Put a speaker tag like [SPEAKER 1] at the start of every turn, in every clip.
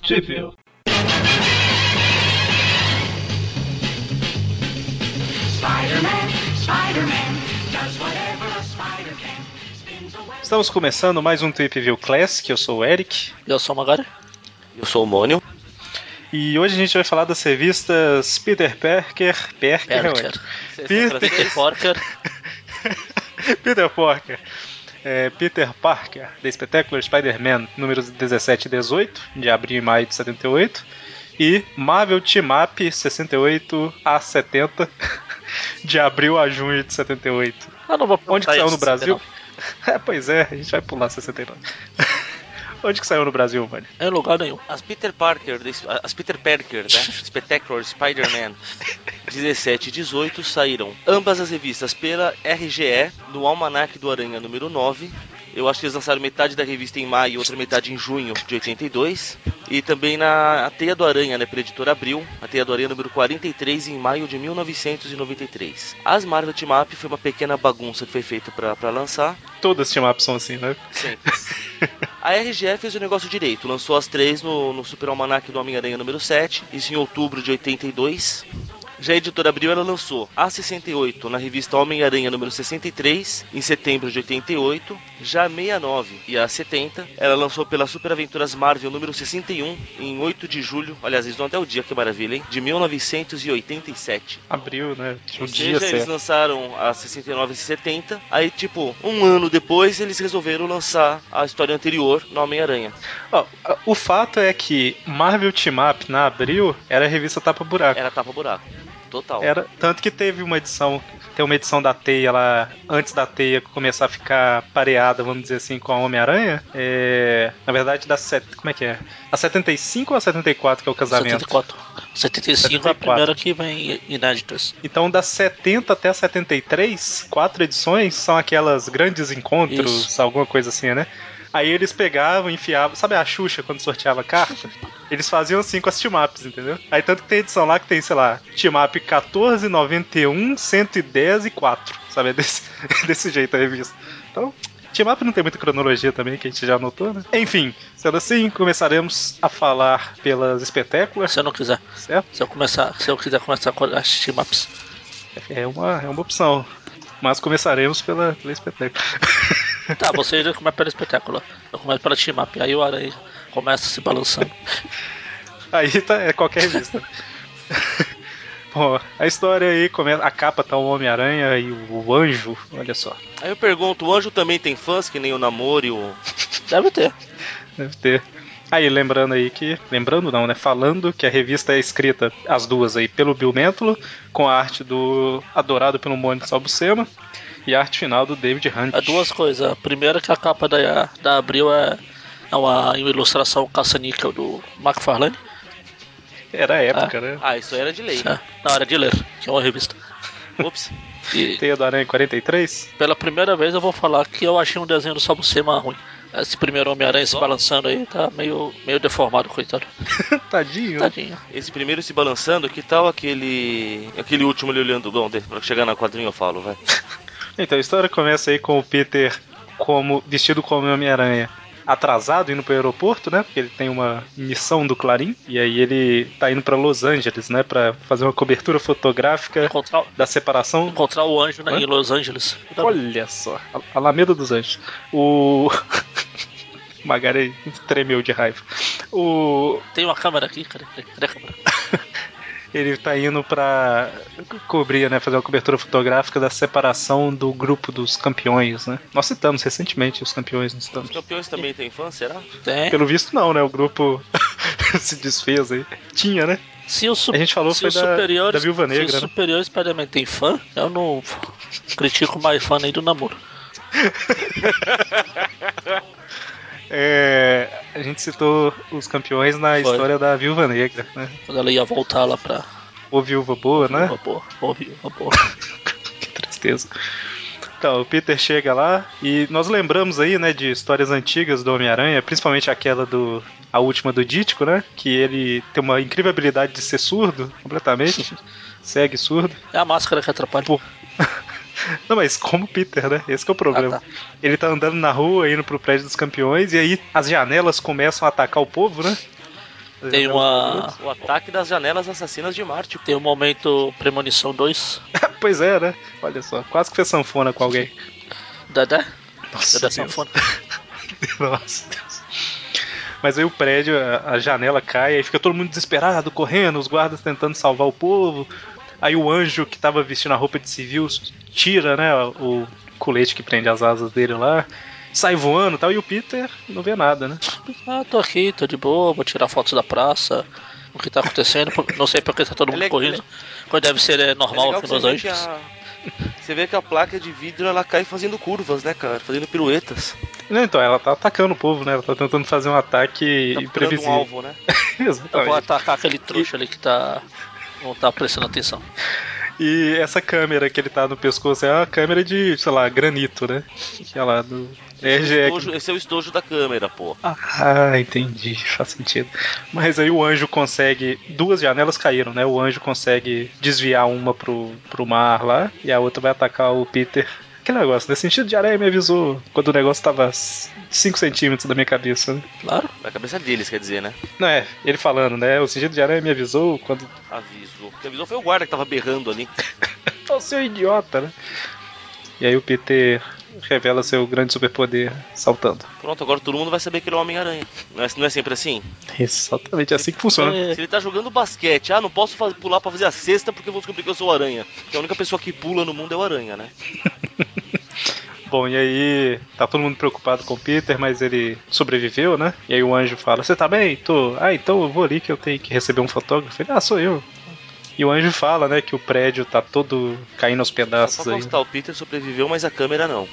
[SPEAKER 1] Possível. Estamos começando mais um Trip View Classic, eu sou o Eric.
[SPEAKER 2] Eu sou o Magari.
[SPEAKER 3] Eu sou o Mônio.
[SPEAKER 1] E hoje a gente vai falar das revistas Peter Parker, Parker,
[SPEAKER 2] Parker.
[SPEAKER 1] ué.
[SPEAKER 2] Vocês
[SPEAKER 1] é Peter-
[SPEAKER 2] lembram Peter Parker.
[SPEAKER 1] Peter Parker. É, Peter Parker, The Spectacular Spider-Man, números 17 e 18, de abril e maio de 78. E Marvel Team Up 68 a 70, de abril a junho de 78.
[SPEAKER 2] Eu não vou
[SPEAKER 1] Ah, Onde
[SPEAKER 2] perguntar
[SPEAKER 1] que saiu
[SPEAKER 2] Tá isso,
[SPEAKER 1] no Brasil?
[SPEAKER 2] não.
[SPEAKER 1] É, pois é, a gente vai pular 69. Onde que saiu no Brasil, mano?
[SPEAKER 2] É Em lugar nenhum.
[SPEAKER 3] As Peter Parker, des- as Peter Parker, né? Spectacular Spider-Man 17 e 18 saíram ambas as revistas pela RGE no Almanac do Aranha número 9. Eu acho que eles lançaram metade da revista em maio e outra metade em junho de 82. E também na a Teia do Aranha, né, pela editora Abril, a Teia do Aranha número 43 em maio de 1993. As Marvel Team Up foi uma pequena bagunça que foi feita para lançar.
[SPEAKER 1] Todas as team-ups são assim, né?
[SPEAKER 3] Sempre. A RGE fez o negócio direito, lançou as três no, no Super Almanac do Homem-Aranha número 7, isso em outubro de 82. Já a editora Abril ela lançou a 68 na revista Homem-Aranha número 63, em setembro de 88. Já a 69 e a 70, ela lançou pela Super Aventuras Marvel número 61, em 8 de julho, aliás, eles dão até o dia, que maravilha, hein? De 1987.
[SPEAKER 1] Abril, né? Tinha
[SPEAKER 3] Ou
[SPEAKER 1] um dia
[SPEAKER 3] seja, eles
[SPEAKER 1] certo.
[SPEAKER 3] lançaram a 69 e 70, aí tipo, um ano depois eles resolveram lançar a história anterior no Homem-Aranha.
[SPEAKER 1] Ó, o fato é que Marvel Team Up na Abril era a revista Tapa Buraco.
[SPEAKER 3] Era tapa buraco. Total.
[SPEAKER 1] Era, tanto que teve uma edição, tem uma edição da Teia lá, antes da Teia começar a ficar pareada, vamos dizer assim, com a Homem-Aranha. É, na verdade, da set, como é que é? A 75 ou a 74 que é o casamento?
[SPEAKER 2] 74. 75 é a
[SPEAKER 1] 74.
[SPEAKER 2] primeira que vem inéditas.
[SPEAKER 1] Então, das 70 até 73, quatro edições são aquelas grandes encontros,
[SPEAKER 2] Isso.
[SPEAKER 1] alguma coisa assim, né? Aí eles pegavam, enfiavam, sabe a Xuxa quando sorteava carta? Eles faziam assim com as team-ups, entendeu? Aí tanto que tem edição lá que tem, sei lá, team-up 14, 91, 110 e 4, sabe? É desse, desse jeito a revista. Então, team-up não tem muita cronologia também, que a gente já notou, né? Enfim, sendo assim, começaremos a falar pelas espetáculas,
[SPEAKER 2] Se eu não quiser.
[SPEAKER 1] certo?
[SPEAKER 2] Se eu, começar, se eu quiser começar com as team-ups.
[SPEAKER 1] É uma, é uma opção. Mas começaremos pela, pela espetáculo.
[SPEAKER 2] Tá, você já começa pelo espetáculo. Eu começo pela team-up. Aí o aranha começa se balançando.
[SPEAKER 1] Aí tá, é qualquer revista. Bom, a história aí começa. A capa tá o Homem-Aranha e o anjo, olha só.
[SPEAKER 3] Aí eu pergunto, o Anjo também tem fãs que nem o Namor e o...
[SPEAKER 2] Deve ter.
[SPEAKER 1] Deve ter. Aí, lembrando aí que. Lembrando não, né? Falando que a revista é escrita, as duas aí, pelo Bill Mantlo, com a arte do. Adorado pelo Mônica Salbucema. E a arte final do David Hunt.
[SPEAKER 2] É duas coisas. A primeira é que a capa da, da Abril é, é uma ilustração caça-níquel do McFarlane.
[SPEAKER 1] Era a época, né?
[SPEAKER 3] Ah, isso aí era de lei.
[SPEAKER 2] É, na hora de ler, que é uma revista.
[SPEAKER 3] Ops.
[SPEAKER 2] E
[SPEAKER 1] Teia do Aranha 43?
[SPEAKER 2] pela primeira vez eu vou falar que eu achei um desenho do Sabucema ruim. Esse primeiro Homem-Aranha se balançando aí tá meio, meio deformado, coitado.
[SPEAKER 1] Tadinho, né?
[SPEAKER 2] Tadinho.
[SPEAKER 3] Esse primeiro se balançando, que tal aquele... Aquele último ali olhando... Bom, de- pra chegar na quadrinha eu falo, vai.
[SPEAKER 1] Então, a história começa aí com o Peter como vestido como Homem-Aranha. Atrasado, indo pro aeroporto, né? Porque ele tem uma missão do Clarim. E aí ele tá indo pra Los Angeles, né? Pra fazer uma cobertura fotográfica
[SPEAKER 2] Encontrar,
[SPEAKER 1] da separação.
[SPEAKER 2] encontrar o anjo né,
[SPEAKER 1] Hã?
[SPEAKER 2] em Los Angeles.
[SPEAKER 1] Olha só, Al- Alameda dos Anjos. O. Magari tremeu de raiva. O.
[SPEAKER 2] Tem uma câmera aqui, cadê, cadê, cadê a câmera?
[SPEAKER 1] Ele tá indo pra cobrir, né? Fazer uma cobertura fotográfica da separação do grupo dos campeões, né? Nós citamos recentemente os campeões, não citamos?
[SPEAKER 3] Os campeões também têm fãs, será?
[SPEAKER 2] Tem.
[SPEAKER 1] Pelo visto não, né? O grupo se desfez aí. Tinha, né?
[SPEAKER 2] Se o su-
[SPEAKER 1] A gente falou
[SPEAKER 2] se
[SPEAKER 1] foi
[SPEAKER 2] os
[SPEAKER 1] da-
[SPEAKER 2] superiores,
[SPEAKER 1] da Viúva
[SPEAKER 2] Se
[SPEAKER 1] Negra, né?
[SPEAKER 2] o superior Spider-Man tem fã, eu não critico mais fã nem do namoro.
[SPEAKER 1] É, a gente citou os campeões na
[SPEAKER 2] Foi.
[SPEAKER 1] história da Viúva Negra, né?
[SPEAKER 2] Quando ela ia voltar lá pra.
[SPEAKER 1] Ou Viúva Boa, né?
[SPEAKER 2] Uma boa, uma boa, uma boa.
[SPEAKER 1] Que tristeza. Então, o Peter chega lá e nós lembramos aí, né, de histórias antigas do Homem-Aranha, principalmente aquela do. A última do Dítico, né? Que ele tem uma incrível habilidade de ser surdo, completamente. Segue surdo.
[SPEAKER 2] É a máscara que atrapalha.
[SPEAKER 1] Pô, Não, mas como Peter, né? Esse que é o problema.
[SPEAKER 2] Ah, tá.
[SPEAKER 1] Ele tá andando na rua, indo pro prédio dos campeões, e aí as janelas começam a atacar o povo, né?
[SPEAKER 2] Tem uma.
[SPEAKER 3] O ataque das janelas assassinas de Marte.
[SPEAKER 2] Tem um momento Premonição 2.
[SPEAKER 1] pois é, né? Olha só, quase que foi sanfona com alguém.
[SPEAKER 2] Dadá?
[SPEAKER 1] Nossa, Deus.
[SPEAKER 2] Dadá Sanfona.
[SPEAKER 1] Nossa, Deus. Mas aí o prédio, a, a janela cai, aí fica todo mundo desesperado, correndo, os guardas tentando salvar o povo. Aí o anjo que tava vestindo a roupa de civil tira, né, o colete que prende as asas dele lá, sai voando e tal, e o Peter não vê nada, né?
[SPEAKER 2] Ah, tô aqui, tô de boa, vou tirar fotos da praça. O que tá acontecendo? por- Não sei porque tá todo
[SPEAKER 3] É
[SPEAKER 2] mundo
[SPEAKER 3] legal-
[SPEAKER 2] correndo. Quando deve ser é,
[SPEAKER 3] É
[SPEAKER 2] normal
[SPEAKER 3] legal
[SPEAKER 2] aqui
[SPEAKER 3] que
[SPEAKER 2] em
[SPEAKER 3] você
[SPEAKER 2] Los
[SPEAKER 3] vê que
[SPEAKER 2] Angeles.
[SPEAKER 3] a... Você vê que a placa de vidro ela cai fazendo curvas, né, cara? Fazendo piruetas.
[SPEAKER 1] Não, então, ela tá atacando o povo, né? Ela tá tentando fazer um ataque
[SPEAKER 3] Tá procurando um
[SPEAKER 1] imprevisível.
[SPEAKER 3] alvo, né?
[SPEAKER 2] Eu vou
[SPEAKER 1] Exatamente.
[SPEAKER 2] atacar aquele trouxa ali que tá. Não tá prestando atenção.
[SPEAKER 1] E essa câmera que ele tá no pescoço é uma câmera de, sei lá, granito, né? Que é lá do
[SPEAKER 3] Esse é
[SPEAKER 1] RGE.
[SPEAKER 3] o estojo- esse é o estojo da câmera, pô.
[SPEAKER 1] Ah, entendi, faz sentido. Mas aí o anjo consegue. Duas janelas caíram, né? O anjo consegue desviar uma pro, pro mar lá e a outra vai atacar o Peter. Que negócio, né? Sentido de areia me avisou quando o negócio tava 5 centímetros da minha cabeça, né?
[SPEAKER 2] Claro.
[SPEAKER 3] Na cabeça deles, quer dizer, né?
[SPEAKER 1] Não é, ele falando, né? O sentido de areia me avisou quando
[SPEAKER 3] Avisou. Quem avisou foi o guarda que tava berrando ali.
[SPEAKER 1] Ô seu idiota, né? E aí o Peter revela seu grande superpoder saltando.
[SPEAKER 3] Pronto, agora todo mundo vai saber que ele é o Homem-Aranha. Não é, não é sempre assim?
[SPEAKER 1] Exatamente assim que funciona.
[SPEAKER 2] É.
[SPEAKER 3] Se ele tá jogando basquete, ah, não posso fa- pular pra fazer a cesta porque eu vou descobrir que eu sou o Aranha. Que a única pessoa que pula no mundo é o Aranha, né?
[SPEAKER 1] Bom, e aí tá todo mundo preocupado com o Peter, mas ele sobreviveu, né? E aí o anjo fala: Você tá bem? Tô. Ah, então eu vou ali que eu tenho que receber um fotógrafo. Ele, ah, sou eu. E o anjo fala, né, que o prédio tá todo caindo aos
[SPEAKER 3] Só
[SPEAKER 1] pedaços
[SPEAKER 3] pra
[SPEAKER 1] aí.
[SPEAKER 3] constar, o Peter sobreviveu, mas a câmera não.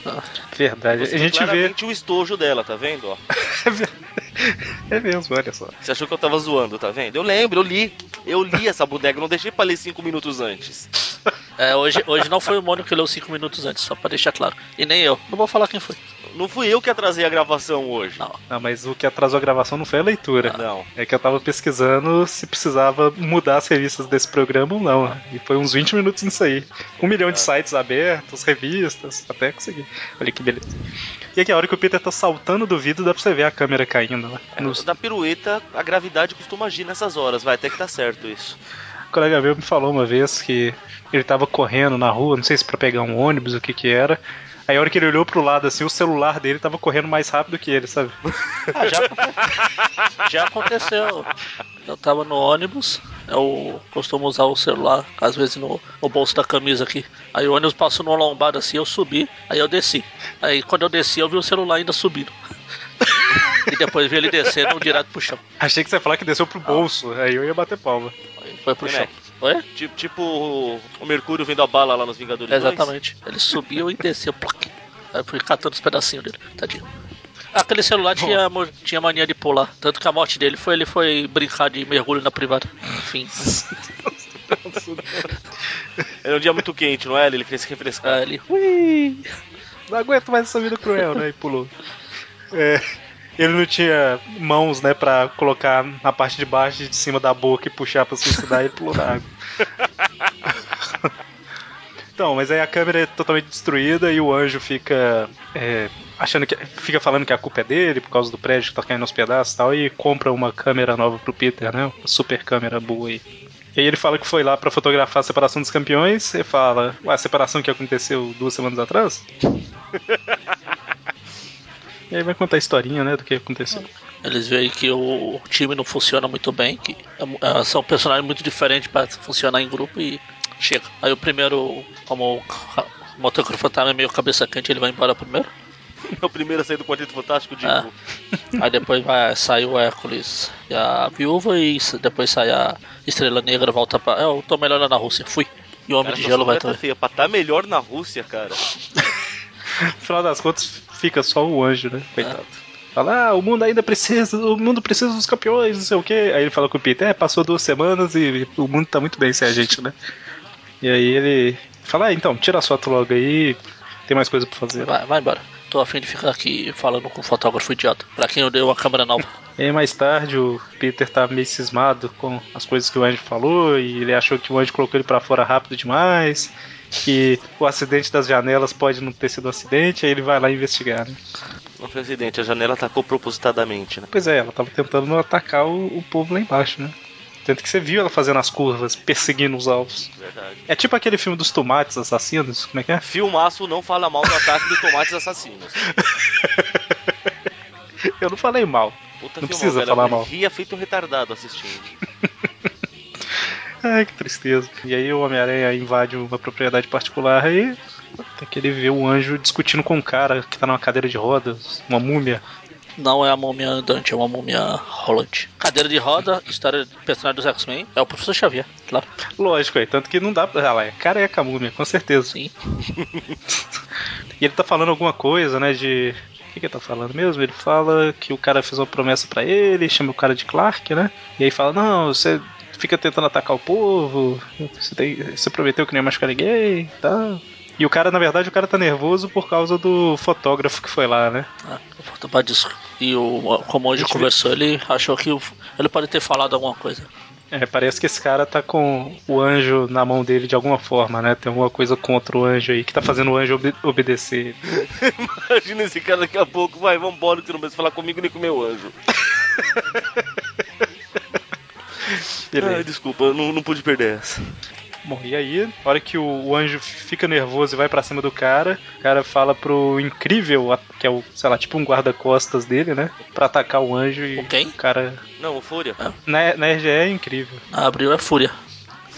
[SPEAKER 1] Verdade.
[SPEAKER 3] Você
[SPEAKER 1] a gente vê.
[SPEAKER 3] claramente o estojo dela, tá vendo? ó?
[SPEAKER 1] é mesmo, olha só.
[SPEAKER 3] Você achou que eu tava zoando, tá vendo? Eu lembro, eu li. Eu li essa bodega, eu não deixei pra ler cinco minutos antes.
[SPEAKER 2] É, hoje, hoje não foi o Mônio que leu cinco minutos antes, só pra deixar claro. E nem eu. Não vou falar quem foi.
[SPEAKER 3] Não fui eu que atrasei a gravação hoje.
[SPEAKER 2] Não.
[SPEAKER 1] Não, mas o que atrasou a gravação não foi a leitura.
[SPEAKER 3] Não.
[SPEAKER 1] É que eu tava pesquisando se precisava mudar as revistas desse programa ou não. né? E foi uns 20 minutos nisso aí. Um milhão de sites abertos, revistas, até conseguir. Olha que beleza. E aqui a hora que o Peter tá saltando do vidro, dá pra você ver a câmera caindo lá.
[SPEAKER 3] É,
[SPEAKER 1] Nos-
[SPEAKER 3] Da pirueta, a gravidade costuma agir nessas horas, vai, até que tá certo isso.
[SPEAKER 1] O um colega meu me falou uma vez que ele tava correndo na rua, não sei se pra pegar um ônibus, o que que era. Aí a hora que ele olhou pro lado assim, o celular dele tava correndo mais rápido que ele, sabe?
[SPEAKER 2] Ah, já, já aconteceu. Eu tava no ônibus, eu costumo usar o celular, às vezes no, no bolso da camisa aqui. Aí o ônibus passou numa lombada assim, eu subi, aí eu desci. Aí quando eu desci, eu vi o celular ainda subindo. e depois vi ele descendo direto pro chão.
[SPEAKER 1] Achei que você ia falar que desceu pro bolso, aí eu ia bater palma.
[SPEAKER 2] Aí foi pro
[SPEAKER 3] Né?
[SPEAKER 2] chão. Oi?
[SPEAKER 3] Tipo, tipo o- o Mercúrio vendo a bala lá nos Vingadores dois.
[SPEAKER 2] Exatamente. Ele subiu e desceu. plac. Aí eu fui catando os pedacinhos dele, tadinho. Aquele celular tinha, mo- tinha mania de pular. Tanto que a morte dele foi ele foi brincar de mergulho na privada. Enfim.
[SPEAKER 3] Era um dia muito quente, não é? Ele queria se refrescar.
[SPEAKER 2] Aí ele.
[SPEAKER 1] Ui, não aguento mais essa vida cruel, né? E pulou. É, ele não tinha mãos, né, pra colocar na parte de baixo e de cima da boca e puxar pra suicidar, ele pulou na água. Então, mas aí a câmera é totalmente destruída e o anjo fica é, achando que fica falando que a culpa é dele por causa do prédio que tá caindo aos pedaços e tal e compra uma câmera nova pro Peter, né? Uma super câmera boa aí. E aí ele fala que foi lá pra fotografar a separação dos campeões e fala, ué, a separação que aconteceu duas semanas atrás? e aí vai contar a historinha, né, do que aconteceu.
[SPEAKER 2] Eles veem que o time não funciona muito bem, que é mu- é, são personagens muito diferentes para funcionar em grupo e chega. Aí o primeiro, como o ca- o motoqueiro fantasma é meio cabeça quente, ele vai embora primeiro.
[SPEAKER 3] É o primeiro a sair do Quarteto Fantástico, digo.
[SPEAKER 2] Ah. Aí depois vai, sai o Hércules e a viúva e s- depois sai a Estrela Negra, volta pra. É, Eu tô melhor lá na Rússia, fui. E o Homem
[SPEAKER 3] Cara,
[SPEAKER 2] de
[SPEAKER 3] essa
[SPEAKER 2] Gelo vai
[SPEAKER 3] sombra tá
[SPEAKER 2] também.
[SPEAKER 3] feia. Pra tá melhor na Rússia, cara.
[SPEAKER 1] No final das contas, fica só o anjo, né, coitado. Fala, ah, o mundo ainda precisa, o mundo precisa dos campeões, não sei o quê. Aí ele fala com o Peter, é, passou duas semanas e o mundo tá muito bem sem a gente, né. E aí ele fala, ah, então, tira a foto logo aí, tem mais coisa pra fazer.
[SPEAKER 2] Vai, vai embora. Tô afim de ficar aqui falando com o fotógrafo idiota. Pra quem eu dei uma câmera nova.
[SPEAKER 1] E aí, mais tarde, o Peter tá meio cismado com as coisas que o Andy falou e ele achou que o Andy colocou ele pra fora rápido demais. Que o acidente das janelas pode não ter sido um acidente, aí ele vai lá investigar. né?
[SPEAKER 3] Não foi acidente, a janela atacou propositadamente, né?
[SPEAKER 1] Pois é, ela tava tentando não atacar o, o povo lá embaixo, né? Tanto que você viu ela fazendo as curvas, perseguindo os alvos.
[SPEAKER 3] Verdade.
[SPEAKER 1] É tipo aquele filme dos tomates assassinos, como é que é?
[SPEAKER 3] Filmaço não fala mal do ataque dos tomates assassinos.
[SPEAKER 1] Eu não falei mal.
[SPEAKER 3] Puta
[SPEAKER 1] Não
[SPEAKER 3] filmão,
[SPEAKER 1] precisa
[SPEAKER 3] velho.
[SPEAKER 1] falar
[SPEAKER 3] Eu
[SPEAKER 1] mal.
[SPEAKER 3] Ria feito um retardado assistindo.
[SPEAKER 1] Ai, que tristeza. E aí o Homem-Aranha invade uma propriedade particular e tem que ele vê um anjo discutindo com um cara que tá numa cadeira de rodas, uma múmia.
[SPEAKER 2] Não é a múmia andante, é uma múmia rolante. Cadeira de roda, história de personagem dos X-Men, é o professor Xavier, claro.
[SPEAKER 1] Lógico, aí, tanto que não dá pra. Ah, lá, é careca a múmia, com certeza.
[SPEAKER 2] Sim.
[SPEAKER 1] E ele tá falando alguma coisa, né? De. O que, que ele tá falando mesmo? Ele fala que o cara fez uma promessa pra ele, chama o cara de Clark, né? E aí fala: Não, você fica tentando atacar o povo, você, tem- você prometeu que não ia machucar ninguém e tal. E o cara, na verdade, o cara tá nervoso por causa do fotógrafo que foi lá, né?
[SPEAKER 2] Ah, falta pra disco. E o como hoje
[SPEAKER 1] Gente,
[SPEAKER 2] conversou, ele achou que o- ele pode ter falado alguma coisa.
[SPEAKER 1] É, parece que esse cara tá com o anjo na mão dele de alguma forma, né? Tem alguma coisa contra o anjo aí que tá fazendo o anjo obede- obedecer.
[SPEAKER 3] Imagina esse cara daqui a pouco, vai, vambora, que não precisa falar comigo nem com meu anjo. Ai,
[SPEAKER 1] Beleza.
[SPEAKER 3] desculpa, eu não, não pude perder essa.
[SPEAKER 1] Bom, e aí, na hora que o, o anjo fica nervoso e vai pra cima do cara, o cara fala pro incrível, a- que é o, sei lá, tipo um guarda-costas dele, né? Pra atacar o anjo e
[SPEAKER 2] Com quem?
[SPEAKER 1] o cara.
[SPEAKER 3] Não, o Fúria.
[SPEAKER 1] Na, na RGE é incrível.
[SPEAKER 2] Abriu é Fúria.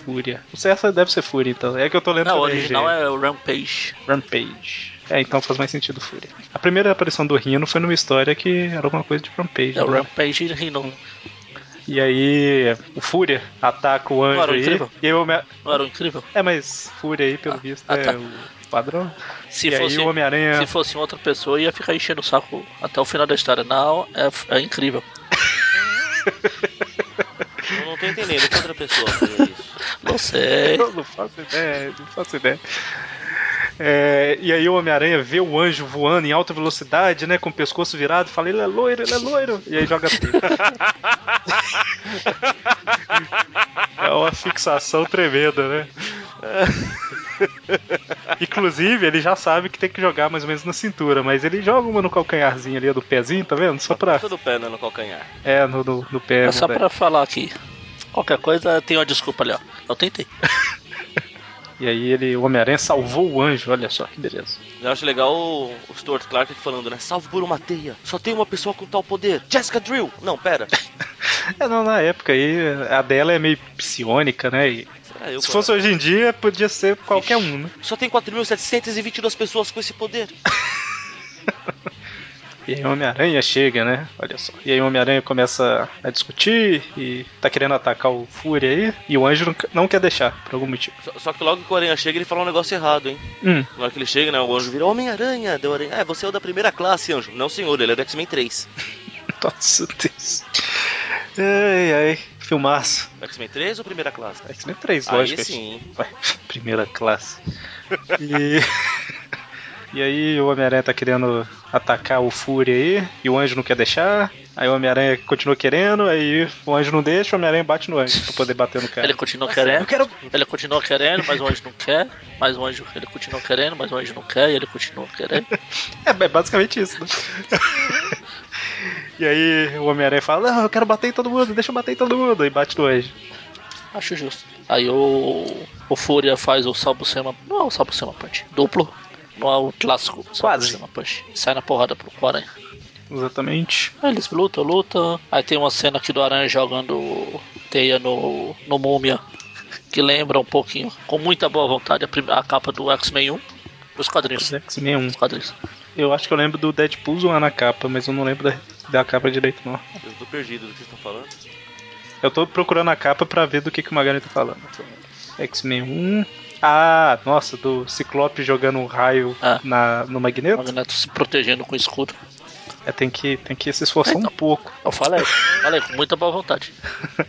[SPEAKER 1] Fúria. O certo deve ser Fúria, então. É que eu tô lendo
[SPEAKER 2] Não, o
[SPEAKER 1] pela
[SPEAKER 2] original
[SPEAKER 1] RGE.
[SPEAKER 2] é o Rampage.
[SPEAKER 1] Rampage. É, então faz mais sentido Fúria. A primeira aparição do Rino foi numa história que era alguma coisa de Rampage.
[SPEAKER 2] É o
[SPEAKER 1] né?
[SPEAKER 2] Rampage e Rhino.
[SPEAKER 1] E aí, o Fúria ataca o anjo
[SPEAKER 2] Claro,
[SPEAKER 1] aí.
[SPEAKER 2] incrível.
[SPEAKER 1] E aí o Homem-
[SPEAKER 2] Não era o incrível?
[SPEAKER 1] É, mas Fúria aí, pelo visto,
[SPEAKER 2] ah, tá.
[SPEAKER 1] é o padrão.
[SPEAKER 2] Se
[SPEAKER 1] e
[SPEAKER 2] fosse,
[SPEAKER 1] aí o Homem-Aranha.
[SPEAKER 2] se fosse outra pessoa, ia ficar enchendo o saco até o final da história. Não, é, é incrível.
[SPEAKER 3] Eu não tô entendendo, que outra pessoa faria isso.
[SPEAKER 2] Não sei.
[SPEAKER 1] Eu não faço ideia, não faço ideia. É, e aí o Homem-Aranha vê o anjo voando em alta velocidade, né? Com o pescoço virado, fala, ele é loiro, ele é loiro. E aí joga teia. É uma fixação tremenda, né? Inclusive, ele já sabe que tem que jogar mais ou menos na cintura, mas ele joga uma no calcanharzinho ali, do pezinho, tá vendo? Só pra.
[SPEAKER 3] Todo pé né, no calcanhar.
[SPEAKER 1] É, no, no, no pé.
[SPEAKER 2] É só
[SPEAKER 1] né?
[SPEAKER 2] pra falar aqui. Qualquer coisa tem uma desculpa ali, ó. Eu tentei.
[SPEAKER 1] E aí ele, o Homem-Aranha salvou o anjo, olha só que beleza.
[SPEAKER 3] Eu acho legal o, o Stuart Clark falando, né? Salvo por uma teia. Só tem uma pessoa com tal poder. Jessica Drill. Não, pera.
[SPEAKER 1] É, não, na época aí, a dela é meio psionica, né? E
[SPEAKER 3] Será eu,
[SPEAKER 1] se
[SPEAKER 3] cara?
[SPEAKER 1] fosse hoje em dia, podia ser qualquer
[SPEAKER 3] Ixi.
[SPEAKER 1] um, né?
[SPEAKER 3] Só tem 4.722 pessoas com esse poder.
[SPEAKER 1] E aí o Homem-Aranha chega, né? Olha só. E aí o Homem-Aranha começa a discutir e tá querendo atacar o Fúria aí. E o anjo não, não quer deixar, por algum motivo.
[SPEAKER 3] Só, só que logo que o Aranha chega, ele fala um negócio errado, hein?
[SPEAKER 1] Hum,
[SPEAKER 3] Na hora que ele chega, né? O anjo vira Homem-Aranha. Deu Aranha. É, você é o da primeira classe, anjo. Não, senhor, ele é do X-Men 3.
[SPEAKER 1] nossa Deus. Ai, ai. Filmaço.
[SPEAKER 3] X-Men 3 ou primeira classe?
[SPEAKER 1] X-Men 3, É lógico.
[SPEAKER 3] Aí sim.
[SPEAKER 1] Ué, primeira classe. E. E aí o Homem-Aranha tá querendo atacar o Fúria aí, e o anjo não quer deixar. Aí o Homem-Aranha continua querendo, aí o anjo não deixa, o Homem-Aranha bate no anjo pra poder bater no cara.
[SPEAKER 2] Ele continua
[SPEAKER 1] Eu
[SPEAKER 2] querendo.
[SPEAKER 1] quero.
[SPEAKER 2] Ele continua querendo, mas o anjo não quer. Mas o anjo. Ele continua querendo, mas o anjo não quer. E ele continua querendo.
[SPEAKER 1] É, é basicamente isso, né? E aí o Homem-Aranha fala, não, eu quero bater em todo mundo, deixa eu bater em todo mundo, e bate no anjo.
[SPEAKER 2] Acho justo. Aí o. O Fúria faz o Salvo Sema. Não é o Salvo Sema Punch. Duplo. Não é o clássico. Salvo
[SPEAKER 1] Quase.
[SPEAKER 2] Sema Punch. Sai na porrada pro Aranha.
[SPEAKER 1] Exatamente.
[SPEAKER 2] Aí Ah, Eles lutam, lutam. Aí tem uma cena aqui do Aranha jogando teia no, no Múmia. Que lembra um pouquinho, com muita boa vontade, a, prim- a capa do X-Men 1. Dos quadrinhos. né?
[SPEAKER 1] Os X-Men 1.
[SPEAKER 2] Dos quadrinhos.
[SPEAKER 1] Eu acho que eu lembro do Deadpool zoando a capa, mas eu não lembro da, da capa direito, não.
[SPEAKER 3] Eu tô perdido do que vocês estão falando.
[SPEAKER 1] Eu tô procurando a capa pra ver do que, que o Magari tá falando. X-Men 1. Ah, nossa, do Ciclope jogando um raio
[SPEAKER 2] Ah.
[SPEAKER 1] na, no
[SPEAKER 2] O
[SPEAKER 1] Magneto.
[SPEAKER 2] Magneto se protegendo com o escudo.
[SPEAKER 1] É, tem, que, tem que se esforçar um pouco.
[SPEAKER 2] Eu falei, falei, com muita boa vontade.
[SPEAKER 1] Você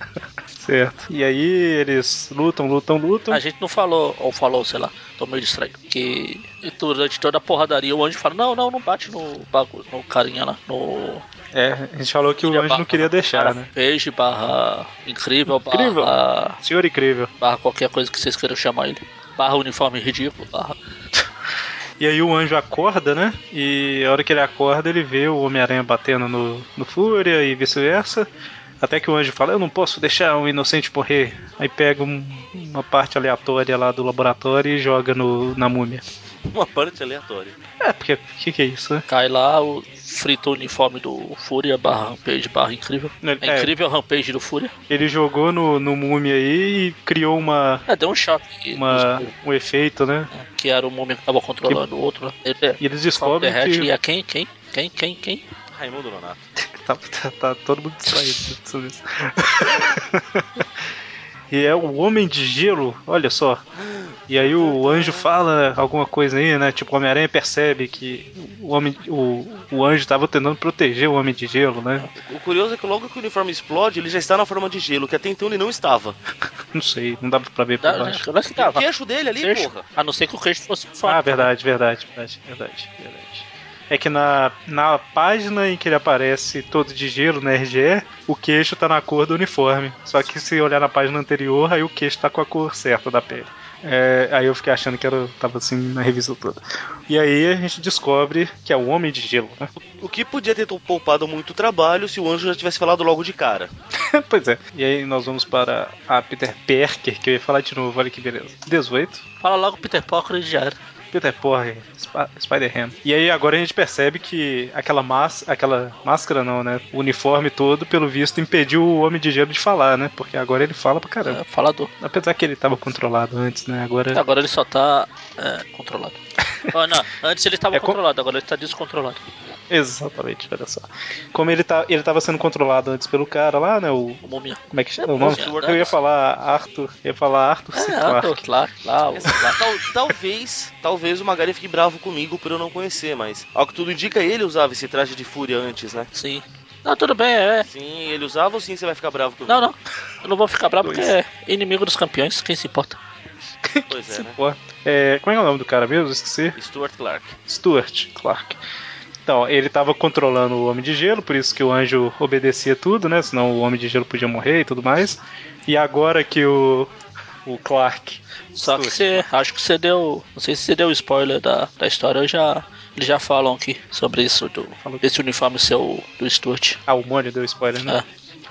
[SPEAKER 1] Certo. E aí eles lutam, lutam, lutam.
[SPEAKER 2] A gente não falou, ou falou, sei lá, tô meio distraído. Que durante toda a porradaria o anjo fala: Não, não, não bate no bagulho, no carinha lá, no.
[SPEAKER 1] É, a gente falou que o anjo não queria deixar, né?
[SPEAKER 2] Peixe barra incrível, barra.
[SPEAKER 1] Incrível. Senhor incrível.
[SPEAKER 2] barra qualquer coisa que vocês queiram chamar ele. Barra uniforme ridículo, barra.
[SPEAKER 1] E aí o anjo acorda, né? E a hora que ele acorda, ele vê o Homem-Aranha batendo no, no Fúria e vice-versa. Até que o anjo fala, eu não posso deixar um inocente morrer. Aí pega um- uma parte aleatória lá do laboratório e joga no, na múmia.
[SPEAKER 3] Uma parte aleatória.
[SPEAKER 1] É, porque o que, que é isso, né?
[SPEAKER 2] Cai lá, o, frita o uniforme do Fúria, barra Rampage, barra incrível.
[SPEAKER 1] Ele-
[SPEAKER 2] É incrível o Rampage do Fúria.
[SPEAKER 1] Ele jogou no, no múmia aí e criou uma,
[SPEAKER 2] É, deu um choque. que-
[SPEAKER 1] uma, um efeito, né?
[SPEAKER 2] Que era o momento que tava controlando o outro lá. Ele é,
[SPEAKER 1] E eles
[SPEAKER 2] Cobre
[SPEAKER 1] descobrem
[SPEAKER 2] derrete
[SPEAKER 1] que...
[SPEAKER 2] e a quem? Quem? Quem? Quem? Quem?
[SPEAKER 3] Raimundo Nonato.
[SPEAKER 1] Tá, tá- tá todo mundo distraído sobre isso. E é o Homem de Gelo, olha só. E aí o anjo fala alguma coisa aí, né? Tipo, o Homem-Aranha percebe que o, homem, o, o anjo tava tentando proteger o Homem de Gelo, né?
[SPEAKER 3] O curioso é que logo que o uniforme explode, ele já está na forma de gelo, que até então ele não estava.
[SPEAKER 1] Não sei, não dá pra ver por
[SPEAKER 2] Dá, né?
[SPEAKER 1] baixo.
[SPEAKER 2] Lá que
[SPEAKER 3] O
[SPEAKER 2] tava.
[SPEAKER 3] queixo dele ali,
[SPEAKER 2] Queixo.
[SPEAKER 3] porra.
[SPEAKER 2] A não ser que o queixo fosse um forte.
[SPEAKER 1] Ah, verdade, verdade, verdade, verdade, verdade. É que na, na página em que ele aparece todo de gelo, né, na RGE, o queixo tá na cor do uniforme. Só que se olhar na página anterior, aí o queixo tá com a cor certa da pele. É, aí eu fiquei achando que era, tava assim na revisão toda. E aí a gente descobre que é o Homem de Gelo, né?
[SPEAKER 3] O que podia ter poupado muito trabalho se o anjo já tivesse falado logo de cara.
[SPEAKER 1] pois é. E aí nós vamos para a Peter Parker, que eu ia falar de novo, olha que beleza. 18.
[SPEAKER 2] Fala logo Peter Parker e já era.
[SPEAKER 1] Peter Porre, Spider-Ham. E aí agora a gente percebe que aquela mas aquela máscara não, né? O uniforme todo, pelo visto, impediu o Homem de Gelo de falar, né? Porque agora ele fala pra caramba.
[SPEAKER 2] É, falador.
[SPEAKER 1] Apesar que ele tava controlado antes, né? Agora.
[SPEAKER 2] Agora ele só tá é, controlado. Ah, não, antes ele tava
[SPEAKER 1] É co-
[SPEAKER 2] controlado, agora ele tá descontrolado.
[SPEAKER 1] Exatamente, olha só. Como ele, tá, ele tava sendo controlado antes pelo cara lá, né? O.
[SPEAKER 2] O Múmia.
[SPEAKER 1] Como é que chama o nome?
[SPEAKER 2] Stuart.
[SPEAKER 1] Eu ia falar Arthur. Eu ia falar Arthur C.
[SPEAKER 2] É,
[SPEAKER 1] Clarke.
[SPEAKER 2] tô, lá, lá, o- lá.
[SPEAKER 3] Tal- talvez, talvez o Magari fique bravo comigo por eu não conhecer, mas ao que tudo indica, ele usava esse traje de fúria antes, né?
[SPEAKER 2] Sim. Não, tudo bem, é.
[SPEAKER 3] Sim, ele usava ou sim você vai ficar bravo comigo?
[SPEAKER 2] Não, não. Eu não vou ficar bravo porque é inimigo dos campeões, quem se importa?
[SPEAKER 3] Pois é, né?
[SPEAKER 1] Pô, é, como é que é o nome do cara mesmo? Esqueci.
[SPEAKER 3] Stuart Clark.
[SPEAKER 1] Stuart Clark. Então, ele estava controlando o Homem de Gelo, por isso que o anjo obedecia tudo, né? Senão o Homem de Gelo podia morrer e tudo mais. E agora que o, o Clark.
[SPEAKER 2] Só que você. Acho que você deu. Não sei se você deu spoiler da, da história, eu já. Eles já falam aqui sobre isso, do,
[SPEAKER 1] Falou.
[SPEAKER 2] desse uniforme seu do Stuart.
[SPEAKER 1] Ah, o Mônio deu spoiler, né?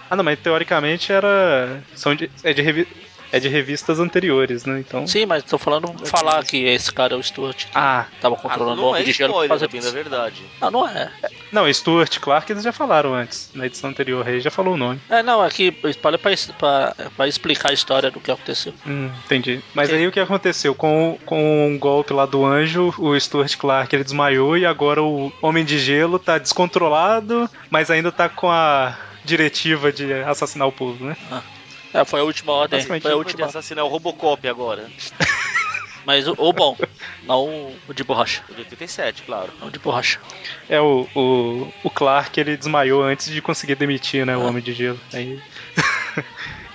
[SPEAKER 1] Ah, não, mas teoricamente era. São de, é, de revi- é de revistas anteriores, né?
[SPEAKER 3] Hum?
[SPEAKER 1] Então.
[SPEAKER 2] Sim, mas tô falando falar que esse cara é o Stuart. que
[SPEAKER 1] Ah,
[SPEAKER 2] Tava
[SPEAKER 3] Ah,
[SPEAKER 2] controlando o
[SPEAKER 3] não
[SPEAKER 2] homem
[SPEAKER 3] é
[SPEAKER 2] de gelo pra
[SPEAKER 3] spoiler,
[SPEAKER 2] fazer
[SPEAKER 3] bem da
[SPEAKER 2] isso.
[SPEAKER 3] verdade.
[SPEAKER 2] Não, não é.
[SPEAKER 1] não, Stuart Clark eles já falaram antes. Na edição anterior aí já falou o nome.
[SPEAKER 2] É, não, é que o spoiler é pra, es- pra, pra explicar a história do que aconteceu.
[SPEAKER 1] Hum, entendi. Mas aí o que aconteceu? Com, com um golpe lá do anjo, o Stuart Clark ele desmaiou e agora o Homem de Gelo tá descontrolado, mas ainda tá com a diretiva de assassinar o povo, né?
[SPEAKER 2] É, foi a última ordem,
[SPEAKER 1] Basicamente,
[SPEAKER 2] foi a
[SPEAKER 1] não
[SPEAKER 3] Pode
[SPEAKER 2] última.
[SPEAKER 3] assassinar o Robocop agora.
[SPEAKER 2] Mas o, o bom, não o de borracha.
[SPEAKER 3] O de 87, claro.
[SPEAKER 2] Não o de borracha.
[SPEAKER 1] É, o, o, o Clark ele desmaiou antes de conseguir demitir, né, o Homem de Gelo. Aí...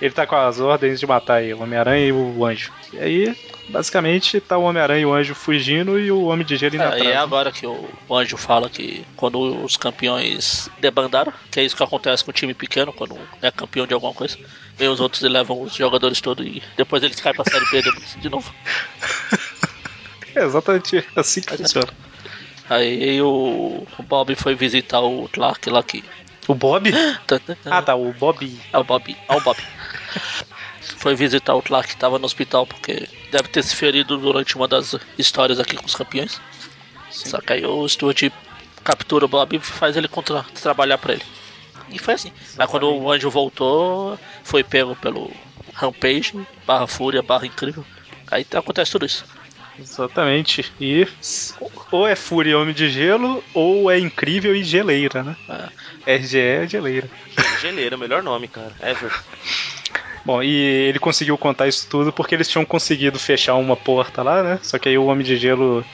[SPEAKER 1] ele tá com as ordens de matar aí, o Homem-Aranha e o Anjo. E aí, basicamente, tá o Homem-Aranha e o Anjo fugindo e o Homem de Gelo ainda
[SPEAKER 2] É, e é
[SPEAKER 1] atrás.
[SPEAKER 2] agora que o, o anjo fala que quando os campeões debandaram, que é isso que acontece com o time pequeno, quando é campeão de alguma coisa, vem os outros e levam os jogadores todos e depois eles caem pra série B depois de novo.
[SPEAKER 1] É exatamente assim que funciona.
[SPEAKER 2] Aí o, o Bob foi visitar o Clark lá que.
[SPEAKER 1] O Bob? Ah, tá, o Bob.
[SPEAKER 2] É o Bob, é o Bob. Foi visitar o Clark que tava no hospital porque deve ter se ferido durante uma das histórias aqui com os campeões. Só que aí o Stuart captura o Bob e faz ele contra- trabalhar pra ele. E foi assim. Mas quando o anjo voltou, foi pego pelo Rampage, barra Fúria, barra Incrível. Aí tá, acontece tudo isso.
[SPEAKER 1] Exatamente. E ou é Fúria e Homem de Gelo, ou é Incrível e Geleira, né?
[SPEAKER 2] Ah,
[SPEAKER 1] RGE é Geleira.
[SPEAKER 3] Geleira, melhor nome, cara. Ever.
[SPEAKER 1] Bom, e ele conseguiu contar isso tudo porque eles tinham conseguido fechar uma porta lá, né? Só que aí o Homem de Gelo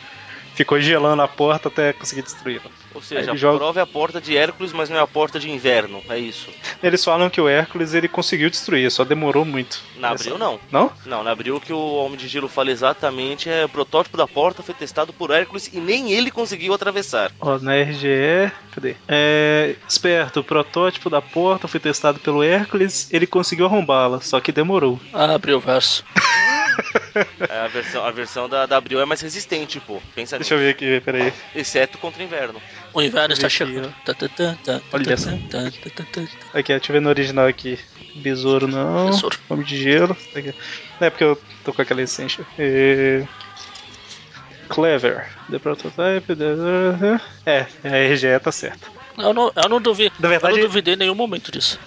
[SPEAKER 1] ficou gelando a porta até conseguir destruí-la.
[SPEAKER 3] Ou seja,
[SPEAKER 1] Aí
[SPEAKER 3] a
[SPEAKER 1] ele joga-
[SPEAKER 3] prova é a porta de Hércules, mas não é a porta de inverno. É isso.
[SPEAKER 1] Eles falam que o Hércules ele conseguiu destruir, só demorou muito.
[SPEAKER 3] Na abril, não.
[SPEAKER 1] Não?
[SPEAKER 3] Não, na abril o que o Homem de Gelo fala exatamente é o protótipo da porta foi testado por Hércules e nem ele conseguiu atravessar.
[SPEAKER 1] Ó, na RGE. Cadê? É. Esperto, o protótipo da porta foi testado pelo Hércules, ele conseguiu arrombá-la, só que demorou.
[SPEAKER 2] Ah, abriu o verso.
[SPEAKER 3] É, a versão, a versão da, da abril é mais resistente, pô. Pensa nisso.
[SPEAKER 1] Deixa eu ver aqui, peraí.
[SPEAKER 3] Exceto contra o inverno.
[SPEAKER 2] O inverno está
[SPEAKER 1] Deixa eu ver
[SPEAKER 2] chegando. Tá, tá, tá, tá,
[SPEAKER 1] Olha
[SPEAKER 2] tá,
[SPEAKER 1] só.
[SPEAKER 2] tá, tá, tá, tá, tá.
[SPEAKER 1] Aqui, ó, deixa eu ver no original aqui. Besouro não.
[SPEAKER 2] Besouro.
[SPEAKER 1] Homem de gelo. Aqui. É porque eu tô com aquela essência. É... Clever. The prototype. the- É, a RGE tá certa.
[SPEAKER 2] Eu não, eu não duvi.
[SPEAKER 1] Na verdade-
[SPEAKER 2] eu não duvidei em nenhum momento disso.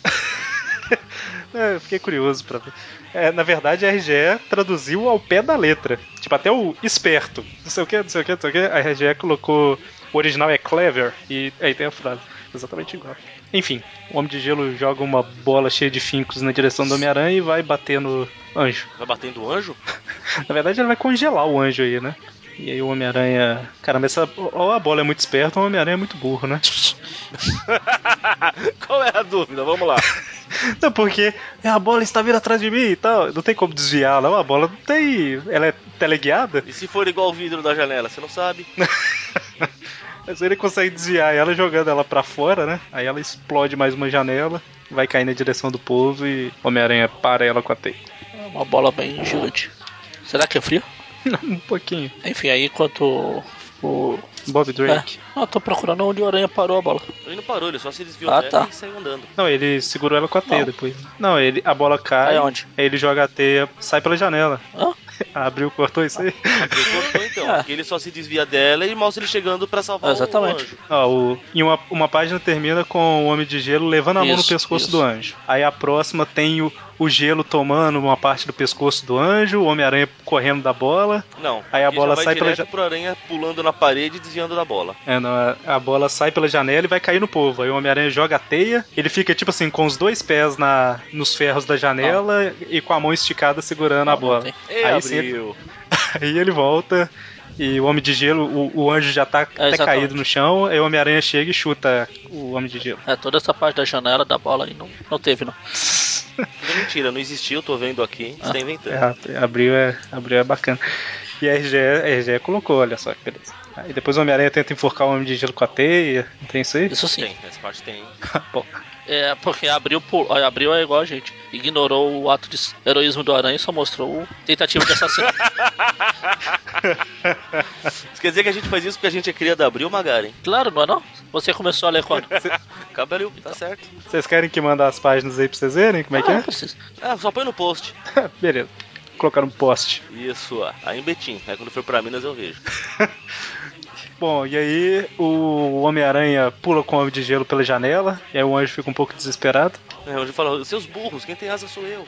[SPEAKER 1] É, eu fiquei curioso pra ver. É, na verdade, a RGE traduziu ao pé da letra. Tipo, até o esperto. Não sei o que, não sei o que, não sei o que. A RGE colocou. O original é clever. E aí tem a frase. Exatamente igual. Enfim, o Homem de Gelo joga uma bola cheia de fincos na direção do Homem-Aranha e vai bater no anjo.
[SPEAKER 3] Vai batendo o anjo?
[SPEAKER 1] Na verdade, ele vai congelar o anjo aí, né? E aí o Homem-Aranha. Caramba, essa. Ou a bola é muito esperta, ou o Homem-Aranha é muito burro, né?
[SPEAKER 3] Qual é a dúvida? Vamos lá.
[SPEAKER 1] Não, porque é, a bola está vindo atrás de mim e tal. Não tem como desviar, não. A bola não tem. Ela é teleguiada.
[SPEAKER 3] E se for igual o vidro da janela, você não sabe?
[SPEAKER 1] Mas ele consegue desviar ela jogando ela pra fora, né? Aí ela explode mais uma janela, vai cair na direção do povo e Homem-Aranha para ela com a teia.
[SPEAKER 2] É Uma bola bem gigante. Será que é frio?
[SPEAKER 1] um pouquinho.
[SPEAKER 2] Enfim, aí enquanto o.
[SPEAKER 1] Bob Drake.
[SPEAKER 2] É. Ah, tô procurando onde o Aranha parou a bola.
[SPEAKER 3] Ele não parou, ele só se desviou
[SPEAKER 2] Ah,
[SPEAKER 3] dela
[SPEAKER 2] tá.
[SPEAKER 3] e saiu andando.
[SPEAKER 1] Não, ele segurou ela com a teia
[SPEAKER 2] Não.
[SPEAKER 1] depois. Não, ele a bola cai.
[SPEAKER 2] Aí onde?
[SPEAKER 1] aí ele joga a teia, sai pela janela.
[SPEAKER 2] Hã?
[SPEAKER 1] Abriu, cortou isso aí.
[SPEAKER 3] Eu cortou então,
[SPEAKER 2] Ah.
[SPEAKER 3] porque ele só se desvia dela e mostra ele chegando pra salvar
[SPEAKER 2] Ah,
[SPEAKER 3] o
[SPEAKER 2] exatamente.
[SPEAKER 3] anjo.
[SPEAKER 1] Ó, o- e uma, uma página termina com o Homem de Gelo levando a mão no
[SPEAKER 2] Isso,
[SPEAKER 1] pescoço
[SPEAKER 2] isso.
[SPEAKER 1] do anjo. Aí a próxima tem o, o gelo tomando uma parte do pescoço do anjo, o Homem-Aranha correndo da bola.
[SPEAKER 3] Não,
[SPEAKER 1] Aí a
[SPEAKER 3] ele
[SPEAKER 1] bola
[SPEAKER 3] já vai
[SPEAKER 1] sai pela
[SPEAKER 3] direto pro aranha pulando na parede e desviando da bola.
[SPEAKER 1] É, não, a- a bola sai pela janela e vai cair no povo. Aí o Homem-Aranha joga a teia, ele fica tipo assim, com os dois pés na, nos ferros da janela e com a mão esticada segurando a
[SPEAKER 2] Não, não
[SPEAKER 1] bola.
[SPEAKER 2] tem.
[SPEAKER 3] E
[SPEAKER 1] Aí sim, ele-
[SPEAKER 3] abriu.
[SPEAKER 1] aí ele volta e o Homem de Gelo, o, o anjo já tá até
[SPEAKER 2] exatamente.
[SPEAKER 1] caído no chão, aí o Homem-Aranha chega e chuta o Homem de Gelo.
[SPEAKER 2] É, toda essa parte da janela da bola aí não, não teve, não.
[SPEAKER 3] Tudo mentira, não existiu, tô vendo aqui, você tá inventando.
[SPEAKER 1] É, abriu, é, abriu é bacana. E a RGE, a RGE colocou, olha só que beleza. Aí depois o Homem-Aranha tenta enforcar o Homem de Gelo com a teia, não tem isso aí?
[SPEAKER 2] Isso sim.
[SPEAKER 3] Tem, essa parte tem.
[SPEAKER 1] Bom,
[SPEAKER 2] É, porque abriu, pu- abriu é igual a gente. Ignorou o ato de heroísmo do Aranha e só mostrou o tentativa de assassinato.
[SPEAKER 3] Isso quer dizer que a gente faz isso porque a gente é cria da Abril Magaren.
[SPEAKER 2] claro, não é não? Você começou a ler quando?
[SPEAKER 3] Acaba ali, tá certo.
[SPEAKER 1] vocês querem que mande as páginas aí pra vocês verem como é que
[SPEAKER 2] Ah,
[SPEAKER 1] é?
[SPEAKER 2] precisa.
[SPEAKER 3] Ah, só põe no post.
[SPEAKER 1] Beleza. Colocar um post.
[SPEAKER 3] Isso, ah, aí em Betim. Aí quando for pra Minas eu vejo.
[SPEAKER 1] Bom, e aí o Homem-Aranha pula com o Homem de Gelo pela janela, e aí o anjo fica um pouco desesperado.
[SPEAKER 3] É, onde fala, seus burros, quem tem asa sou eu.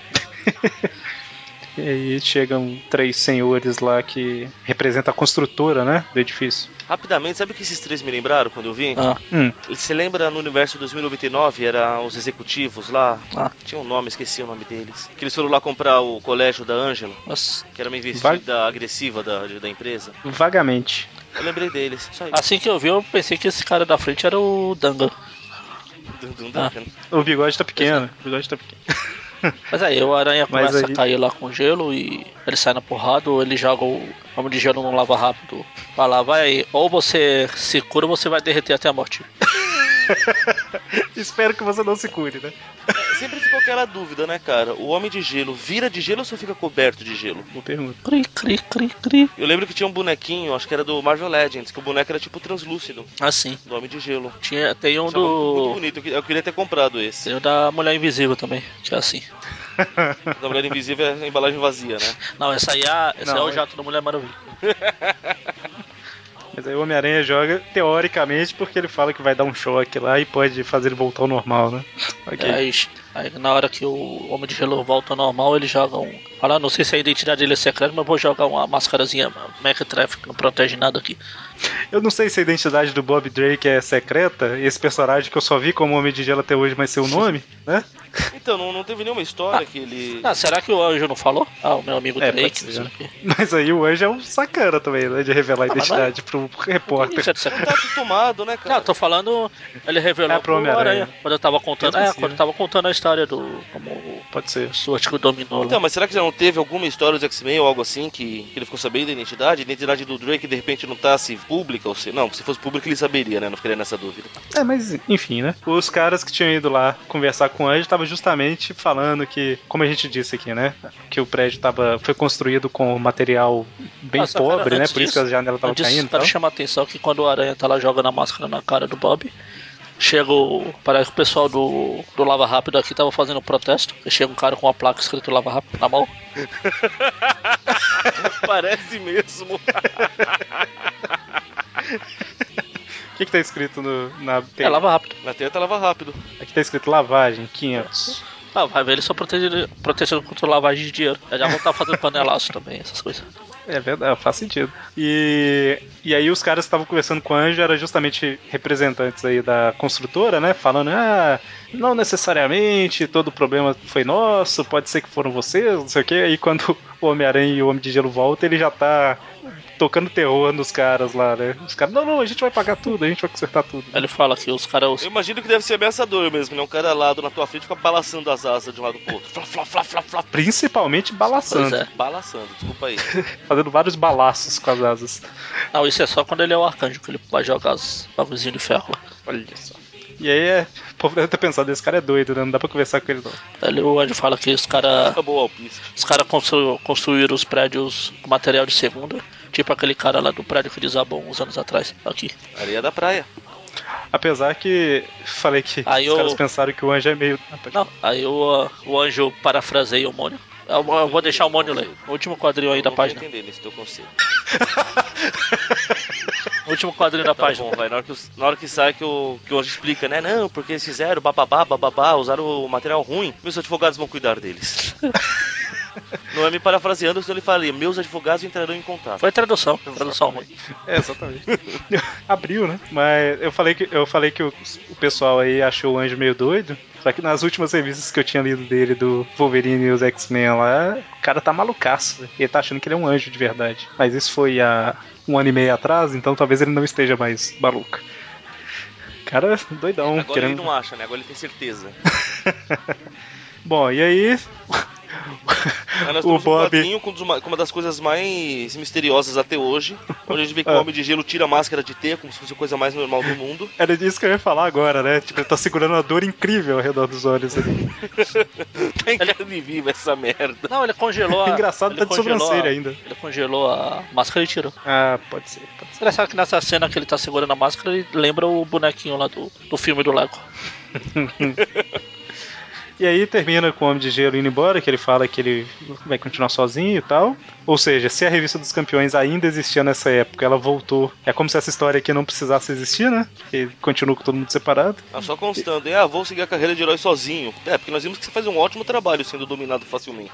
[SPEAKER 1] E aí chegam três senhores lá que representam a construtora, né? Do edifício.
[SPEAKER 3] Rapidamente, sabe o que esses três me lembraram quando eu vi?
[SPEAKER 2] Ah,
[SPEAKER 1] Hum,
[SPEAKER 3] Você lembra no universo 2099, era os executivos lá?
[SPEAKER 2] Ah.
[SPEAKER 3] Tinha um nome, esqueci o nome deles. Que eles foram lá comprar o colégio da Ângela,
[SPEAKER 2] mas
[SPEAKER 3] que era uma investida agressiva da, da empresa.
[SPEAKER 1] vagamente.
[SPEAKER 3] Eu lembrei deles. Só isso.
[SPEAKER 2] assim que eu vi, eu pensei que esse cara da frente era o Dangan.
[SPEAKER 3] Dun, dun,
[SPEAKER 2] Ah.
[SPEAKER 3] dun.
[SPEAKER 1] O bigode tá pequeno. O bigode tá pequeno.
[SPEAKER 2] Mas aí o Aranha
[SPEAKER 1] Mas
[SPEAKER 2] começa
[SPEAKER 1] aí-
[SPEAKER 2] a cair lá com gelo e ele sai na porrada ou ele joga o homem de gelo num lava rápido. Vai lá, vai aí. Ou você se cura ou você vai derreter até a morte.
[SPEAKER 1] Espero que você não se cure, né?
[SPEAKER 3] É Sempre ficou aquela dúvida, né, cara? O homem de gelo vira de gelo ou só fica coberto de gelo?
[SPEAKER 1] Boa pergunta.
[SPEAKER 2] Cri, cri, cri, cri.
[SPEAKER 3] Eu lembro que tinha um bonequinho, acho que era do Marvel Legends, que o boneco era tipo translúcido,
[SPEAKER 2] Assim.
[SPEAKER 3] do homem de gelo.
[SPEAKER 2] Tinha, tem um
[SPEAKER 3] Achava é Muito
[SPEAKER 2] do.
[SPEAKER 3] bonito, eu que- eu queria ter comprado esse.
[SPEAKER 2] Tem o da Mulher Invisível também, que é assim.
[SPEAKER 3] Da Mulher Invisível é a embalagem vazia, né?
[SPEAKER 2] Não, essa aí é, a- essa
[SPEAKER 1] Não,
[SPEAKER 2] é o
[SPEAKER 1] é-
[SPEAKER 2] jato da Mulher Maravilha.
[SPEAKER 1] Mas aí o Homem-Aranha joga, teoricamente, porque ele fala que vai dar um choque lá e pode fazer ele voltar ao normal, né? Ok.
[SPEAKER 2] É, ixi. Aí na hora que o Homem de Gelo volta ao normal, ele joga um. Fala, "Ah, não sei se a identidade dele é secreta, mas eu vou jogar uma mascarazinha mecha-traffic, não protege nada aqui.
[SPEAKER 1] Eu não sei se a identidade do Bob Drake é secreta, esse personagem que eu só vi como Homem de Gelo até hoje, mas seu nome, né?
[SPEAKER 3] Então, não, não teve nenhuma história que ele. tá
[SPEAKER 2] Ah, será que o anjo não falou? Ah, o meu amigo
[SPEAKER 1] É, pode
[SPEAKER 2] Drake.
[SPEAKER 1] ser.
[SPEAKER 2] não sei o quê.
[SPEAKER 1] Mas aí o anjo é um sacana também, né? De revelar a
[SPEAKER 2] Ah, mas
[SPEAKER 1] identidade pro repórter.
[SPEAKER 2] Isso é de secreto.
[SPEAKER 3] Tá acostumado, né,
[SPEAKER 2] Não, eu
[SPEAKER 3] cara?
[SPEAKER 2] tô falando. Ele revelou
[SPEAKER 1] É pro
[SPEAKER 2] pro
[SPEAKER 1] Homem-Aranha.
[SPEAKER 2] Aranha. Quando eu tava contando.
[SPEAKER 1] Eu
[SPEAKER 2] É,
[SPEAKER 1] esqueci,
[SPEAKER 2] quando eu
[SPEAKER 1] né?
[SPEAKER 2] tava contando a história do. Como o
[SPEAKER 1] Pode ser.
[SPEAKER 2] Stuart que dominou lá.
[SPEAKER 3] Então, mas será que já não teve alguma história do X-Men ou algo assim que, que ele ficou sabendo da identidade? A identidade do Drake de repente não tá se pública ou se. Não, se fosse pública ele saberia, né? Não ficaria nessa dúvida.
[SPEAKER 1] É, mas enfim, né? Os caras que tinham ido lá conversar com o anjo estavam justamente falando que, como a gente disse aqui, né? Que o prédio tava, foi construído com um material bem
[SPEAKER 2] Nossa, cara,
[SPEAKER 1] pobre, né?
[SPEAKER 2] antes
[SPEAKER 1] Por isso
[SPEAKER 2] disso-
[SPEAKER 1] que a janela tava
[SPEAKER 2] Antes,
[SPEAKER 1] caindo. então. e
[SPEAKER 2] Quero
[SPEAKER 1] tal.
[SPEAKER 2] chamar a atenção que quando o Aranha tá lá jogando a máscara na cara do Bob, chega o. Parece que o pessoal do, do Lava Rápido aqui tava fazendo protesto. E chega um cara com uma placa escrito Lava Rápido na mão.
[SPEAKER 3] Parece mesmo.
[SPEAKER 1] O que, que tá escrito no, na.
[SPEAKER 2] É, Lava Rápido.
[SPEAKER 3] Na teta lava rápido.
[SPEAKER 1] Aqui tá escrito lavagem, 500.
[SPEAKER 2] Ah, vai ver, ele só protege, protegendo contra lavagem de dinheiro. Ele já vão estar fazendo panelaço também, essas coisas.
[SPEAKER 1] É verdade, faz sentido. E, e aí os caras que estavam conversando com o Anjo eram justamente representantes aí da construtora, né? Falando, ah, não necessariamente todo o problema foi nosso, pode ser que foram vocês, não sei o quê. Aí quando o Homem-Aranha e o Homem de Gelo voltam, ele já tá tocando terror nos caras lá, né? Os caras, não, não, a gente vai pagar tudo, a gente vai consertar tudo.
[SPEAKER 2] Aí Ele fala que os caras.
[SPEAKER 3] Eu imagino que deve ser ameaçador mesmo, né? Um cara lado na tua frente fica balançando as asas de um lado pro outro. Flá, flá, flá, flá, flá.
[SPEAKER 1] Principalmente
[SPEAKER 2] Pois
[SPEAKER 1] balaçando,
[SPEAKER 2] é.
[SPEAKER 3] Balançando, desculpa aí.
[SPEAKER 1] fazendo vários balaços com as asas.
[SPEAKER 2] Não, isso é só quando ele é o arcanjo que ele vai jogar os bagulhozinhos de ferro. lá.
[SPEAKER 1] Olha só. E aí, é, o povo deve ter pensado, esse cara é doido, né? Não dá pra conversar com ele, não.
[SPEAKER 2] Aí ele- o anjo fala que os caras.
[SPEAKER 3] Acabou o alpiste.
[SPEAKER 2] Os caras constru- construíram os prédios com material de segunda, tipo aquele cara lá do prédio que desabou uns anos atrás, aqui.
[SPEAKER 3] Areia da praia.
[SPEAKER 1] Apesar que falei que
[SPEAKER 2] Aí
[SPEAKER 1] os caras
[SPEAKER 2] eu-
[SPEAKER 1] pensaram que o anjo é meio. Ah, pode-
[SPEAKER 2] Não, aí o, ah, o anjo parafraseia o Mônio. Eu, vou- eu vou deixar o Mônio ler. O último quadrinho aí
[SPEAKER 3] Eu
[SPEAKER 2] da
[SPEAKER 3] não tô
[SPEAKER 2] página.
[SPEAKER 3] entendendo esse teu conselho.
[SPEAKER 2] O último quadrinho da
[SPEAKER 3] Tá
[SPEAKER 2] página.
[SPEAKER 3] bom, vai. Na hora que, os- na hora que sai que o, que o anjo explica, né? Não, porque eles fizeram bababá, bababá, usaram o material ruim, meus advogados vão cuidar deles. Não é me parafraseando, senão ele falaria, meus advogados entrarão em contato.
[SPEAKER 2] Foi tradução, tradução ruim.
[SPEAKER 1] É, exatamente. Abriu, né? Mas eu falei que, eu falei que o, o pessoal aí achou o anjo meio doido. Só que nas últimas revistas que eu tinha lido dele, do Wolverine e os X-Men lá, o cara tá malucaço. né? Ele tá achando que ele é um anjo de verdade. Mas isso foi há um ano e meio atrás, então talvez ele não esteja mais maluco. Cara, é doidão.
[SPEAKER 3] Agora
[SPEAKER 1] querendo...
[SPEAKER 3] ele não acha, né? Agora ele tem certeza.
[SPEAKER 1] Bom, e aí.
[SPEAKER 3] Aí nós
[SPEAKER 1] o
[SPEAKER 3] temos um
[SPEAKER 1] Bob.
[SPEAKER 3] quadrinho com, dos ma- com uma das coisas mais misteriosas até hoje, onde a gente vê que
[SPEAKER 1] Ah.
[SPEAKER 3] o homem de gelo tira a máscara de T, como se fosse a coisa mais normal do mundo.
[SPEAKER 1] Era disso que eu ia falar agora, né? Tipo, ele tá segurando uma dor incrível ao redor dos olhos ali.
[SPEAKER 3] tá encarne viva essa merda.
[SPEAKER 2] Não, ele congelou a.
[SPEAKER 1] Engraçado,
[SPEAKER 2] ele
[SPEAKER 1] tá de
[SPEAKER 2] congelou
[SPEAKER 1] sobrancelha
[SPEAKER 2] a-
[SPEAKER 1] ainda.
[SPEAKER 2] Ele congelou a máscara e tirou.
[SPEAKER 1] Ah, pode ser, pode ser.
[SPEAKER 2] Engraçado que nessa cena que ele tá segurando a máscara, ele lembra o bonequinho lá do, do filme do Lego.
[SPEAKER 1] E aí termina com o Homem de Gelo indo embora, que ele fala que ele vai continuar sozinho e tal. Ou seja, se a revista dos campeões ainda existia nessa época, ela voltou. É como se essa história aqui não precisasse existir, né? Porque continua com todo mundo separado.
[SPEAKER 3] Ah, só constando, hein? ah, vou seguir a carreira de herói sozinho. É, porque nós vimos que você faz um ótimo trabalho sendo dominado facilmente.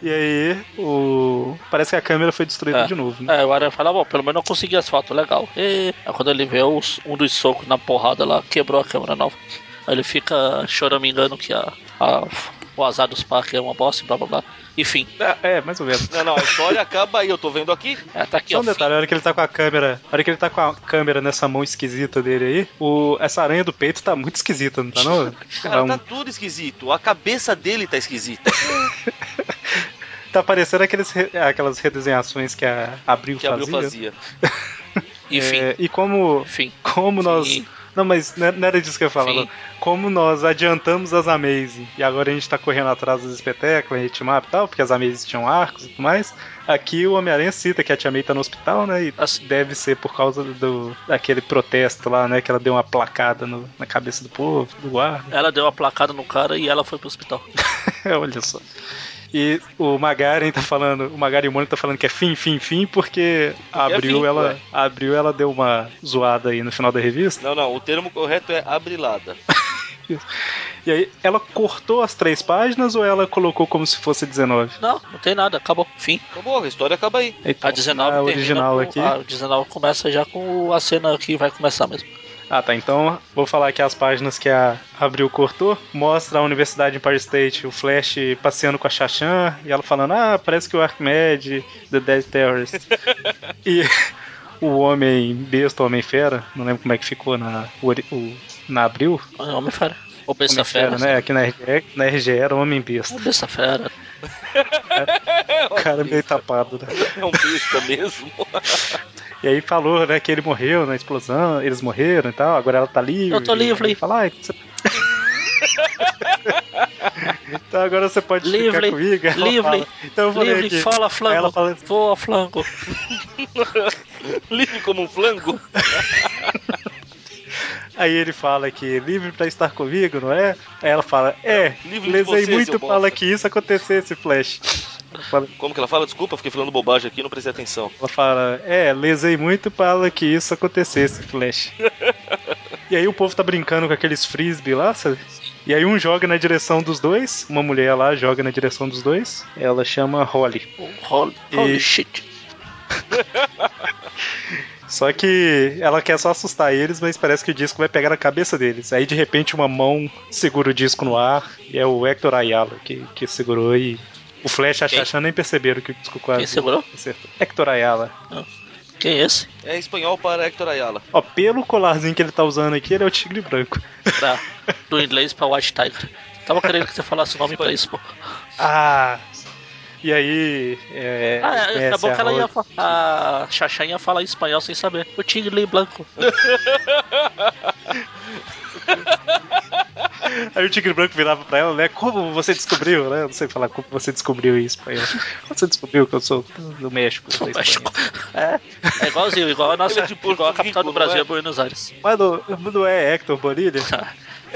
[SPEAKER 1] E aí, o. Parece que a câmera foi destruída
[SPEAKER 2] É.
[SPEAKER 1] de novo, né?
[SPEAKER 2] É, o Aranha fala, bom, pelo menos eu consegui as fotos, legal. E aí quando ele vê os- um dos socos na porrada lá, quebrou a câmera nova. Aí ele fica choramingando que a, a- o azar dos parques é uma bosta, blá blá blá. Enfim,
[SPEAKER 1] É, mais ou menos.
[SPEAKER 3] Não, não, a história acaba aí, eu tô vendo aqui.
[SPEAKER 2] é, tá aqui,
[SPEAKER 1] Só
[SPEAKER 2] ó.
[SPEAKER 1] um detalhe, a hora que ele tá com a câmera, a hora que ele tá com a câmera nessa mão esquisita dele aí, o, essa aranha do peito tá muito esquisita, não tá não? Tá,
[SPEAKER 3] Cara,
[SPEAKER 1] um-
[SPEAKER 3] tá tudo esquisito. A cabeça dele tá esquisita.
[SPEAKER 1] tá parecendo aqueles, re- aquelas redesenhações que a Abril
[SPEAKER 3] Que
[SPEAKER 1] fazia.
[SPEAKER 3] abriu fazia.
[SPEAKER 2] Enfim,
[SPEAKER 1] É, e como,
[SPEAKER 2] enfim.
[SPEAKER 1] como nós...
[SPEAKER 2] Sim.
[SPEAKER 1] Não, mas não não era disso que eu ia falar,
[SPEAKER 2] Sim.
[SPEAKER 1] não. Como nós adiantamos as Amazing e agora a gente tá correndo atrás dos espetáculos, hitmap e tal, porque as Amazing tinham arcos e tudo mais, aqui o Homem-Aranha cita que a Tia May tá no hospital, né, e
[SPEAKER 2] Assim.
[SPEAKER 1] deve ser por causa do daquele protesto lá, né, que ela deu uma placada no- na cabeça do povo, do guarda.
[SPEAKER 2] Ela deu a placada no cara e ela foi pro hospital.
[SPEAKER 1] Olha só. E o Magaren tá falando, o Magaren e o Mônio tá falando que é fim, fim, fim, porque
[SPEAKER 2] é
[SPEAKER 1] abriu
[SPEAKER 3] fim,
[SPEAKER 1] ela,
[SPEAKER 3] ué.
[SPEAKER 1] abriu ela deu uma zoada aí no final da revista.
[SPEAKER 3] Não, não, o termo correto é abrilada.
[SPEAKER 1] pesquisa. E aí, ela cortou as três páginas ou ela colocou como se fosse 19?
[SPEAKER 2] Não, não tem nada, acabou. Fim.
[SPEAKER 3] Acabou, Tá a história acaba aí.
[SPEAKER 2] A 19
[SPEAKER 1] a
[SPEAKER 2] termina
[SPEAKER 1] é original
[SPEAKER 2] com-
[SPEAKER 1] aqui.
[SPEAKER 2] A 19 começa já com a cena que vai começar mesmo.
[SPEAKER 1] Ah, tá. Então, vou falar aqui as páginas que a Abril cortou. Mostra a Universidade Empire State, o Flash passeando com a Shashan e ela falando: Ah, parece que o Archimedes, The Dead Terrorist. e o Homem Besta, o Homem Fera, não lembro como é que ficou na, ori- o- na Abril.
[SPEAKER 2] É, Homem-Fera. Ou
[SPEAKER 1] Homem Fera,
[SPEAKER 2] Besta-Fera.
[SPEAKER 1] né? Aqui na RGE, na RGE era Homem Besta.
[SPEAKER 2] Besta-Fera.
[SPEAKER 1] O cara meio tapado, né?
[SPEAKER 3] É um besta mesmo.
[SPEAKER 1] E aí falou, né, que ele morreu na explosão, eles morreram e tal, agora ela tá livre.
[SPEAKER 2] Eu tô livre.
[SPEAKER 1] Aí Fala, ai, você... então agora você pode
[SPEAKER 2] Livre,
[SPEAKER 1] ficar comigo. Ela
[SPEAKER 2] livre,
[SPEAKER 1] fala. Então eu falei
[SPEAKER 2] Livre,
[SPEAKER 1] aqui.
[SPEAKER 2] fala
[SPEAKER 1] Aí
[SPEAKER 2] flango.
[SPEAKER 1] Ela fala, assim.
[SPEAKER 2] Voa flango.
[SPEAKER 3] Livre como um flango.
[SPEAKER 1] aí ele fala que livre pra estar comigo, não é? Aí ela fala, é,
[SPEAKER 3] Livre de
[SPEAKER 1] lesei
[SPEAKER 3] você,
[SPEAKER 1] muito
[SPEAKER 3] seu
[SPEAKER 1] fala
[SPEAKER 3] bosta.
[SPEAKER 1] que isso acontecesse, Flash. Fala-
[SPEAKER 3] Como que ela fala? Desculpa, fiquei falando bobagem aqui, não prestei atenção.
[SPEAKER 1] Ela fala, é, lesei muito para que isso acontecesse, Flash. e aí o povo tá brincando com aqueles frisbee lá, sabe? E aí um joga na direção dos dois, uma mulher lá joga na direção dos dois, ela chama Holly.
[SPEAKER 2] Holy, holy
[SPEAKER 1] E-
[SPEAKER 2] shit.
[SPEAKER 1] Só que ela quer só assustar eles, mas parece que o disco vai pegar na cabeça deles. Aí de repente uma mão segura o disco no ar, e é o Hector Ayala que, que segurou e o Flash e a
[SPEAKER 3] Quem?
[SPEAKER 1] Chachan nem perceberam que o disco
[SPEAKER 2] Quem
[SPEAKER 1] quase
[SPEAKER 2] segurou?
[SPEAKER 1] acertou. Hector Ayala.
[SPEAKER 2] Quem é esse?
[SPEAKER 3] É espanhol para Hector Ayala.
[SPEAKER 1] Ó, pelo colarzinho que ele tá usando aqui, ele é o Tigre Branco.
[SPEAKER 2] Pra, do inglês pra White Tiger. Tava querendo que você falasse o nome pra isso, pô.
[SPEAKER 1] Ah! E aí. É,
[SPEAKER 2] Ah, é, é
[SPEAKER 1] conhece
[SPEAKER 2] bom
[SPEAKER 1] a
[SPEAKER 2] que ela ia
[SPEAKER 1] Rose.
[SPEAKER 2] falar. A Xaxã ia falar espanhol sem saber. O tigre branco.
[SPEAKER 1] Aí o Tigre Branco virava pra ela, né? Como você descobriu, né? Eu não sei falar como você descobriu em espanhol. Como você descobriu que eu sou do México? eu sou espanhol? tipo
[SPEAKER 2] É, é igualzinho, igual a nossa.
[SPEAKER 3] Ele é de Porto
[SPEAKER 2] igual a capital
[SPEAKER 3] Rico,
[SPEAKER 2] do Brasil,
[SPEAKER 3] não é?
[SPEAKER 2] é Buenos Aires.
[SPEAKER 1] Mas não, não é Hector Bonilha?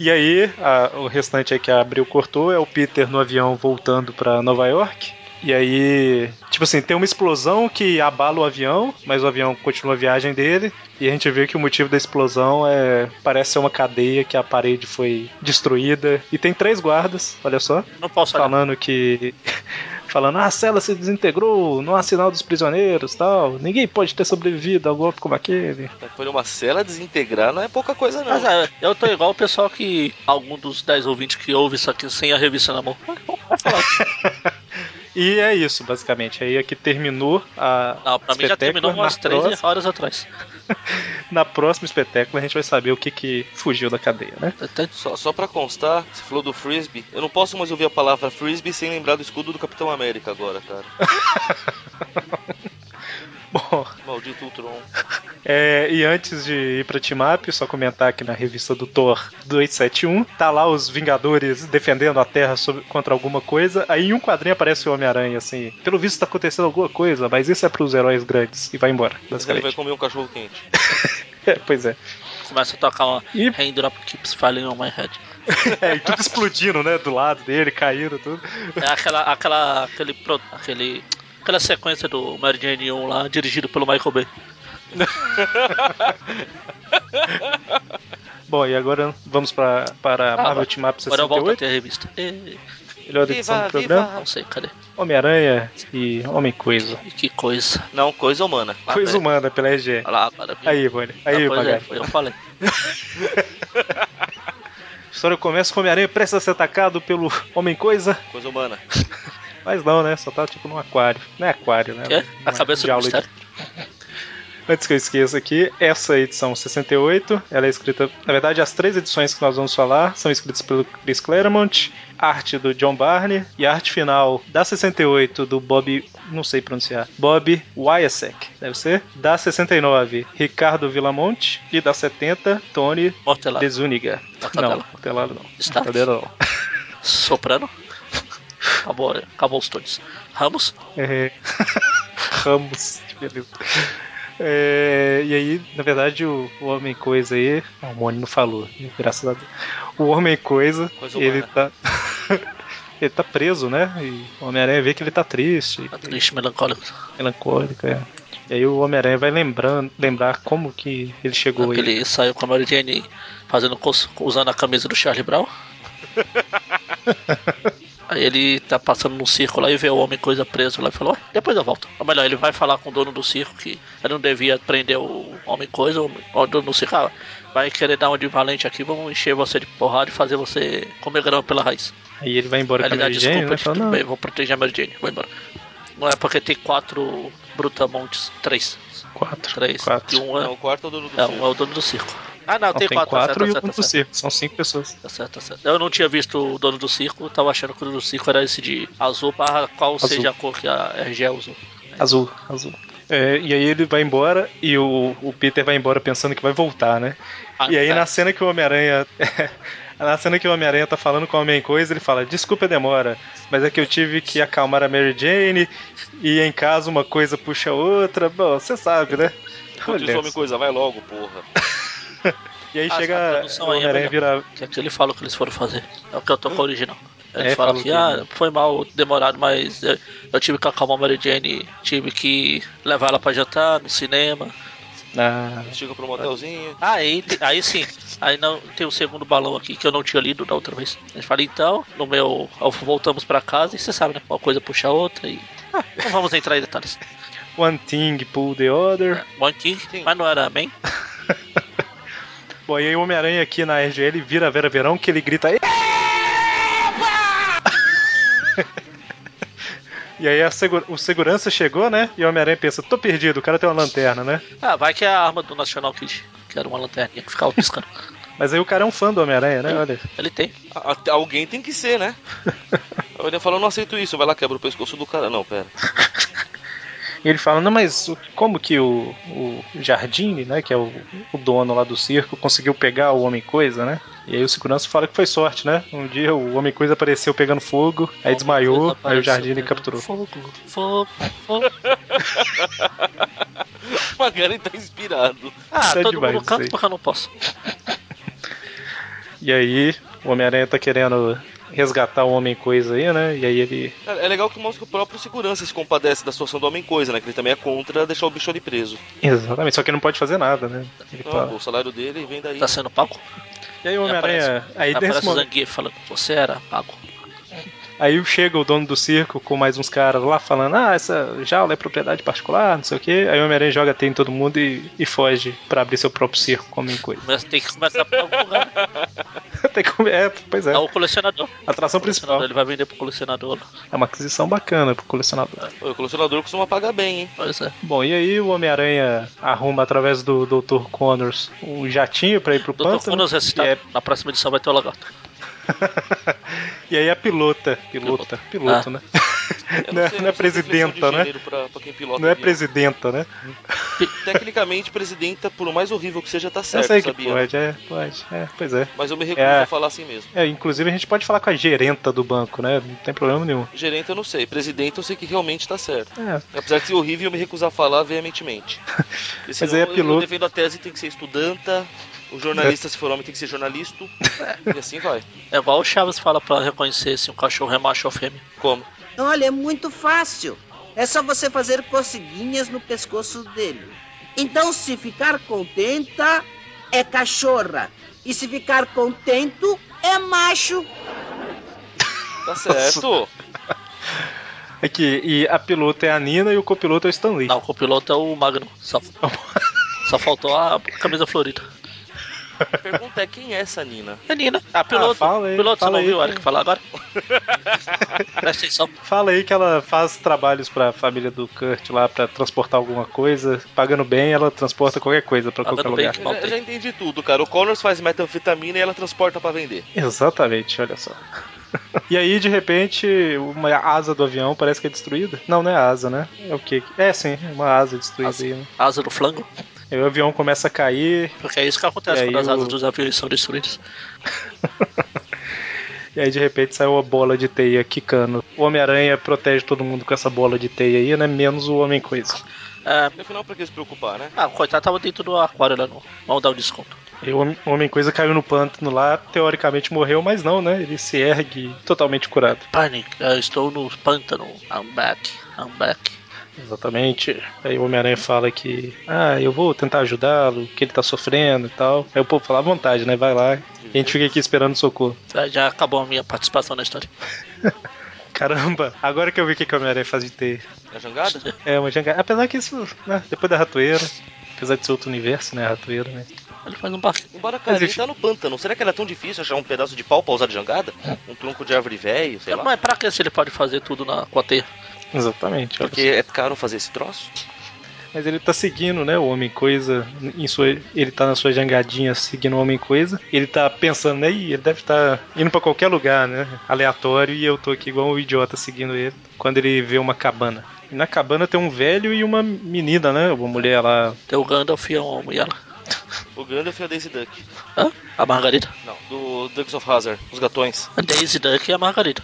[SPEAKER 1] E aí, a- o restante aí que a Abril cortou é o Peter no avião voltando pra Nova York. E aí, tipo assim, tem uma explosão que abala o avião, mas o avião continua a viagem dele. E a gente vê que o motivo da explosão é. Parece ser uma cadeia que a parede foi destruída. E tem três guardas, olha só,
[SPEAKER 2] Não posso falar.
[SPEAKER 1] falando que. Falando, ah, a cela se desintegrou, não há sinal dos prisioneiros tal. Ninguém pode ter sobrevivido a um golpe como aquele.
[SPEAKER 3] Tá, Foi uma cela desintegrar, não é pouca coisa não.
[SPEAKER 2] Mas é, eu tô igual o pessoal que. Algum dos 10 ouvintes que ouve isso aqui sem a revista na mão.
[SPEAKER 1] E é isso, basicamente. Aí aqui terminou a.
[SPEAKER 2] Não, pra mim já
[SPEAKER 1] espetáculo,
[SPEAKER 2] terminou
[SPEAKER 1] na
[SPEAKER 2] umas 13
[SPEAKER 1] próxima-
[SPEAKER 2] horas atrás.
[SPEAKER 1] Na próxima espetáculo a gente vai saber o que, que fugiu da cadeia, né?
[SPEAKER 2] Entende?
[SPEAKER 3] Só, só pra constar, você falou do frisbee. Eu não posso mais ouvir a palavra frisbee sem lembrar do escudo do Capitão América agora, cara.
[SPEAKER 1] Bom,
[SPEAKER 3] Maldito Ultron.
[SPEAKER 1] é, e antes de ir pra Timap, só comentar aqui na revista do Thor 271, tá lá os Vingadores defendendo a Terra sob- contra alguma coisa. Aí em um quadrinho aparece o Homem-Aranha, assim, pelo visto tá acontecendo alguma coisa, mas isso é pros heróis grandes. E vai embora,
[SPEAKER 3] Mas ele vai
[SPEAKER 1] basicamente.
[SPEAKER 3] comer um cachorro quente.
[SPEAKER 1] É, pois é.
[SPEAKER 2] Começa a tocar uma.
[SPEAKER 1] E-
[SPEAKER 2] Hand drop keeps falling on my head.
[SPEAKER 1] é. E tudo explodindo, né? Do lado dele, caindo, tudo.
[SPEAKER 2] É aquela, aquela, aquele, pro- aquele, aquela sequência do Mary Jane 1 lá, dirigido pelo Michael Bay.
[SPEAKER 1] Bom, e agora vamos pra, para
[SPEAKER 2] Ah,
[SPEAKER 1] Marvel
[SPEAKER 2] vai.
[SPEAKER 1] Team Up
[SPEAKER 2] Agora eu volto a
[SPEAKER 1] 68,
[SPEAKER 2] ter a revista. E,
[SPEAKER 1] melhor edição do
[SPEAKER 3] Viva,
[SPEAKER 1] programa.
[SPEAKER 3] viva.
[SPEAKER 2] não sei, cadê?
[SPEAKER 1] Homem-Aranha e Homem-Coisa.
[SPEAKER 2] E que coisa.
[SPEAKER 3] Não, coisa humana.
[SPEAKER 2] Ah,
[SPEAKER 1] Coisa
[SPEAKER 2] peraí.
[SPEAKER 1] humana pela RG.
[SPEAKER 2] Olha lá, agora. viu?
[SPEAKER 1] Aí, Bonnie.
[SPEAKER 2] Ah,
[SPEAKER 1] Aí,
[SPEAKER 2] pois é,
[SPEAKER 1] Magari.
[SPEAKER 2] foi eu que falei.
[SPEAKER 1] A história começa com o Homem-Aranha prestes a ser atacado pelo Homem-Coisa.
[SPEAKER 3] Coisa humana.
[SPEAKER 1] Mas não, né? Só tá tipo num aquário. Não é aquário, né?
[SPEAKER 2] Que é?
[SPEAKER 1] Uma
[SPEAKER 2] A cabeça do
[SPEAKER 1] jaula de-
[SPEAKER 2] mistério.
[SPEAKER 1] Antes que eu esqueça aqui, essa edição 68, ela é escrita. Na verdade, as três edições que nós vamos falar são escritas pelo Chris Claremont, arte do John Barney e a arte final da 68 do Bob. Não sei pronunciar. Bob Wyasek, deve ser. Da 69, Ricardo Villamonte. E da 70, Tony
[SPEAKER 2] Mortelado.
[SPEAKER 1] De Zuniga.
[SPEAKER 2] Mortadela.
[SPEAKER 1] Não, Mortadela não.
[SPEAKER 2] Stark.
[SPEAKER 1] Mortadela não.
[SPEAKER 2] Soprano. Acabou, acabou os tones. Ramos.
[SPEAKER 1] É. Ramos, beleza. É, e aí, na verdade, o, o Homem Coisa aí. Não, o Mone não falou, né, graças a Deus. O Homem Coisa,
[SPEAKER 3] Coisa
[SPEAKER 1] ele
[SPEAKER 3] humana.
[SPEAKER 1] tá. ele tá preso, né? E o Homem-Aranha vê que ele tá triste,
[SPEAKER 2] Triste, melancólico.
[SPEAKER 1] melancólico, é. E aí o Homem-Aranha vai lembrando, lembrar como que ele chegou aí.
[SPEAKER 2] Ele saiu com a Mary Jane fazendo, cos- usando a camisa do Charlie Brown. Aí ele tá passando num circo lá e vê o homem coisa preso lá e falou, "Ué, depois eu volto. Ou melhor, ele vai falar com o dono do circo que ele não devia prender o homem coisa, o o dono do circo "Ah, vai querer dar uma de valente aqui, vamos encher você de porrada e fazer você comer grama pela raiz.
[SPEAKER 1] Aí ele vai embora
[SPEAKER 2] Aí
[SPEAKER 1] com a
[SPEAKER 2] ele dá
[SPEAKER 1] Mary Jane, né?
[SPEAKER 2] desculpa, tipo, de
[SPEAKER 1] Fala,
[SPEAKER 2] tudo
[SPEAKER 1] não,
[SPEAKER 2] bem, vou proteger a Mary Jane, vou embora. Não é porque tem quatro brutamontes, três,
[SPEAKER 1] quatro.
[SPEAKER 2] três,
[SPEAKER 1] quatro.
[SPEAKER 2] e um é,
[SPEAKER 3] Não, o quarto é o dono do
[SPEAKER 2] é,
[SPEAKER 3] circo.
[SPEAKER 2] um é o dono do circo. Ah não,
[SPEAKER 1] Não,
[SPEAKER 2] tem,
[SPEAKER 1] tem quatro,
[SPEAKER 2] tá
[SPEAKER 1] e o
[SPEAKER 2] certo,
[SPEAKER 1] dono
[SPEAKER 2] tá
[SPEAKER 1] do
[SPEAKER 2] certo.
[SPEAKER 1] circo. São cinco pessoas.
[SPEAKER 2] Tá certo, tá certo. Eu não tinha visto o dono do circo, eu tava achando que o dono do circo era esse de azul barra qual
[SPEAKER 1] Azul.
[SPEAKER 2] seja a cor que a é RG usou.
[SPEAKER 1] Azul, azul. É, e aí ele vai embora e o, o Peter vai embora pensando que vai voltar, né?
[SPEAKER 2] Ah,
[SPEAKER 1] e aí
[SPEAKER 2] tá.
[SPEAKER 1] na cena que o Homem-Aranha. na cena que o Homem-Aranha tá falando com o Homem Coisa, ele fala, desculpa a demora, mas é que eu tive que acalmar a Mary Jane e em casa uma coisa puxa a outra. Bom, você sabe, né?
[SPEAKER 3] Putz,
[SPEAKER 1] Olha
[SPEAKER 3] homem
[SPEAKER 1] isso.
[SPEAKER 3] coisa, vai logo, porra.
[SPEAKER 1] E aí
[SPEAKER 2] Ah, essa
[SPEAKER 1] chega o
[SPEAKER 2] tradução aí é
[SPEAKER 1] Homem-Aranha
[SPEAKER 2] melhor.
[SPEAKER 1] vira.
[SPEAKER 2] Que é que ele fala que eles foram fazer. É o que eu tô com a original. Ele
[SPEAKER 1] É,
[SPEAKER 2] fala
[SPEAKER 1] falou
[SPEAKER 2] que,
[SPEAKER 1] que-
[SPEAKER 2] ah, foi mal, demorado, mas eu, eu tive que acalmar a Mary Jane, tive que levar ela pra jantar no cinema.
[SPEAKER 1] Ah,
[SPEAKER 3] Chega pro motelzinho.
[SPEAKER 2] Aí, te- Ah, aí sim, aí não tem o segundo balão aqui que eu não tinha lido da outra vez. Ele fala, então, no meu. Voltamos pra casa e você sabe, né? Uma coisa puxa a outra e. Ah, não vamos entrar em detalhes.
[SPEAKER 1] one thing pull the other.
[SPEAKER 2] Bom King,
[SPEAKER 3] Sim.
[SPEAKER 2] mas não era bem.
[SPEAKER 1] Bom, e aí o Homem-Aranha aqui na RGL vira a Vera Verão que ele grita. "Eba!" E aí a segu- o segurança chegou, né? E o Homem-Aranha pensa, tô perdido, o cara tem uma lanterna, né?
[SPEAKER 2] Ah, vai que é a arma do National Kid, que era uma lanterninha que ficava piscando.
[SPEAKER 1] Mas aí o cara é um fã do Homem-Aranha, né? Olha.
[SPEAKER 2] Ele tem.
[SPEAKER 3] A- a- Alguém tem que ser, né? Aí Ele falou, não aceito isso, vai lá, quebra o pescoço do cara. Não, pera.
[SPEAKER 1] E ele fala, não, mas o- como que o, o Jardine, né? Que é o, o dono lá do circo, conseguiu pegar o Homem Coisa, né? E aí o segurança fala que foi sorte, né? Um dia o Homem Coisa apareceu pegando fogo, aí desmaiou, aí o Jardine capturou.
[SPEAKER 2] né? Fogo, fogo, fogo.
[SPEAKER 3] O Magari tá inspirado.
[SPEAKER 2] Ah,
[SPEAKER 1] Isso é
[SPEAKER 2] todo
[SPEAKER 1] demais,
[SPEAKER 2] mundo
[SPEAKER 1] isso aí.
[SPEAKER 2] canta porque eu não posso.
[SPEAKER 1] E aí, o Homem-Aranha tá querendo resgatar o Homem-Coisa aí, né? E aí ele.
[SPEAKER 3] É é legal que mostra que o próprio segurança se compadece da situação do homem coisa, né? Que ele também é contra deixar o bicho ali preso.
[SPEAKER 1] Exatamente, só que ele não pode fazer nada, né? Ele
[SPEAKER 3] Não,
[SPEAKER 1] fala.
[SPEAKER 3] pô, o salário dele vem daí.
[SPEAKER 2] Tá sendo pago?
[SPEAKER 1] E aí o Homem-Aranha. Aí, nesse
[SPEAKER 2] aparece o
[SPEAKER 1] momento,
[SPEAKER 2] Zangief falando, você era pago.
[SPEAKER 1] aí chega o dono do circo com mais uns caras lá falando: ah, essa jaula é propriedade particular, não sei o quê. Aí o Homem-Aranha joga teia em todo mundo e, e foge pra abrir seu próprio circo como coisa.
[SPEAKER 2] Mas tem que começar por algum lugar. né?
[SPEAKER 1] Tem como- é, pois é.
[SPEAKER 2] É o colecionador.
[SPEAKER 1] Atração
[SPEAKER 2] O colecionador,
[SPEAKER 1] principal.
[SPEAKER 2] ele vai vender pro colecionador. lá.
[SPEAKER 1] É uma aquisição bacana pro colecionador.
[SPEAKER 3] Pô, O colecionador costuma pagar bem, hein?
[SPEAKER 2] Pois é.
[SPEAKER 1] Bom, e aí o Homem-Aranha arruma através do Dr. Connors um jatinho pra ir pro
[SPEAKER 2] Doutor
[SPEAKER 1] pântano.
[SPEAKER 2] Funos
[SPEAKER 1] e é
[SPEAKER 2] recitado. Na próxima edição vai ter o lagarto.
[SPEAKER 1] e aí a pilota, pilota,
[SPEAKER 2] Pilota.
[SPEAKER 1] piloto,
[SPEAKER 2] Ah.
[SPEAKER 1] né?
[SPEAKER 3] Eu
[SPEAKER 1] Não é-
[SPEAKER 3] sei,
[SPEAKER 1] não é
[SPEAKER 3] eu sei definição
[SPEAKER 1] presidenta,
[SPEAKER 3] de
[SPEAKER 1] né?
[SPEAKER 3] gênero Pra, pra quem pilota
[SPEAKER 1] Não é
[SPEAKER 3] avião.
[SPEAKER 1] presidenta, né?
[SPEAKER 3] Tecnicamente, presidenta, por mais horrível que seja, tá certo,
[SPEAKER 1] eu sei que
[SPEAKER 3] sabia?
[SPEAKER 1] pode, é, pode, é, pois é.
[SPEAKER 3] Mas eu me recuso
[SPEAKER 1] É.
[SPEAKER 3] a falar assim mesmo.
[SPEAKER 1] É, Inclusive a gente pode falar com a gerenta do banco, né? Não tem problema nenhum.
[SPEAKER 3] Gerente eu não sei, presidente eu sei que realmente tá certo.
[SPEAKER 1] É,
[SPEAKER 3] Apesar de ser horrível, eu me recusar a falar veementemente. Porque senão
[SPEAKER 1] aí é
[SPEAKER 3] eu- Eu
[SPEAKER 1] piloto.
[SPEAKER 3] defendo a tese, tem que ser estudanta, o jornalista, se for homem, tem que ser jornalista, e assim vai.
[SPEAKER 2] É igual o Chaves fala pra reconhecer se um cachorro é macho ou fêmea.
[SPEAKER 3] Como?
[SPEAKER 4] Olha, é muito fácil. É só você fazer coceguinhas no pescoço dele. Então, se ficar contenta, é cachorra. E se ficar contento, é macho.
[SPEAKER 3] Tá certo.
[SPEAKER 1] é que e a pilota é a Nina e o copiloto é o Stanley.
[SPEAKER 2] Não, o copiloto é o Magno. Só, só faltou a camisa florida.
[SPEAKER 3] A pergunta é, quem é essa Nina?
[SPEAKER 2] É Nina. Ah, piloto.
[SPEAKER 1] Ah, fala aí,
[SPEAKER 2] piloto,
[SPEAKER 1] fala
[SPEAKER 2] você não
[SPEAKER 1] aí,
[SPEAKER 2] viu o
[SPEAKER 1] cara.
[SPEAKER 2] Eric falar agora? Presta atenção.
[SPEAKER 1] Fala aí que ela faz trabalhos pra família do Kurt lá pra transportar alguma coisa, pagando bem, ela transporta qualquer coisa pra
[SPEAKER 2] Pagando
[SPEAKER 1] qualquer
[SPEAKER 2] bem,
[SPEAKER 1] lugar.
[SPEAKER 3] Eu
[SPEAKER 2] Mal
[SPEAKER 3] já,
[SPEAKER 2] tem.
[SPEAKER 3] eu já entendi tudo, cara. O Connors faz metanfetamina e ela transporta pra vender.
[SPEAKER 1] Exatamente, olha só. E aí, de repente, uma asa do avião parece que é destruída. Não, não é asa, né? É o quê? É, sim, uma asa destruída
[SPEAKER 2] Asa.
[SPEAKER 1] aí, né?
[SPEAKER 2] Asa do flango.
[SPEAKER 1] E o avião começa a cair,
[SPEAKER 2] Porque é isso que
[SPEAKER 1] E
[SPEAKER 2] acontece
[SPEAKER 1] aí
[SPEAKER 2] quando as
[SPEAKER 1] o-
[SPEAKER 2] asas dos aviões são destruídas.
[SPEAKER 1] e aí de repente sai uma bola de teia quicando. O Homem-Aranha protege todo mundo com essa bola de teia aí, né? Menos o Homem-Coisa.
[SPEAKER 2] É,
[SPEAKER 3] No final, pra que se preocupar, né?
[SPEAKER 2] ah, o coitado tava dentro do aquário lá no. Vamos dar um desconto.
[SPEAKER 1] E o Homem- o Homem-Coisa caiu no pântano lá, teoricamente morreu, mas não, né? Ele se ergue totalmente curado.
[SPEAKER 2] é, Panic, eu estou no pântano. I'm back, I'm back.
[SPEAKER 1] Exatamente. Aí o Homem-Aranha fala que, ah, eu vou tentar ajudá-lo, que ele tá sofrendo e tal. Aí o povo fala à vontade, né? Vai lá. E a gente fica aqui esperando socorro.
[SPEAKER 2] Ah, Já acabou a minha participação na história.
[SPEAKER 1] Caramba, agora que eu vi o que que o Homem-Aranha faz de ter.
[SPEAKER 3] Na jangada?
[SPEAKER 1] É uma jangada. Apesar que isso, né? Depois da ratoeira. Apesar de ser outro universo, né? A ratoeira, né?
[SPEAKER 2] Ele faz um barquinho.
[SPEAKER 3] O Baracarim
[SPEAKER 1] Existe.
[SPEAKER 3] tá no pântano. Será que era tão difícil achar um pedaço de pau pra usar de jangada? Um tronco de árvore velho, sei lá.
[SPEAKER 2] Mas pra que se ele pode fazer tudo na com a teia?
[SPEAKER 1] Exatamente. olha
[SPEAKER 3] Porque é caro fazer esse troço.
[SPEAKER 1] Mas ele tá seguindo, né, o Homem Coisa. Em sua, ele tá na sua jangadinha seguindo o Homem Coisa. Ele tá pensando, né, "Ih, ele deve estar indo pra qualquer lugar, né, aleatório, e eu tô aqui igual um idiota seguindo ele. Quando ele vê uma cabana. E na cabana tem um velho e uma menina, né, uma mulher lá.
[SPEAKER 2] Tem o Gandalf e a mulher lá.
[SPEAKER 3] O Gandalf e a Daisy Duck.
[SPEAKER 2] Hã? A Margarida.
[SPEAKER 3] Não, do Ducks of Hazard, os gatões.
[SPEAKER 2] A Daisy Duck e a Margarida.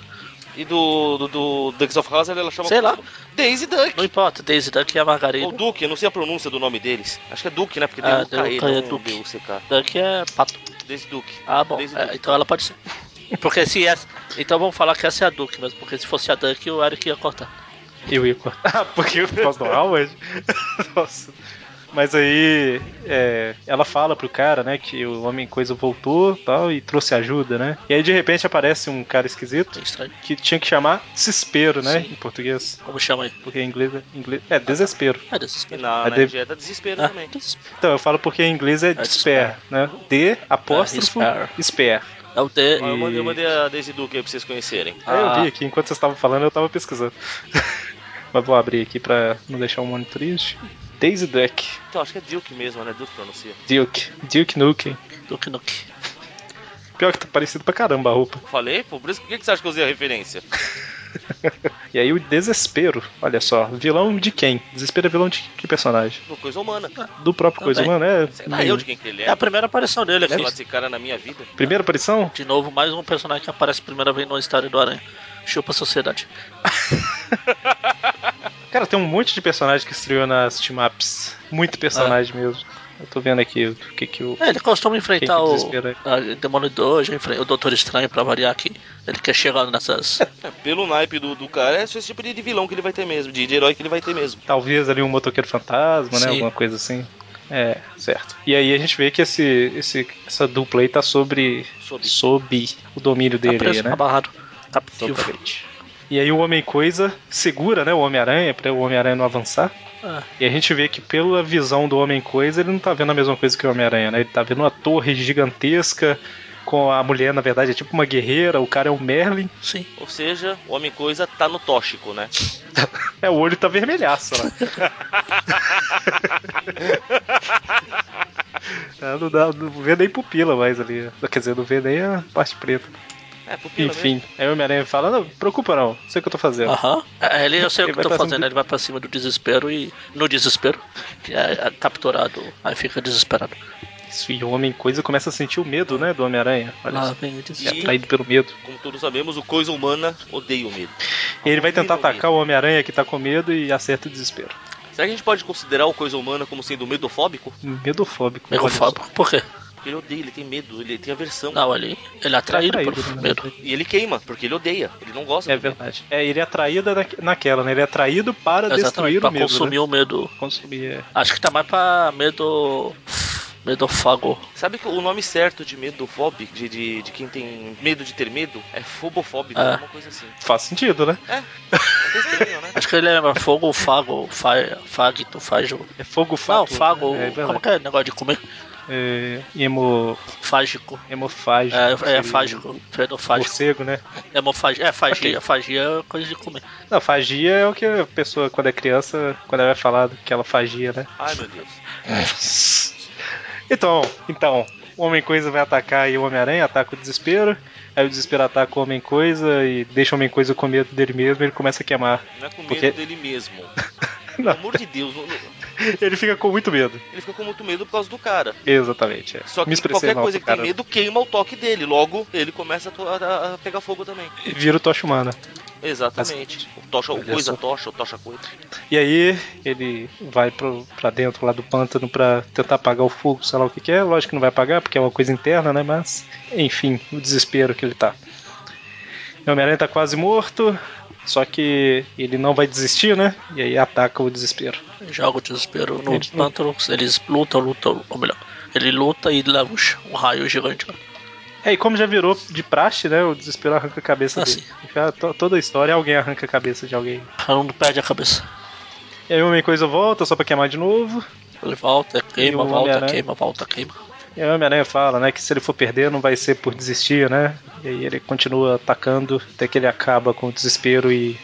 [SPEAKER 3] E do, do, do Ducks of Hazard ela chama.
[SPEAKER 2] Sei lá.
[SPEAKER 3] Daisy Duck.
[SPEAKER 2] Não importa, Daisy Duck e a Margarida.
[SPEAKER 3] Ou Duke, eu não sei a pronúncia do nome deles. Acho que é Duke, né? Porque
[SPEAKER 2] Ah,
[SPEAKER 3] deu
[SPEAKER 2] deu
[SPEAKER 3] um KE,
[SPEAKER 2] K, é
[SPEAKER 3] não
[SPEAKER 2] Duke.
[SPEAKER 3] deu o CK.
[SPEAKER 2] Duck é pato.
[SPEAKER 3] Daisy Duke.
[SPEAKER 2] Ah, bom.
[SPEAKER 3] Daisy
[SPEAKER 2] É,
[SPEAKER 3] Duke.
[SPEAKER 2] então ela pode ser. Porque se essa. Então vamos falar que essa é a Duck mesmo, porque se fosse a Duck o Eric ia cortar.
[SPEAKER 1] Eu ia cortar. Ah, porque eu posso do Howard? Nossa. Mas aí é, ela fala pro cara, né, que o Homem Coisa voltou tal, e trouxe ajuda, né? E aí de repente aparece um cara esquisito
[SPEAKER 2] É estranho.
[SPEAKER 1] que tinha que chamar desespero, né?
[SPEAKER 2] Sim.
[SPEAKER 1] Em português.
[SPEAKER 2] Como chama aí?
[SPEAKER 1] Porque em inglês, é- em inglês é desespero.
[SPEAKER 2] É desespero.
[SPEAKER 3] Não,
[SPEAKER 1] É
[SPEAKER 3] na
[SPEAKER 1] de-
[SPEAKER 3] RG é da desespero
[SPEAKER 2] Ah,
[SPEAKER 3] também.
[SPEAKER 2] desespero.
[SPEAKER 1] Então, eu falo porque em inglês é despair, né? D apóstrofo
[SPEAKER 2] É,
[SPEAKER 1] despair.
[SPEAKER 2] É o D.
[SPEAKER 3] Ó, Eu mandei, eu mandei a Daisy Duke aí pra vocês conhecerem.
[SPEAKER 1] Aí eu
[SPEAKER 2] Ah.
[SPEAKER 1] vi aqui, enquanto vocês estavam falando, eu tava pesquisando. Mas vou abrir aqui pra não deixar o mundo triste. Daisy Duck.
[SPEAKER 3] Então, acho que é Duke mesmo, né? Duke pronuncia.
[SPEAKER 1] Duke. Duke Nukem.
[SPEAKER 2] Duck Nuke.
[SPEAKER 1] Pior que tá parecido pra caramba a roupa.
[SPEAKER 3] Falei, pô, por isso por que que você acha que eu usei a referência?
[SPEAKER 1] E aí o desespero, olha só, vilão de quem? Desespero é vilão de que personagem?
[SPEAKER 3] No Coisa Humana.
[SPEAKER 1] Do próprio Coisa
[SPEAKER 2] Também.
[SPEAKER 1] Humana, é?
[SPEAKER 3] Sei lá eu de quem que ele
[SPEAKER 2] É
[SPEAKER 3] é.
[SPEAKER 2] a primeira aparição dele
[SPEAKER 3] Sei
[SPEAKER 2] aqui.
[SPEAKER 3] lá desse cara na minha vida.
[SPEAKER 1] Primeira aparição?
[SPEAKER 2] De novo, mais um personagem que aparece a primeira vez no história do Aranha. Chupa a sociedade.
[SPEAKER 1] Cara, tem um monte de personagem que estreou nas team-ups. Muito personagem mesmo. Eu tô vendo aqui o que que o...
[SPEAKER 2] É, ele costuma
[SPEAKER 1] Quem
[SPEAKER 2] enfrentar
[SPEAKER 1] que
[SPEAKER 2] o
[SPEAKER 1] desespera aí?
[SPEAKER 2] a Demolidor, já enfre- o Doutor Estranho pra variar aqui. Ele quer chegar nessas.
[SPEAKER 3] É, pelo naipe do, do cara, é só esse tipo de de vilão que ele vai ter mesmo, de, de herói que ele vai ter mesmo.
[SPEAKER 1] Talvez ali um motoqueiro fantasma, né?
[SPEAKER 2] Sim.
[SPEAKER 1] Alguma coisa assim. É, certo. E aí a gente vê que esse, esse, essa dupla aí tá sobre,
[SPEAKER 3] Sob.
[SPEAKER 1] sob o domínio
[SPEAKER 2] tá
[SPEAKER 1] dele
[SPEAKER 2] preso,
[SPEAKER 1] aí, né?
[SPEAKER 2] abarrado. Captivo.
[SPEAKER 1] Totalmente. E aí o Homem-Coisa segura, né, o Homem-Aranha, pra o Homem-Aranha não avançar.
[SPEAKER 2] Ah,
[SPEAKER 1] E a gente vê que pela visão do Homem-Coisa, ele não tá vendo a mesma coisa que o Homem-Aranha, né? Ele tá vendo uma torre gigantesca com a mulher, na verdade, é tipo uma guerreira, o cara é o Merlin.
[SPEAKER 2] sim.
[SPEAKER 3] Ou seja, o Homem-Coisa tá no tóxico, né?
[SPEAKER 1] É, o olho tá vermelhaço lá. É, não, dá, não vê nem pupila mais ali. Quer dizer, não vê nem a parte preta.
[SPEAKER 3] É, pupila
[SPEAKER 1] Enfim, aí o Homem-Aranha fala, não, preocupa não, sei o que eu tô fazendo.
[SPEAKER 2] Aham. É, ele, eu sei o
[SPEAKER 1] Então. Ele vai um
[SPEAKER 2] que eu tô
[SPEAKER 1] pra cima
[SPEAKER 2] fazendo.
[SPEAKER 1] do-
[SPEAKER 2] Ele vai pra cima do desespero e. No desespero. Que é, é capturado. Aí fica desesperado.
[SPEAKER 1] Isso, e o Homem-Coisa começa a sentir o medo, né, do Homem-Aranha. Olha
[SPEAKER 2] Lá
[SPEAKER 1] só.
[SPEAKER 2] vem o
[SPEAKER 1] É
[SPEAKER 2] desespero.
[SPEAKER 1] atraído pelo medo.
[SPEAKER 3] mesmo. Como todos sabemos, o Coisa Humana odeia o medo.
[SPEAKER 1] E ele vai tentar
[SPEAKER 3] Horrível
[SPEAKER 1] atacar o Homem-Aranha que tá com medo e acerta o desespero.
[SPEAKER 3] Será que a gente pode considerar o Coisa Humana como sendo medofóbico?
[SPEAKER 1] Medofóbico.
[SPEAKER 2] Meio fábrico. Por quê?
[SPEAKER 3] Porque ele odeia, ele tem medo, ele tem aversão.
[SPEAKER 2] Não, ele, ele é atraído,
[SPEAKER 1] Atraído,
[SPEAKER 2] por
[SPEAKER 1] né?
[SPEAKER 2] medo.
[SPEAKER 3] E ele queima, porque ele odeia, ele não gosta.
[SPEAKER 1] É
[SPEAKER 3] do medo.
[SPEAKER 1] verdade. É, ele é atraído na- naquela, né? Ele é atraído para
[SPEAKER 2] Exatamente,
[SPEAKER 1] destruir
[SPEAKER 2] pra
[SPEAKER 1] o medo.
[SPEAKER 2] consumir
[SPEAKER 1] né?
[SPEAKER 2] o medo.
[SPEAKER 1] Consumir, é.
[SPEAKER 2] Acho que tá mais pra medo. Medofago.
[SPEAKER 3] Sabe que o nome certo de medofóbico, de, de, de quem tem medo de ter medo, é fobofóbico,
[SPEAKER 1] Ah.
[SPEAKER 2] É.
[SPEAKER 3] alguma coisa assim.
[SPEAKER 1] Faz sentido, né?
[SPEAKER 3] É estranho, né?
[SPEAKER 2] Acho que ele lembra fogo, fago, fa, fagito, fajo.
[SPEAKER 1] É fogo
[SPEAKER 2] Não,
[SPEAKER 1] fato.
[SPEAKER 2] fago,
[SPEAKER 1] É
[SPEAKER 2] como
[SPEAKER 1] verdade.
[SPEAKER 2] que é o negócio de comer?
[SPEAKER 1] É, emo,
[SPEAKER 2] Fágico.
[SPEAKER 1] hemofágico.
[SPEAKER 2] É, é
[SPEAKER 1] seria
[SPEAKER 2] fágico, fedofágico.
[SPEAKER 1] um Morcego, né?
[SPEAKER 2] Hemofagia, é fagia, fagia é coisa de comer.
[SPEAKER 1] Não, fagia é o que a pessoa, quando é criança, quando ela vai falar que ela fagia, né?
[SPEAKER 3] Ai, meu Deus.
[SPEAKER 1] Então, então, o Homem-Coisa vai atacar e o Homem-Aranha ataca o Desespero. Aí o Desespero ataca o Homem-Coisa e deixa o Homem-Coisa com medo dele mesmo e ele começa a queimar.
[SPEAKER 3] Não é com medo
[SPEAKER 1] Porque-
[SPEAKER 3] dele mesmo.
[SPEAKER 1] Não.
[SPEAKER 3] Pelo amor de Deus, não- não-
[SPEAKER 1] Ele fica com muito medo.
[SPEAKER 3] ele fica com muito medo por causa do cara.
[SPEAKER 1] Exatamente. é.
[SPEAKER 3] Só
[SPEAKER 1] Me
[SPEAKER 3] que tipo,
[SPEAKER 1] expressei
[SPEAKER 3] qualquer
[SPEAKER 1] mal
[SPEAKER 3] coisa
[SPEAKER 1] pro
[SPEAKER 3] que tem
[SPEAKER 1] cara.
[SPEAKER 3] medo queima o toque dele. Logo, ele começa a to- a, a pegar fogo também.
[SPEAKER 1] Vira o Tocha Humana.
[SPEAKER 3] Exatamente. O tocha, o
[SPEAKER 1] Olha
[SPEAKER 3] coisa
[SPEAKER 1] só.
[SPEAKER 3] tocha, o tocha coisa.
[SPEAKER 1] E aí ele vai pro, pra dentro lá do pântano pra tentar apagar o fogo, sei lá o que, que é. Lógico que não vai apagar, porque é uma coisa interna, né? Mas, enfim, o desespero que ele tá. Homem-Aranha tá quase morto, só que ele não vai desistir, né? E aí ataca o desespero.
[SPEAKER 2] Joga o desespero no
[SPEAKER 1] Eles-
[SPEAKER 2] pântano. Eles lutam, lutam, ou melhor, ele luta e leva um ch- um raio gigante. lá.
[SPEAKER 1] É, e como já virou de praxe, né? O desespero arranca a cabeça
[SPEAKER 2] Ah,
[SPEAKER 1] dele. Já to- toda a história, alguém arranca a cabeça de alguém.
[SPEAKER 2] Não um perde a cabeça.
[SPEAKER 1] E aí o Homem-Coisa volta só pra queimar de novo.
[SPEAKER 2] Ele volta, é
[SPEAKER 1] E
[SPEAKER 2] queima,
[SPEAKER 1] o
[SPEAKER 2] volta,
[SPEAKER 1] Homem-Aranha?
[SPEAKER 2] queima, volta, queima.
[SPEAKER 1] E aí o Homem-Aranha fala, né? Que se ele for perder, não vai ser por desistir, né? E aí ele continua atacando até que ele acaba com o desespero e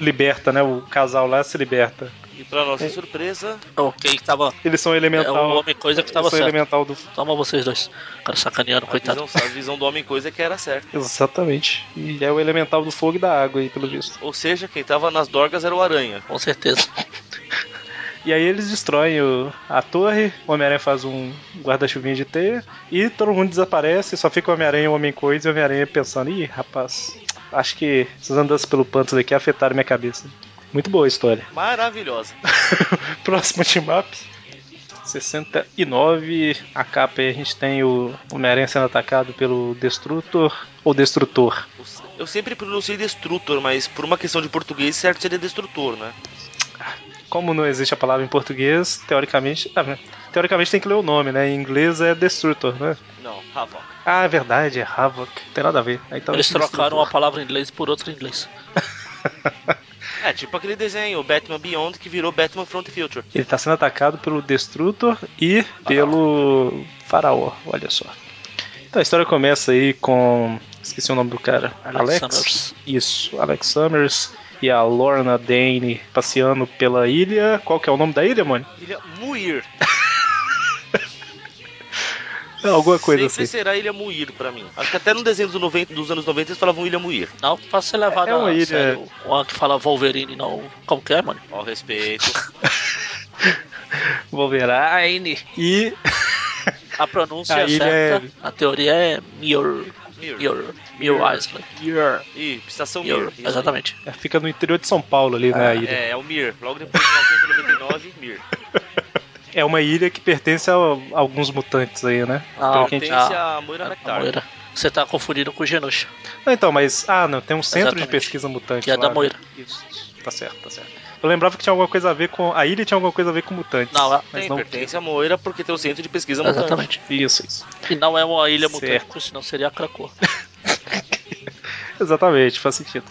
[SPEAKER 1] liberta, né? O casal lá se liberta.
[SPEAKER 3] E pra
[SPEAKER 1] É.
[SPEAKER 3] nossa surpresa,
[SPEAKER 2] O que tava.
[SPEAKER 1] Eles são
[SPEAKER 2] É
[SPEAKER 1] elemental.
[SPEAKER 2] o homem coisa que tava
[SPEAKER 1] eles são
[SPEAKER 2] certo.
[SPEAKER 1] elemental do
[SPEAKER 2] Toma vocês dois. O
[SPEAKER 1] Ah,
[SPEAKER 2] cara sacaneando,
[SPEAKER 3] a
[SPEAKER 2] coitado.
[SPEAKER 3] visão, a visão do homem coisa é que era certa.
[SPEAKER 1] Exatamente. E é o elemental do fogo e da água aí, pelo visto.
[SPEAKER 3] Ou seja, quem tava nas dorgas era o aranha.
[SPEAKER 2] Com certeza.
[SPEAKER 1] E aí eles destroem o- a torre, o Homem-Aranha faz um guarda-chuvinha de teia e todo mundo desaparece, só fica o Homem-Aranha e o Homem-Coisa e o Homem-Aranha pensando, ih, rapaz, acho que essas andanças pelo panto daqui afetaram minha cabeça. Muito boa a história.
[SPEAKER 3] Maravilhosa.
[SPEAKER 1] Próximo team-up. 69, a capa aí a gente tem o Homem-Aranha sendo atacado pelo Destrutor ou Destrutor.
[SPEAKER 3] Eu sempre pronunciei destrutor, mas por uma questão de português, certo seria destrutor, né?
[SPEAKER 1] Como não existe a palavra em português, teoricamente, ah, teoricamente tem que ler o nome, né? Em inglês é Destrutor, né?
[SPEAKER 3] Não, Havoc.
[SPEAKER 1] Ah, é verdade, é Havoc. Não tem nada a ver. Aí tá
[SPEAKER 2] Eles
[SPEAKER 1] o
[SPEAKER 2] trocaram uma
[SPEAKER 1] Destrutor.
[SPEAKER 2] palavra em inglês por outra em inglês.
[SPEAKER 3] É, tipo aquele desenho, o Batman Beyond, que virou Batman Front Future.
[SPEAKER 1] Ele tá sendo atacado pelo Destrutor e pelo Faraó, olha só. Então a história começa aí com. Esqueci o nome do cara.
[SPEAKER 2] Alex
[SPEAKER 1] Alex?
[SPEAKER 2] Summers.
[SPEAKER 1] Isso, Alex Summers e a Lorna Dane passeando pela ilha. Qual que é o nome da ilha, mano?
[SPEAKER 3] Ilha Muir.
[SPEAKER 1] É, Alguma coisa
[SPEAKER 3] Sempre
[SPEAKER 1] assim.
[SPEAKER 3] será Ilha Muir pra mim. Acho que até no desenho dos, 90 dos anos 90 eles falavam Ilha Muir.
[SPEAKER 2] Não, pra ser levado
[SPEAKER 1] É uma
[SPEAKER 2] a
[SPEAKER 1] ilha.
[SPEAKER 2] sério. Uma que fala Wolverine, não. Qualquer, mano.
[SPEAKER 3] Ó, respeito.
[SPEAKER 1] Wolverine. E
[SPEAKER 2] A pronúncia
[SPEAKER 1] A
[SPEAKER 2] é
[SPEAKER 1] ilha
[SPEAKER 2] certa. A teoria é Muir.
[SPEAKER 3] Muir.
[SPEAKER 2] Muir. Muir Island.
[SPEAKER 3] Ih, estação Mir.
[SPEAKER 2] Muir,
[SPEAKER 3] Isso aí.
[SPEAKER 1] tá
[SPEAKER 2] exatamente.
[SPEAKER 1] É, fica no interior de São Paulo ali, né? A ilha.
[SPEAKER 3] É, é o Mir. Logo depois de 1999, Mir.
[SPEAKER 1] É uma ilha que pertence a alguns mutantes aí, né?
[SPEAKER 2] Ah,
[SPEAKER 1] Pelo que a gente-
[SPEAKER 3] Pertence a Moira
[SPEAKER 2] A
[SPEAKER 3] McTarr.
[SPEAKER 2] Moira. Você tá confundindo com o Genosha,
[SPEAKER 1] Não, então, mas. Ah, não, tem um centro
[SPEAKER 2] Exatamente.
[SPEAKER 1] de pesquisa mutante.
[SPEAKER 2] que é
[SPEAKER 1] lá,
[SPEAKER 2] da
[SPEAKER 1] né?
[SPEAKER 2] Moira.
[SPEAKER 1] Isso, tá certo, tá certo. Eu lembrava que tinha alguma coisa a ver com. A ilha tinha alguma coisa a ver com mutantes.
[SPEAKER 2] Não, ela
[SPEAKER 1] mas
[SPEAKER 3] Tem,
[SPEAKER 1] não tem.
[SPEAKER 3] pertence a Moira porque tem o centro de pesquisa mutante.
[SPEAKER 2] Exatamente.
[SPEAKER 1] Isso, isso.
[SPEAKER 2] E não é uma ilha
[SPEAKER 1] Certo.
[SPEAKER 2] mutante, senão seria a Krakoa.
[SPEAKER 1] Exatamente, faz sentido.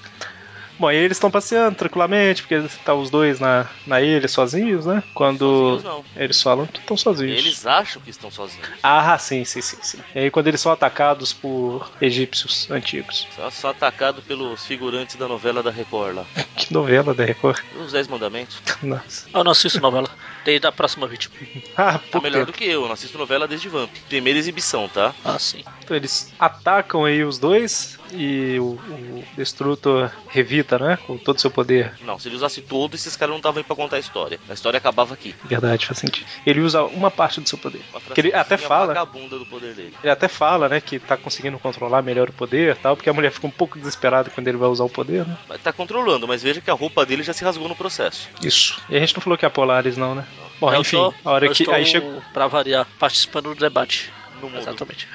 [SPEAKER 1] Bom, aí eles estão passeando tranquilamente, porque eles tá os dois na, na ilha sozinhos, né? Quando
[SPEAKER 3] Sozinhos não.
[SPEAKER 1] eles falam que estão sozinhos.
[SPEAKER 3] Eles acham que estão sozinhos.
[SPEAKER 1] Ah, sim, sim, sim, sim. E aí quando eles são atacados por egípcios antigos.
[SPEAKER 3] Só, só atacado pelos figurantes da novela da Record lá.
[SPEAKER 1] Que novela da Record.
[SPEAKER 3] Os Dez Mandamentos.
[SPEAKER 1] Nossa.
[SPEAKER 2] Eu não assisto novela. Desde a próxima vítima.
[SPEAKER 1] Ah,
[SPEAKER 3] Tá
[SPEAKER 1] por
[SPEAKER 3] melhor do que eu, eu não assisto novela desde Vamp. Primeira exibição, tá?
[SPEAKER 2] Ah, sim.
[SPEAKER 1] Então eles atacam aí os dois e o, o Destrutor revita, né? Com todo o seu poder.
[SPEAKER 3] Não, se ele usasse todo, esses caras não estavam aí pra contar a história. A história acabava aqui.
[SPEAKER 1] Verdade, faz sentido. Ele usa uma parte do seu poder.
[SPEAKER 3] Uma
[SPEAKER 1] Que ele até
[SPEAKER 3] fraçãozinha
[SPEAKER 1] fala.
[SPEAKER 3] vagabunda do poder dele.
[SPEAKER 1] Ele até fala, né, que tá conseguindo controlar melhor o poder e tal, porque a mulher fica um pouco desesperada quando ele vai usar o poder, né?
[SPEAKER 3] Mas Tá controlando, mas veja que a roupa dele já se rasgou no processo.
[SPEAKER 1] Isso. E a gente não falou que é a Polaris, não, né? Bom,
[SPEAKER 2] eu
[SPEAKER 1] enfim,
[SPEAKER 2] tô-
[SPEAKER 1] a hora
[SPEAKER 2] eu
[SPEAKER 1] que.
[SPEAKER 2] estou,
[SPEAKER 1] Aí chega.
[SPEAKER 2] Pra variar, participando do debate.
[SPEAKER 3] No mundo.
[SPEAKER 2] Exatamente.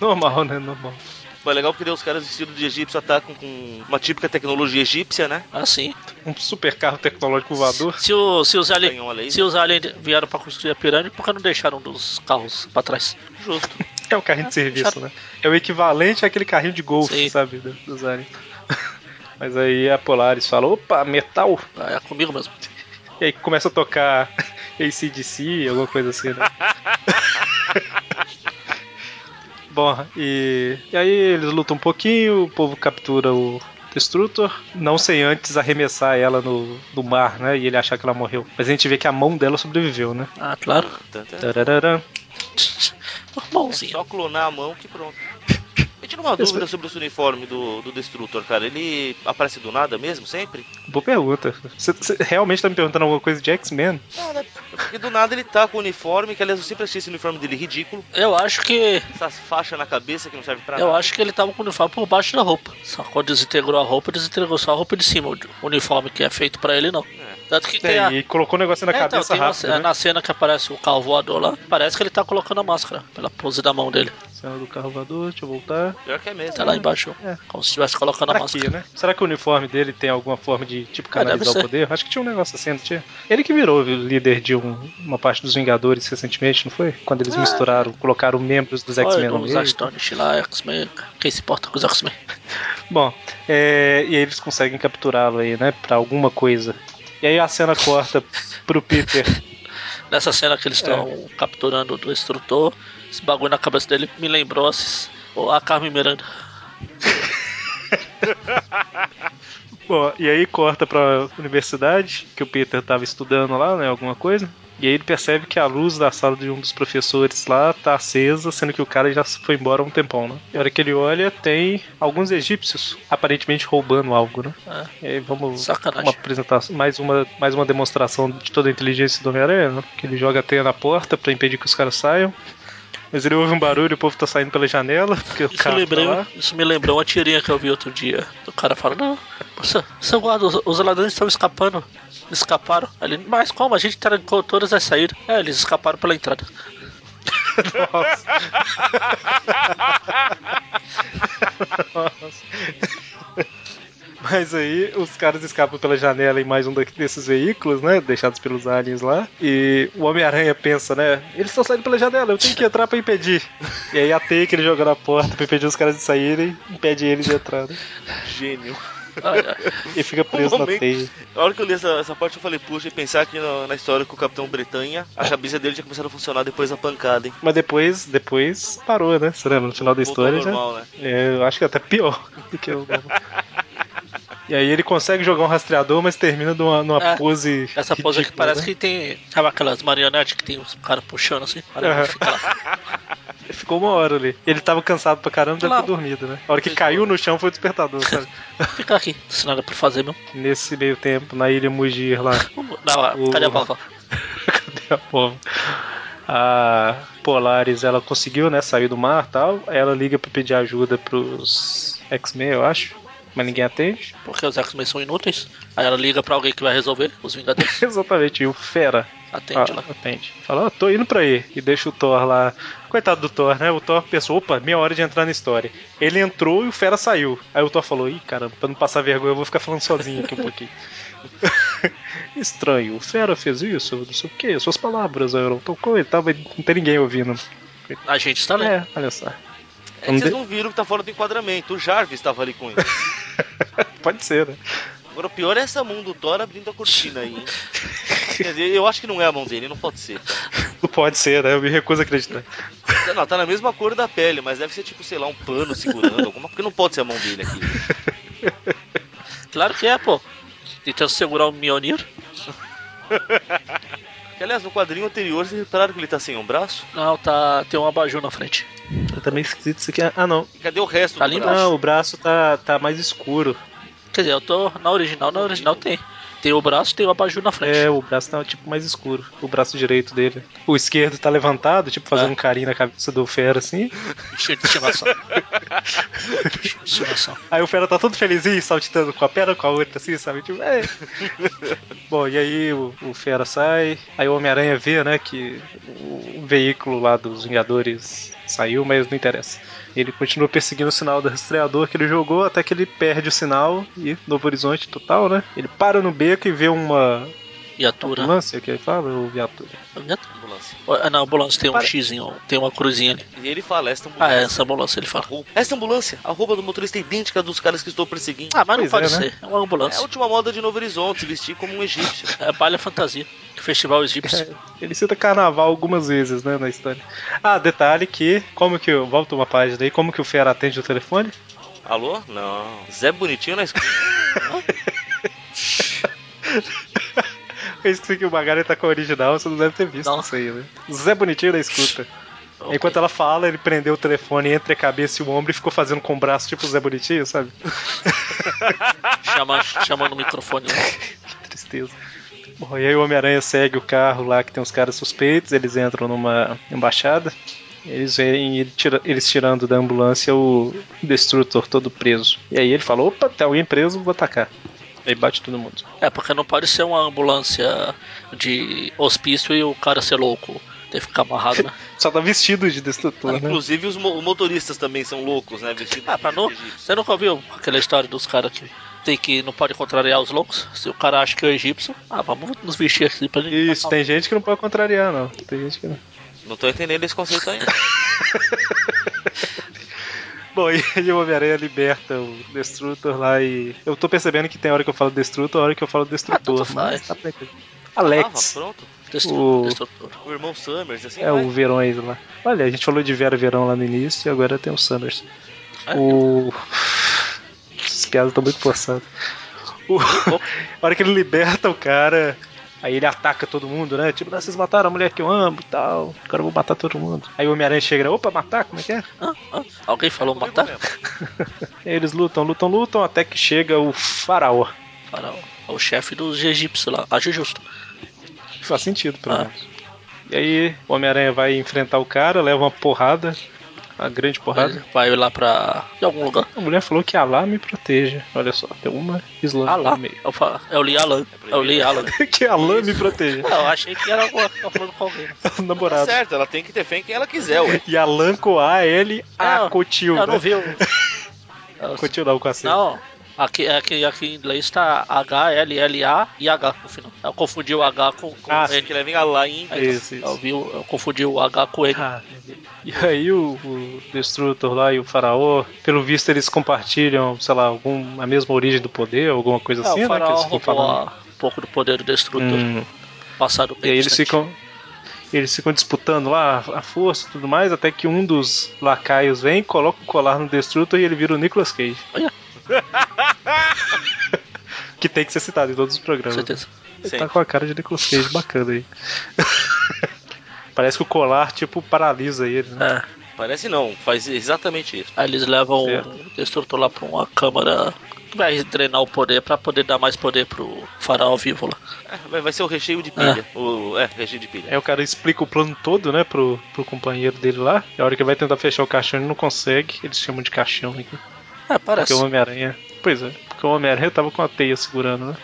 [SPEAKER 1] Normal, né? Normal.
[SPEAKER 3] Foi legal porque daí os caras vestidos de egípcio atacam com uma típica tecnologia egípcia, né?
[SPEAKER 2] Ah, sim.
[SPEAKER 1] Um super carro tecnológico voador.
[SPEAKER 2] Se, o, se, os alien,
[SPEAKER 3] Canhão a laser.
[SPEAKER 2] se os aliens vieram pra construir a pirâmide, por que não deixaram um dos carros pra trás?
[SPEAKER 3] Justo.
[SPEAKER 1] É o carrinho de serviço, né? É o equivalente àquele carrinho de golfe,
[SPEAKER 2] Sim.
[SPEAKER 1] sabe? do- Dos aliens. Mas aí a Polaris fala: opa, metal!
[SPEAKER 2] Ah, É comigo mesmo.
[SPEAKER 1] E aí começa a tocar ACDC, alguma coisa assim, né? Bom, e, e aí eles lutam um pouquinho, o povo captura o Destrutor, não sem antes arremessar ela no, no mar, né? E ele achar que ela morreu. Mas a gente vê que a mão dela sobreviveu, né?
[SPEAKER 2] Ah, claro.
[SPEAKER 3] É
[SPEAKER 1] Tarararã.
[SPEAKER 2] Normalzinho.
[SPEAKER 3] só clonar a mão que pronto. Eu tiro uma dúvida sobre esse uniforme do, do Destrutor, cara. Ele aparece do nada mesmo, sempre?
[SPEAKER 1] Boa pergunta. Você, você realmente tá me perguntando alguma coisa de X-Men?
[SPEAKER 3] Cara, porque do nada ele tá com o uniforme, que aliás eu sempre achei esse uniforme dele ridículo.
[SPEAKER 2] Eu acho que.
[SPEAKER 3] Essas faixas na cabeça que não serve pra
[SPEAKER 2] Eu
[SPEAKER 3] nada.
[SPEAKER 2] acho que ele tava com o uniforme por baixo da roupa. Só que quando desintegrou a roupa, desintegrou só a roupa de cima. O uniforme que é feito pra ele, não. Tanto que tem a.
[SPEAKER 1] É, e colocou um negócio na
[SPEAKER 2] É, então,
[SPEAKER 1] cabeça
[SPEAKER 2] tem uma-
[SPEAKER 1] rápido, né?
[SPEAKER 2] Na cena que aparece o carro voador lá, parece que ele tá colocando a máscara, pela pose da mão dele.
[SPEAKER 1] Cena do carro voador, deixa eu voltar.
[SPEAKER 3] Pior que é mesmo.
[SPEAKER 2] Tá lá embaixo.
[SPEAKER 1] É.
[SPEAKER 2] Como se estivesse colocando a
[SPEAKER 1] Pra
[SPEAKER 2] máscara.
[SPEAKER 1] quê, né? Será que o uniforme dele tem alguma forma de, tipo,
[SPEAKER 2] Ah, deve
[SPEAKER 1] canalizar o
[SPEAKER 2] ser.
[SPEAKER 1] poder? Acho que tinha um negócio assim, não tinha? Ele que virou o líder de um- uma parte dos Vingadores recentemente, não foi? Quando eles misturaram, colocaram membros dos É. X-Men
[SPEAKER 2] Olha,
[SPEAKER 1] no
[SPEAKER 2] os
[SPEAKER 1] meio.
[SPEAKER 2] Astones lá, X-Men. Quem se importa com os X-Men?
[SPEAKER 1] Bom, é, e aí eles conseguem capturá-lo aí, né? Pra alguma coisa. E aí a cena corta pro Peter.
[SPEAKER 2] Nessa cena
[SPEAKER 1] É.
[SPEAKER 2] que eles estão capturando do instrutor, esse bagulho na cabeça dele me lembrou esses- o- a Carmen Miranda.
[SPEAKER 1] Bom, e aí corta pra universidade, que o Peter tava estudando lá, né? Alguma coisa. E aí ele percebe que a luz da sala de um dos professores lá tá acesa, sendo que o cara já foi embora há um tempão, né? E a hora que ele olha, tem alguns egípcios aparentemente roubando algo, né?
[SPEAKER 2] É,
[SPEAKER 1] E aí vamos. Uma
[SPEAKER 2] sacanagem.
[SPEAKER 1] apresentação, mais uma, mais uma demonstração de toda a inteligência do Homem-Aranha, né? Que ele joga a teia na porta pra impedir que os caras saiam. Mas ele ouve um barulho, o povo tá saindo pela janela, porque o
[SPEAKER 2] Isso,
[SPEAKER 1] cara tá
[SPEAKER 2] lembrei, um,
[SPEAKER 1] lá.
[SPEAKER 2] isso me lembrou uma tirinha que eu vi outro dia. O cara fala, não, seu, seu guarda, os, os ladrões estão escapando. Escaparam. Aí Ele, mas como? A gente trancou todas as saídas. É, eles escaparam pela entrada.
[SPEAKER 1] Nossa. Mas aí os caras escapam pela janela em mais um daqu- desses veículos, né? Deixados pelos aliens lá. E o Homem-Aranha pensa, né? Eles estão saindo pela janela, eu tenho que entrar pra impedir. E aí a teia que ele joga na porta pra impedir os caras de saírem, impede ele de entrar. Né?
[SPEAKER 3] Gênio.
[SPEAKER 2] Ai, ai.
[SPEAKER 1] E fica preso
[SPEAKER 3] Um
[SPEAKER 1] na
[SPEAKER 3] momento.
[SPEAKER 1] teia.
[SPEAKER 3] A hora que eu li essa, essa parte, eu falei, puxa, e pensar que na, na história com o Capitão Bretanha, a cabeça dele tinha começado a funcionar depois da pancada, hein?
[SPEAKER 1] Mas depois, depois parou, né? Você lembra? No final da
[SPEAKER 3] Voltou ao
[SPEAKER 1] história já.
[SPEAKER 3] normal, né?
[SPEAKER 1] É, eu acho que é até pior do que o normal. E aí ele consegue jogar um rastreador, mas termina numa, numa
[SPEAKER 2] É,
[SPEAKER 1] pose.
[SPEAKER 2] Essa pose aqui
[SPEAKER 1] ridícula,
[SPEAKER 2] parece
[SPEAKER 1] né?
[SPEAKER 2] que tem. Sabe aquelas marionetes que tem os caras puxando assim? Olha,
[SPEAKER 1] Aham.
[SPEAKER 2] fica lá.
[SPEAKER 1] Ficou uma hora ali. Ele tava cansado pra caramba, deve
[SPEAKER 2] Lá.
[SPEAKER 1] ter dormido, né? A hora que caiu no chão foi o despertador, sabe?
[SPEAKER 2] Fica aqui, não tem nada pra fazer mesmo.
[SPEAKER 1] Nesse meio tempo, na ilha Mugir lá,
[SPEAKER 2] Não,
[SPEAKER 1] O-
[SPEAKER 2] cadê a bala?
[SPEAKER 1] cadê a povo? A Polaris, ela conseguiu, né? Sair do mar e tal. Aí ela liga pra pedir ajuda pros X-Men, eu acho. Mas ninguém atende.
[SPEAKER 2] Porque os X-Men são inúteis. Aí ela liga pra alguém que vai resolver, os Vingadores.
[SPEAKER 1] Exatamente, e o Fera
[SPEAKER 2] Atende
[SPEAKER 1] Ah,
[SPEAKER 2] lá.
[SPEAKER 1] atende. Fala, ó, tô indo pra aí. E deixa o Thor lá. Coitado do Thor, né? O Thor pensou, opa, minha hora de entrar na história. Ele entrou e o Fera saiu. Aí o Thor falou, ih, caramba, pra não passar vergonha, eu vou ficar falando sozinho aqui um pouquinho. Estranho, o Fera fez isso, não sei o que, suas palavras eram tão coisa e tal, mas não tem ninguém ouvindo.
[SPEAKER 2] A gente está lendo.
[SPEAKER 1] É, olha só.
[SPEAKER 3] É que
[SPEAKER 1] Vamos
[SPEAKER 3] vocês
[SPEAKER 1] de-
[SPEAKER 3] não viram que tá fora do enquadramento. O Jarvis tava ali com ele.
[SPEAKER 1] Pode ser, né?
[SPEAKER 3] Agora, o pior é essa mão do Thor abrindo a cortina aí, hein? Quer dizer, eu acho que não é a mão dele, não pode ser.
[SPEAKER 1] Não pode ser, né? Eu me recuso a acreditar.
[SPEAKER 3] Não, tá na mesma cor da pele, mas deve ser tipo, sei lá, um pano segurando alguma, porque não pode ser a mão dele aqui.
[SPEAKER 2] Claro que é, pô. Tentando segurar o Mionir.
[SPEAKER 3] Que, aliás, no quadrinho anterior, vocês repararam que ele tá sem um braço?
[SPEAKER 2] Não, tá. Tem um abajur na frente.
[SPEAKER 1] Tá meio esquisito isso aqui. Ah, não.
[SPEAKER 3] E cadê o resto
[SPEAKER 2] Tá
[SPEAKER 3] do
[SPEAKER 2] limpo?
[SPEAKER 3] braço?
[SPEAKER 1] Não, o braço tá, tá mais escuro.
[SPEAKER 2] Quer dizer, eu tô. Na original, na original tem. Tem o braço tem o abajur na frente.
[SPEAKER 1] É, o braço tá tipo mais escuro, o braço direito dele. O esquerdo tá levantado, tipo fazendo
[SPEAKER 2] É.
[SPEAKER 1] um carinho na cabeça do Fera assim.
[SPEAKER 2] Cheio de estimação. Cheio de estimação.
[SPEAKER 1] Aí o Fera tá todo felizinho, saltitando com a perna, com a outra assim, sabe? Tipo, é. Bom, e aí o, o Fera sai, aí o Homem-Aranha vê, né, que o, o veículo lá dos Vingadores saiu, mas não interessa. Ele continua perseguindo o sinal do rastreador que ele jogou até que ele perde o sinal e Novo Horizonte total, né? Ele para no beco e vê uma
[SPEAKER 2] Viatura.
[SPEAKER 1] ambulância, que ele fala, ou viatura.
[SPEAKER 2] Viatura.
[SPEAKER 3] Ambulância.
[SPEAKER 2] Ah, Né? na ambulância tem um
[SPEAKER 1] Para-
[SPEAKER 2] xizinho, tem uma cruzinha ali.
[SPEAKER 3] E ele fala, esta
[SPEAKER 2] Ah, é,
[SPEAKER 3] ambulância.
[SPEAKER 2] essa ambulância, ele fala.
[SPEAKER 3] roupa- Esta ambulância, a roupa do motorista é idêntica dos caras que estou perseguindo.
[SPEAKER 2] Ah, mas não
[SPEAKER 1] Pois
[SPEAKER 2] pode
[SPEAKER 1] é, né?
[SPEAKER 2] ser. É uma
[SPEAKER 3] É a
[SPEAKER 2] ambulância.
[SPEAKER 3] última moda de Novo Horizonte, se vestir como um egípcio.
[SPEAKER 2] É palha fantasia. Festival egípcio.
[SPEAKER 1] Ele cita carnaval algumas vezes, né, na história. Ah, detalhe que, como que eu. Volta uma página aí, como que o Fera atende o telefone?
[SPEAKER 3] Alô? Não. Zé Bonitinho na escola.
[SPEAKER 1] Eu esqueci que o Magari tá com a original, você não deve ter visto
[SPEAKER 2] Não.
[SPEAKER 1] isso aí, né? Zé Bonitinho da escuta. É, Enquanto ela fala, ele prendeu o telefone entre a cabeça e o ombro e ficou fazendo com o braço tipo o Zé Bonitinho, sabe?
[SPEAKER 2] Chama- chamando o microfone lá.
[SPEAKER 1] Que tristeza. Bom, e aí o Homem-Aranha segue o carro lá que tem os caras suspeitos, eles entram numa embaixada, eles veem ele tira- eles tirando da ambulância o destrutor todo preso. E aí ele fala, opa, tem alguém preso, vou atacar. Aí bate todo mundo.
[SPEAKER 2] É, porque não pode ser uma ambulância de hospício e o cara ser louco. Tem que ficar amarrado, né?
[SPEAKER 1] Só tá vestido de destrutor, né?
[SPEAKER 3] Inclusive, os mo- motoristas também são loucos, né? Vestidos
[SPEAKER 2] Ah, pra não.
[SPEAKER 3] de egípcio.
[SPEAKER 2] Você nunca ouviu aquela história dos caras que tem que não pode contrariar os loucos? Se o cara acha que é egípcio, ah, vamos nos vestir aqui pra gente.
[SPEAKER 1] Isso, tem gente que não pode contrariar, não. Tem gente que não.
[SPEAKER 3] Não tô entendendo esse conceito ainda.
[SPEAKER 1] Bom, e aí o Homem-Aranha liberta o Destrutor lá e. Eu tô percebendo que tem hora que eu falo Destrutor, hora que eu falo Destrutor.
[SPEAKER 2] tanto
[SPEAKER 1] mas
[SPEAKER 2] faz.
[SPEAKER 1] tá pra entender.
[SPEAKER 3] Tava
[SPEAKER 1] Alex.
[SPEAKER 3] Ah, pronto?
[SPEAKER 2] Destru-
[SPEAKER 1] O-
[SPEAKER 2] Destrutor.
[SPEAKER 3] O irmão Summers, assim,
[SPEAKER 1] É
[SPEAKER 3] vai.
[SPEAKER 1] o Verões lá. Olha, a gente falou de Vera Verão lá no início e agora tem o Summers. O. Essas piadas estão muito forçadas. O... a hora que ele liberta o cara, aí ele ataca todo mundo, né? Tipo, "Ah, vocês mataram a mulher que eu amo e tal. Agora eu vou matar todo mundo. Aí o Homem-Aranha chega, né? opa, matar? Como é que é?
[SPEAKER 2] Ah, ah, alguém falou matar?
[SPEAKER 1] E aí eles lutam, lutam, lutam, até que chega o faraó.
[SPEAKER 2] Para o, o chefe dos egípcios lá, acho justo.
[SPEAKER 1] Faz sentido, pelo
[SPEAKER 2] Ah.
[SPEAKER 1] menos. E aí, o Homem-Aranha vai enfrentar o cara, leva uma porrada, uma grande porrada.
[SPEAKER 2] Vai, vai lá pra. de algum lugar.
[SPEAKER 1] A mulher falou que Alá me proteja. Olha só, tem uma islâmica
[SPEAKER 2] Ah lá,
[SPEAKER 1] no meio.
[SPEAKER 2] eu, fa- eu li Alan.
[SPEAKER 1] É
[SPEAKER 2] Eu li Alan.
[SPEAKER 1] que Alá me proteja.
[SPEAKER 2] Ah, Eu achei que era alguma coisa falando com alguém.
[SPEAKER 1] É o
[SPEAKER 3] Tá
[SPEAKER 1] namorado.
[SPEAKER 3] certo, ela tem que ter fé em quem ela quiser, ué.
[SPEAKER 1] e Alan com A, L,
[SPEAKER 2] Ah,
[SPEAKER 1] A, Cotil.
[SPEAKER 2] Eu não
[SPEAKER 1] Né?
[SPEAKER 2] vi o.
[SPEAKER 1] Cotil não, com a C.
[SPEAKER 2] Não, aqui, aqui, aqui em inglês tá H, L, L, A e H no final. Eu confundi o H com, com
[SPEAKER 1] Ah,
[SPEAKER 2] o N.
[SPEAKER 3] Que ela vinha lá em
[SPEAKER 2] Aí,
[SPEAKER 1] Isso,
[SPEAKER 2] eu,
[SPEAKER 1] isso.
[SPEAKER 2] vi o- eu confundi o H com o N.
[SPEAKER 1] Ah, e aí o, o Destrutor lá e o Faraó, pelo visto eles compartilham, sei lá, algum, a mesma origem do poder, alguma coisa
[SPEAKER 2] Ah,
[SPEAKER 1] assim, né? Que
[SPEAKER 2] o faraó
[SPEAKER 1] eles ficam
[SPEAKER 2] roubou
[SPEAKER 1] falando.
[SPEAKER 2] a- um pouco do poder do destrutor
[SPEAKER 1] Hum.
[SPEAKER 2] passado
[SPEAKER 1] E aí eles ficam. Eles ficam disputando lá a força e tudo mais, até que um dos lacaios vem, coloca o colar no Destrutor e ele vira o Nicolas Cage.
[SPEAKER 2] Olha.
[SPEAKER 1] que tem que ser citado em todos os
[SPEAKER 2] Com
[SPEAKER 1] programas.
[SPEAKER 2] certeza.
[SPEAKER 1] Ele
[SPEAKER 3] Sim.
[SPEAKER 1] tá com a cara de Nicolas Cage bacana aí. Parece que o colar, tipo, paralisa ele, né?
[SPEAKER 2] É.
[SPEAKER 3] Parece não, faz exatamente isso.
[SPEAKER 2] Aí eles levam
[SPEAKER 1] Certo.
[SPEAKER 2] o destrutor lá pra uma câmara que vai drenar o poder pra poder dar mais poder pro faraó vivo lá.
[SPEAKER 3] É, vai- vai ser o recheio
[SPEAKER 1] Ah.
[SPEAKER 3] de pilha. O, é, recheio de pilha.
[SPEAKER 1] Aí o cara explica o plano todo, né, pro, pro companheiro dele lá. E a hora que ele vai tentar fechar o caixão, ele não consegue. Eles chamam de caixão aqui.
[SPEAKER 2] É,
[SPEAKER 1] Porque
[SPEAKER 2] parece.
[SPEAKER 1] o Homem-Aranha. Pois é, porque o Homem-Aranha tava com a teia segurando, né?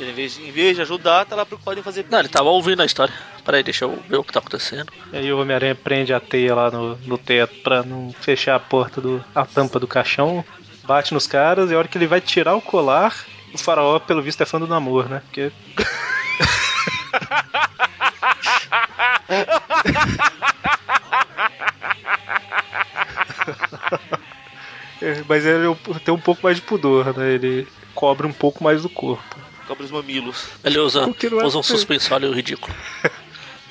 [SPEAKER 3] Ele, em, vez de, em vez de ajudar, tá lá preocupado em fazer.
[SPEAKER 2] Não, ele tava ouvindo a história. Peraí, deixa eu ver o que tá acontecendo.
[SPEAKER 1] E aí o Homem-Aranha prende a teia lá no, no teto pra não fechar a porta do. a tampa do caixão, bate nos caras, e a hora que ele vai tirar o colar, o faraó, pelo visto, é fã do namoro, né? Porque. É, Mas ele é um- tem um pouco mais de pudor, né? Ele cobre um pouco mais do corpo.
[SPEAKER 3] Cobre os mamilos.
[SPEAKER 2] Ele usa,
[SPEAKER 1] O que não é
[SPEAKER 2] usa um
[SPEAKER 1] possível.
[SPEAKER 2] suspensório ridículo.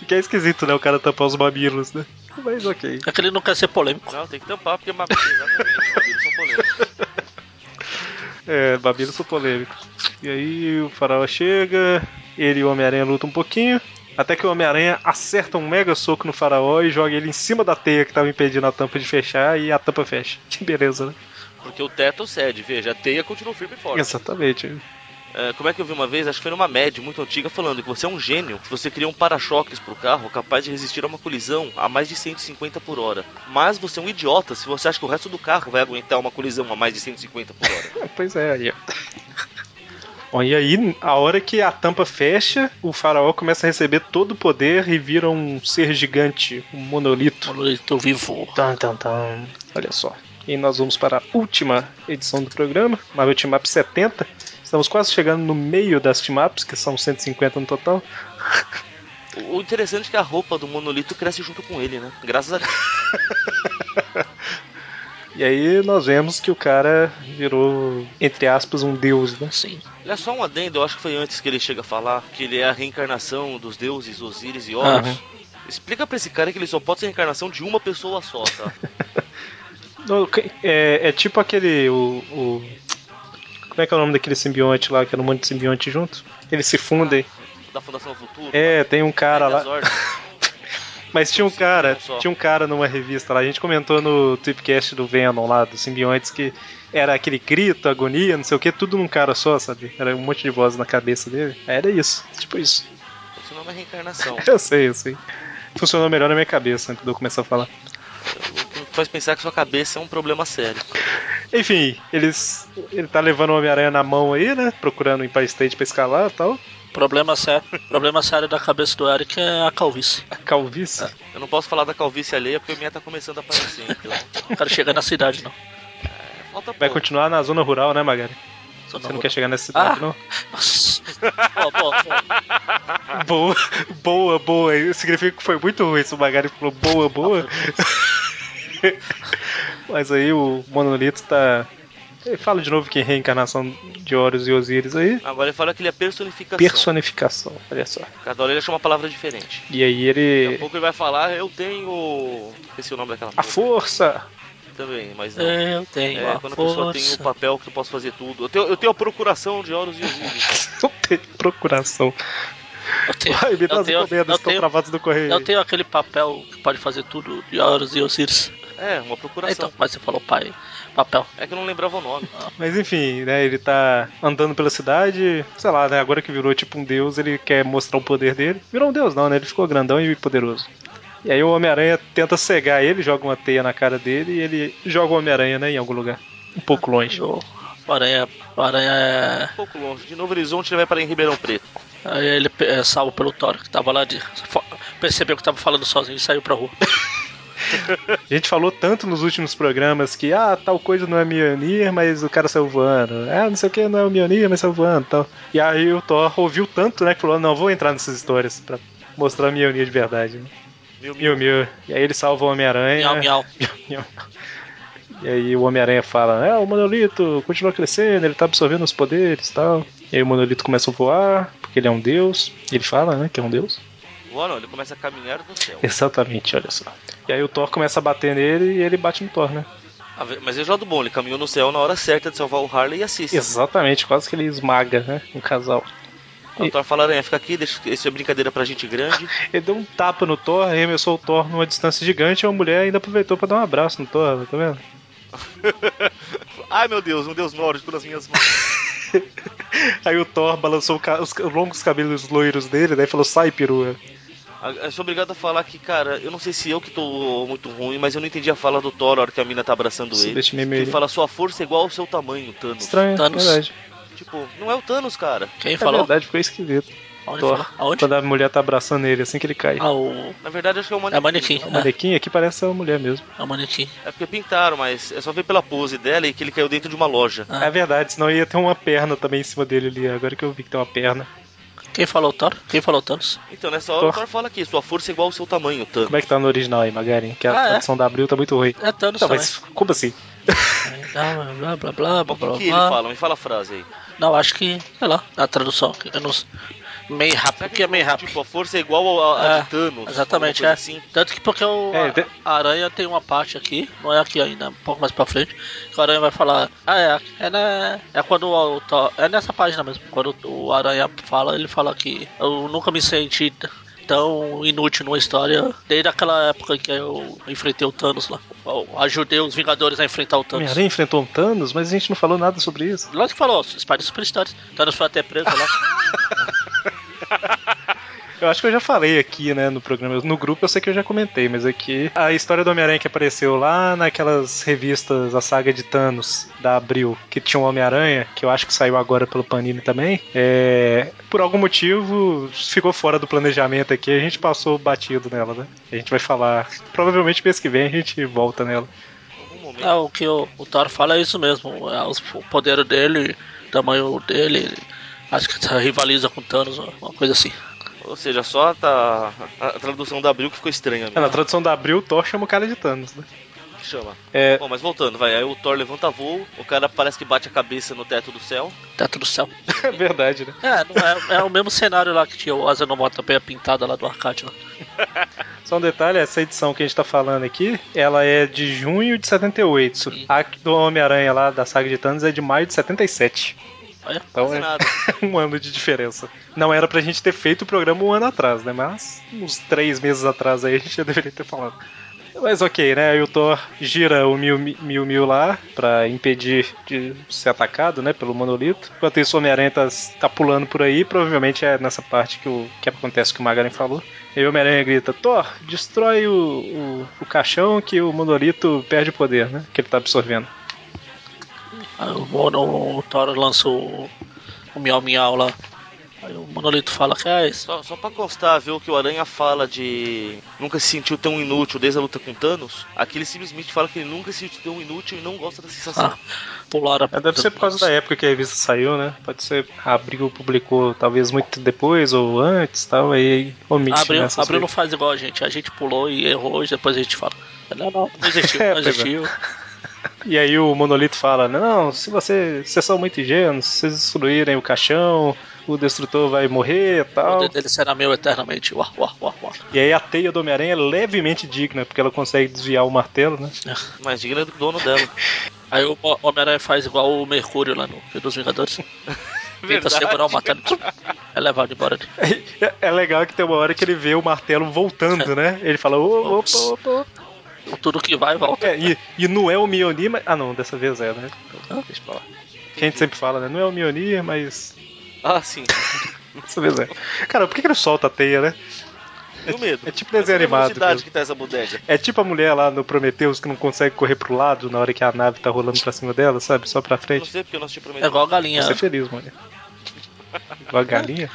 [SPEAKER 1] Que é esquisito, né? O cara tampar os mamilos, né? Mas ok.
[SPEAKER 2] É que ele não quer ser polêmico.
[SPEAKER 3] Não, tem que tampar, porque mamilos, exatamente, mamilos são polêmicos.
[SPEAKER 1] É, babilos são polêmicos. E aí o faraó chega, ele e o Homem-Aranha lutam um pouquinho, até que o Homem-Aranha acerta um mega soco no faraó e joga ele em cima da teia que tava impedindo a tampa de fechar e a tampa fecha. Que beleza, né?
[SPEAKER 3] Porque o teto cede, veja, a teia continua firme e forte.
[SPEAKER 1] Exatamente.
[SPEAKER 3] É, como é que eu vi uma vez? Acho que foi numa média muito antiga falando que você é um gênio se você cria um para-choques pro carro capaz de resistir a uma colisão a mais de 150 por hora. Mas você é um idiota se você acha que o resto do carro vai aguentar uma colisão a mais de 150 por hora.
[SPEAKER 1] É, Pois é, aí. ó. Bom, e aí, a hora que a tampa fecha, o faraó começa a receber todo o poder e vira um ser gigante, um monolito.
[SPEAKER 2] Monolito tá vivo.
[SPEAKER 1] Tan, tan, tan. Olha só. E nós vamos para a última edição do programa, Marvel Team Up 70. Estamos quase chegando no meio das Team Ups, que são 150 no total.
[SPEAKER 3] O o interessante é que a roupa do monolito cresce junto com ele, né? Graças a Deus.
[SPEAKER 1] E aí nós vemos que o cara virou, entre aspas, um deus, né?
[SPEAKER 2] Sim.
[SPEAKER 3] Olha só um adendo, eu acho que foi antes que ele chega a falar que ele é a reencarnação dos deuses Osíris e Horus.
[SPEAKER 1] Aham.
[SPEAKER 3] Explica pra esse cara que ele só pode ser a reencarnação de uma pessoa só, tá?
[SPEAKER 1] No- que- É, é tipo aquele. O, o- Como é que é o nome daquele simbionte lá, que era um monte de simbionte junto? Eles se fundem.
[SPEAKER 3] Da Fundação do Futuro.
[SPEAKER 1] É, tem um cara
[SPEAKER 3] Lei das
[SPEAKER 1] lá.
[SPEAKER 3] Ordens.
[SPEAKER 1] Mas tinha um cara,
[SPEAKER 3] só.
[SPEAKER 1] tinha um cara numa revista lá, a gente comentou no Tripcast do Venom lá, dos simbiontes, que era aquele grito, agonia, não sei o que, tudo num cara só, sabe? Era um monte de voz na cabeça dele. Era isso, tipo isso.
[SPEAKER 3] Isso não é uma reencarnação.
[SPEAKER 1] Eu sei, eu sei. Funcionou melhor na minha cabeça antes de eu começar a falar.
[SPEAKER 3] O que faz pensar que sua cabeça é um problema sério.
[SPEAKER 1] um Enfim, eles. Ele tá levando o Homem-Aranha na mão aí, né? Procurando em Empire State pra escalar e tal.
[SPEAKER 2] Problema sério, problema sério da cabeça do Eric é a calvície.
[SPEAKER 1] A calvície?
[SPEAKER 3] Eu não posso falar da calvície alheia porque a minha tá começando a aparecer. Então,
[SPEAKER 2] O cara chega na cidade, não.
[SPEAKER 3] é, falta
[SPEAKER 1] Vai
[SPEAKER 3] pouco.
[SPEAKER 1] continuar na zona rural, né, Magari?
[SPEAKER 2] Só
[SPEAKER 1] Você não quer chegar nessa cidade,
[SPEAKER 2] Ah.
[SPEAKER 1] não?
[SPEAKER 2] Nossa. Pô, pô, pô.
[SPEAKER 1] Boa, boa, boa. Significa que foi muito ruim isso. O Magari falou boa, boa. Mas aí o Monolito tá. Ele Fala de novo que é reencarnação de Horus e Osíris aí.
[SPEAKER 3] Agora ele fala que ele é personificação.
[SPEAKER 1] Personificação, olha só.
[SPEAKER 3] Cada hora ele achou uma palavra diferente.
[SPEAKER 1] E aí
[SPEAKER 3] Daqui a
[SPEAKER 1] ele.
[SPEAKER 3] pouco ele vai falar, eu tenho. Esse é o nome
[SPEAKER 1] É.
[SPEAKER 3] daquela
[SPEAKER 1] A
[SPEAKER 3] porra
[SPEAKER 1] força!
[SPEAKER 3] também, mas não.
[SPEAKER 2] Eu tenho
[SPEAKER 3] É,
[SPEAKER 2] a
[SPEAKER 3] quando a pessoa tem o
[SPEAKER 2] força.
[SPEAKER 3] papel que eu posso fazer tudo. Eu tenho, eu tenho a procuração de Horus e Osíris.
[SPEAKER 1] Não tem procuração.
[SPEAKER 2] Eu tenho,
[SPEAKER 1] Ai, me dá
[SPEAKER 2] eu
[SPEAKER 1] as
[SPEAKER 2] tenho,
[SPEAKER 1] encomendas,
[SPEAKER 2] eu
[SPEAKER 1] estão
[SPEAKER 2] tenho,
[SPEAKER 1] travadas no correio.
[SPEAKER 2] eu tenho aquele papel que pode fazer tudo de Horus e Osiris.
[SPEAKER 3] É, uma
[SPEAKER 2] Ah,
[SPEAKER 3] procuração.
[SPEAKER 2] Então, mas você falou pai, papel.
[SPEAKER 3] É que eu não lembrava o nome.
[SPEAKER 1] Mas enfim, né? Ele tá andando pela cidade, sei lá, né? Agora que virou tipo um deus, ele quer mostrar o poder dele. Virou um deus, não, né? Ele ficou grandão e poderoso. E aí o Homem-Aranha tenta cegar ele, joga uma teia na cara dele e ele joga o Homem-Aranha, né? Em algum lugar. Um pouco longe.
[SPEAKER 2] O o aranha, o aranha
[SPEAKER 3] Um pouco longe. De Novo Horizonte ele vai parar em Ribeirão Preto.
[SPEAKER 2] é, aí ele é salvo pelo Thor, que tava lá de. fo- Percebeu que tava falando sozinho e saiu pra rua.
[SPEAKER 1] A gente falou tanto nos últimos programas que, ah, tal coisa não é Mionir, mas o cara saiu voando. Ah, não sei o que, não é o Mionir, mas saiu voando e tal. E aí o Thor ouviu tanto, né? Que falou, não, vou entrar nessas histórias pra mostrar a Mionir de verdade, né?
[SPEAKER 3] Meu, meu.
[SPEAKER 1] Miu Miu. E aí ele salva o Homem-Aranha.
[SPEAKER 2] Miau, miau.
[SPEAKER 1] Miau. E aí o Homem-Aranha fala, é, o Monolito continua crescendo, ele tá absorvendo os poderes e tal. E aí o Monolito começa a voar, porque ele é um deus. Ele fala, né, que é um deus.
[SPEAKER 3] Agora não, ele começa a caminhar no céu.
[SPEAKER 1] É. Exatamente, olha só. E aí o Thor começa a bater nele e ele bate no Thor, né?
[SPEAKER 3] Ah, ve- Mas veja o lado bom, ele caminhou no céu na hora certa de salvar o Harley e assiste.
[SPEAKER 1] Exatamente, quase que ele esmaga, né, um casal.
[SPEAKER 3] O Thor fala, aranha, tá fica aqui, deixa, isso é brincadeira pra gente grande.
[SPEAKER 1] Ele deu um tapa no Thor, arremessou o Thor numa distância gigante e a mulher ainda aproveitou pra dar um abraço no Thor, tá vendo?
[SPEAKER 3] Ai meu Deus, um Deus nórdico nas minhas mãos.
[SPEAKER 1] Aí o Thor balançou o ca- os longos cabelos loiros dele, daí falou, sai, perua.
[SPEAKER 3] Ah, Eu sou obrigado a falar que, cara, eu não sei se eu que tô muito ruim, mas eu não entendi a fala do Thor na hora que a mina tá abraçando ele.
[SPEAKER 1] Subestimei meu
[SPEAKER 3] Ele fala, sua força é igual ao seu tamanho, Thanos.
[SPEAKER 1] Estranho,
[SPEAKER 2] Thanos.
[SPEAKER 1] verdade.
[SPEAKER 3] Tipo, não é o Thanos, cara.
[SPEAKER 2] Quem
[SPEAKER 1] É
[SPEAKER 2] falou?
[SPEAKER 1] verdade, ficou esquisito.
[SPEAKER 2] Aonde
[SPEAKER 1] Thor.
[SPEAKER 2] falou? Aonde?
[SPEAKER 1] Quando a mulher tá abraçando ele, assim que ele cai.
[SPEAKER 2] Ah, o.
[SPEAKER 3] Na verdade, acho que é o manequim.
[SPEAKER 2] É manequim.
[SPEAKER 1] O manequim aqui parece uma mulher mesmo.
[SPEAKER 2] É, é o manequim.
[SPEAKER 3] É porque pintaram, mas é só ver pela pose dela e que ele caiu dentro de uma loja.
[SPEAKER 2] Ah.
[SPEAKER 1] É verdade, senão ia ter uma perna também em cima dele ali. Agora que eu vi que tem uma perna.
[SPEAKER 2] Quem falou Thor? Quem falou Thanos?
[SPEAKER 3] Então, nessa hora, o
[SPEAKER 1] Thor.
[SPEAKER 3] Thor fala aqui, sua força é igual ao seu tamanho, Thanos.
[SPEAKER 1] Como é que tá no original aí, Magarin? Que a
[SPEAKER 2] Ah, é?
[SPEAKER 1] tradução da Abril tá muito ruim.
[SPEAKER 2] É Thanos
[SPEAKER 1] Não,
[SPEAKER 2] também.
[SPEAKER 1] mas como assim?
[SPEAKER 2] é, Não, blá blá blá
[SPEAKER 3] Mas
[SPEAKER 2] blá
[SPEAKER 3] o é que,
[SPEAKER 2] blá.
[SPEAKER 3] que ele
[SPEAKER 2] blá.
[SPEAKER 3] fala? Me fala a frase aí.
[SPEAKER 2] Não, acho que, sei lá, a tradução. Eu não... Meio rápido.
[SPEAKER 3] Será
[SPEAKER 2] O que é meio
[SPEAKER 3] falou,
[SPEAKER 2] rápido?
[SPEAKER 3] Tipo, a força é igual a, a
[SPEAKER 2] É,
[SPEAKER 3] de Thanos.
[SPEAKER 2] Exatamente, é.
[SPEAKER 3] alguma coisa assim.
[SPEAKER 2] Tanto que porque o,
[SPEAKER 1] É,
[SPEAKER 2] a-
[SPEAKER 1] de-
[SPEAKER 2] a aranha tem uma parte aqui, não é aqui ainda, um pouco mais pra frente, que o aranha vai falar, ah, é, é, na- é quando o, o Thor- é nessa página mesmo, quando o aranha fala, ele fala que eu nunca me senti t- tão inútil numa história, desde aquela época que eu enfrentei o Thanos lá, eu ajudei os Vingadores a enfrentar o Thanos.
[SPEAKER 1] Homem-Aranha enfrentou um Thanos, mas a gente não falou nada sobre isso.
[SPEAKER 2] Lógico que falou, Spider Super Stories, Thanos foi até preso lá.
[SPEAKER 1] Eu acho que eu já falei aqui, né, no programa. No grupo eu sei que eu já comentei, mas aqui. A história do Homem-Aranha que apareceu lá naquelas revistas, a saga de Thanos, da Abril, que tinha um Homem-Aranha, que eu acho que saiu agora pelo Panini também. É. Por algum motivo, ficou fora do planejamento aqui, a gente passou batido nela, né? A gente vai falar. Provavelmente mês que vem a gente volta nela.
[SPEAKER 3] Em algum momento.
[SPEAKER 2] É, o que o, o Thor fala é isso mesmo. É, os- o poder dele, o tamanho dele, acho que tá- rivaliza com o Thanos, uma coisa assim.
[SPEAKER 3] Ou seja, só tá... a a tradução da Abril que ficou estranha.
[SPEAKER 1] É,
[SPEAKER 3] Amigo.
[SPEAKER 1] na tradução da Abril, o Thor chama o cara de Thanos, né?
[SPEAKER 3] Que chama.
[SPEAKER 1] É.
[SPEAKER 3] Bom, mas voltando, vai. Aí o Thor levanta voo, o cara parece que bate a cabeça no teto do céu.
[SPEAKER 2] Teto do céu.
[SPEAKER 1] É verdade, né?
[SPEAKER 2] É, não é, é o mesmo cenário lá que tinha o Asa Nomotapé pintada lá do arcade né? lá.
[SPEAKER 1] Só um detalhe, essa edição que a gente tá falando aqui, ela é de junho de 78.
[SPEAKER 2] Sim.
[SPEAKER 1] A do Homem-Aranha lá da saga de Thanos é de maio de 77.
[SPEAKER 2] Olha,
[SPEAKER 1] Então
[SPEAKER 3] Quase
[SPEAKER 1] é
[SPEAKER 3] nada.
[SPEAKER 1] um ano de diferença. Não era pra gente ter feito o programa um ano atrás, né? Mas uns três meses atrás aí a gente já deveria ter falado. Mas ok, né? Aí o Thor gira o Mil Mil, Mil lá pra impedir de ser atacado, né? Pelo monolito. Enquanto isso, o Homem-Aranha tá, tá pulando por aí. Provavelmente é nessa parte que, o, que acontece o que o Magaren falou. E aí o Homem-Aranha grita: Thor, destrói o, o, o caixão que o monolito perde o poder, né? Que ele tá absorvendo.
[SPEAKER 2] aí o, Mono- o Thor lançou o, o Miau Miau lá. Aí o Monolito fala que ah, isso.
[SPEAKER 3] Só, só pra constar, viu, que o Aranha fala de nunca se sentiu tão inútil desde a luta com Thanos. Aqui ele simplesmente fala que ele nunca se sentiu tão inútil e não gosta da sensação.
[SPEAKER 2] Ah, pularam.
[SPEAKER 1] É, deve ser por causa da época que a revista saiu, né? Pode ser a Abril publicou talvez muito depois ou antes tal, aí omite
[SPEAKER 2] Abriu,
[SPEAKER 1] nessas
[SPEAKER 2] abriu não
[SPEAKER 1] né, coisas.
[SPEAKER 2] faz igual a gente. A gente pulou e errou e depois a gente fala. Não, não, não existiu,
[SPEAKER 1] É,
[SPEAKER 2] não
[SPEAKER 1] pois é.
[SPEAKER 2] existiu.
[SPEAKER 1] E aí o Monolito fala, não, se você, vocês são muito ingênuos, se vocês destruírem o caixão, o destrutor vai morrer e
[SPEAKER 2] O
[SPEAKER 1] tal.
[SPEAKER 2] dedo dele será meu eternamente. Uá, uá, uá, uá.
[SPEAKER 1] E aí a teia do Homem-Aranha é levemente digna, porque ela consegue desviar o martelo, né?
[SPEAKER 3] Mas digna do dono dela.
[SPEAKER 2] Aí o Ho- Homem-Aranha faz igual o Mercúrio lá no Filme dos Vingadores. Tenta segurar o martelo. tchum, É levado embora. ali.
[SPEAKER 1] É legal que tem uma hora que ele vê o martelo voltando, né? Ele fala, "Ô, opa, opa, opa.
[SPEAKER 2] Tudo que vai, volta.
[SPEAKER 1] É, e, e não é o Mionir, mas... Ah, não, dessa vez é, né?
[SPEAKER 2] Ah.
[SPEAKER 1] Deixa pra lá. Que a gente sempre fala, né? Não é o Mionir, mas...
[SPEAKER 3] Ah, sim.
[SPEAKER 1] Dessa vez é. Cara, por que, que ele solta a teia, né?
[SPEAKER 3] E o medo.
[SPEAKER 1] É tipo desenho
[SPEAKER 3] Olha a
[SPEAKER 1] animado.
[SPEAKER 3] velocidade
[SPEAKER 1] mesmo.
[SPEAKER 3] que tá essa bodega.
[SPEAKER 1] É tipo a mulher lá no Prometheus que não consegue correr pro lado na hora que a nave tá rolando pra cima dela, sabe? Só pra
[SPEAKER 3] Eu não
[SPEAKER 1] frente.
[SPEAKER 3] sei porque eu não assisti o
[SPEAKER 2] É
[SPEAKER 3] primeiro.
[SPEAKER 2] igual a galinha.
[SPEAKER 1] Você é feliz, mulher. Igual a galinha?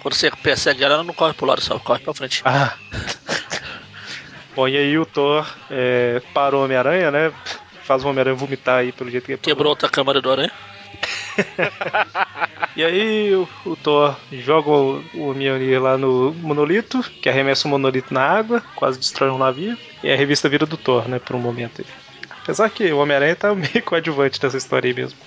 [SPEAKER 2] Quando você persegue ela, ela não corre pro lado, só corre pra frente.
[SPEAKER 1] Ah. Bom, e aí o Thor é, parou o Homem-Aranha, né? Faz o Homem-Aranha vomitar aí pelo jeito que é ele parou.
[SPEAKER 2] Quebrou outra câmara do aranha.
[SPEAKER 1] E aí o, o Thor joga o, o Mjolnir lá no monolito, que arremessa o monolito na água, quase destrói um navio. E a revista vira do Thor, né? Por um momento aí. Apesar que o Homem-Aranha tá meio coadjuvante dessa história aí mesmo.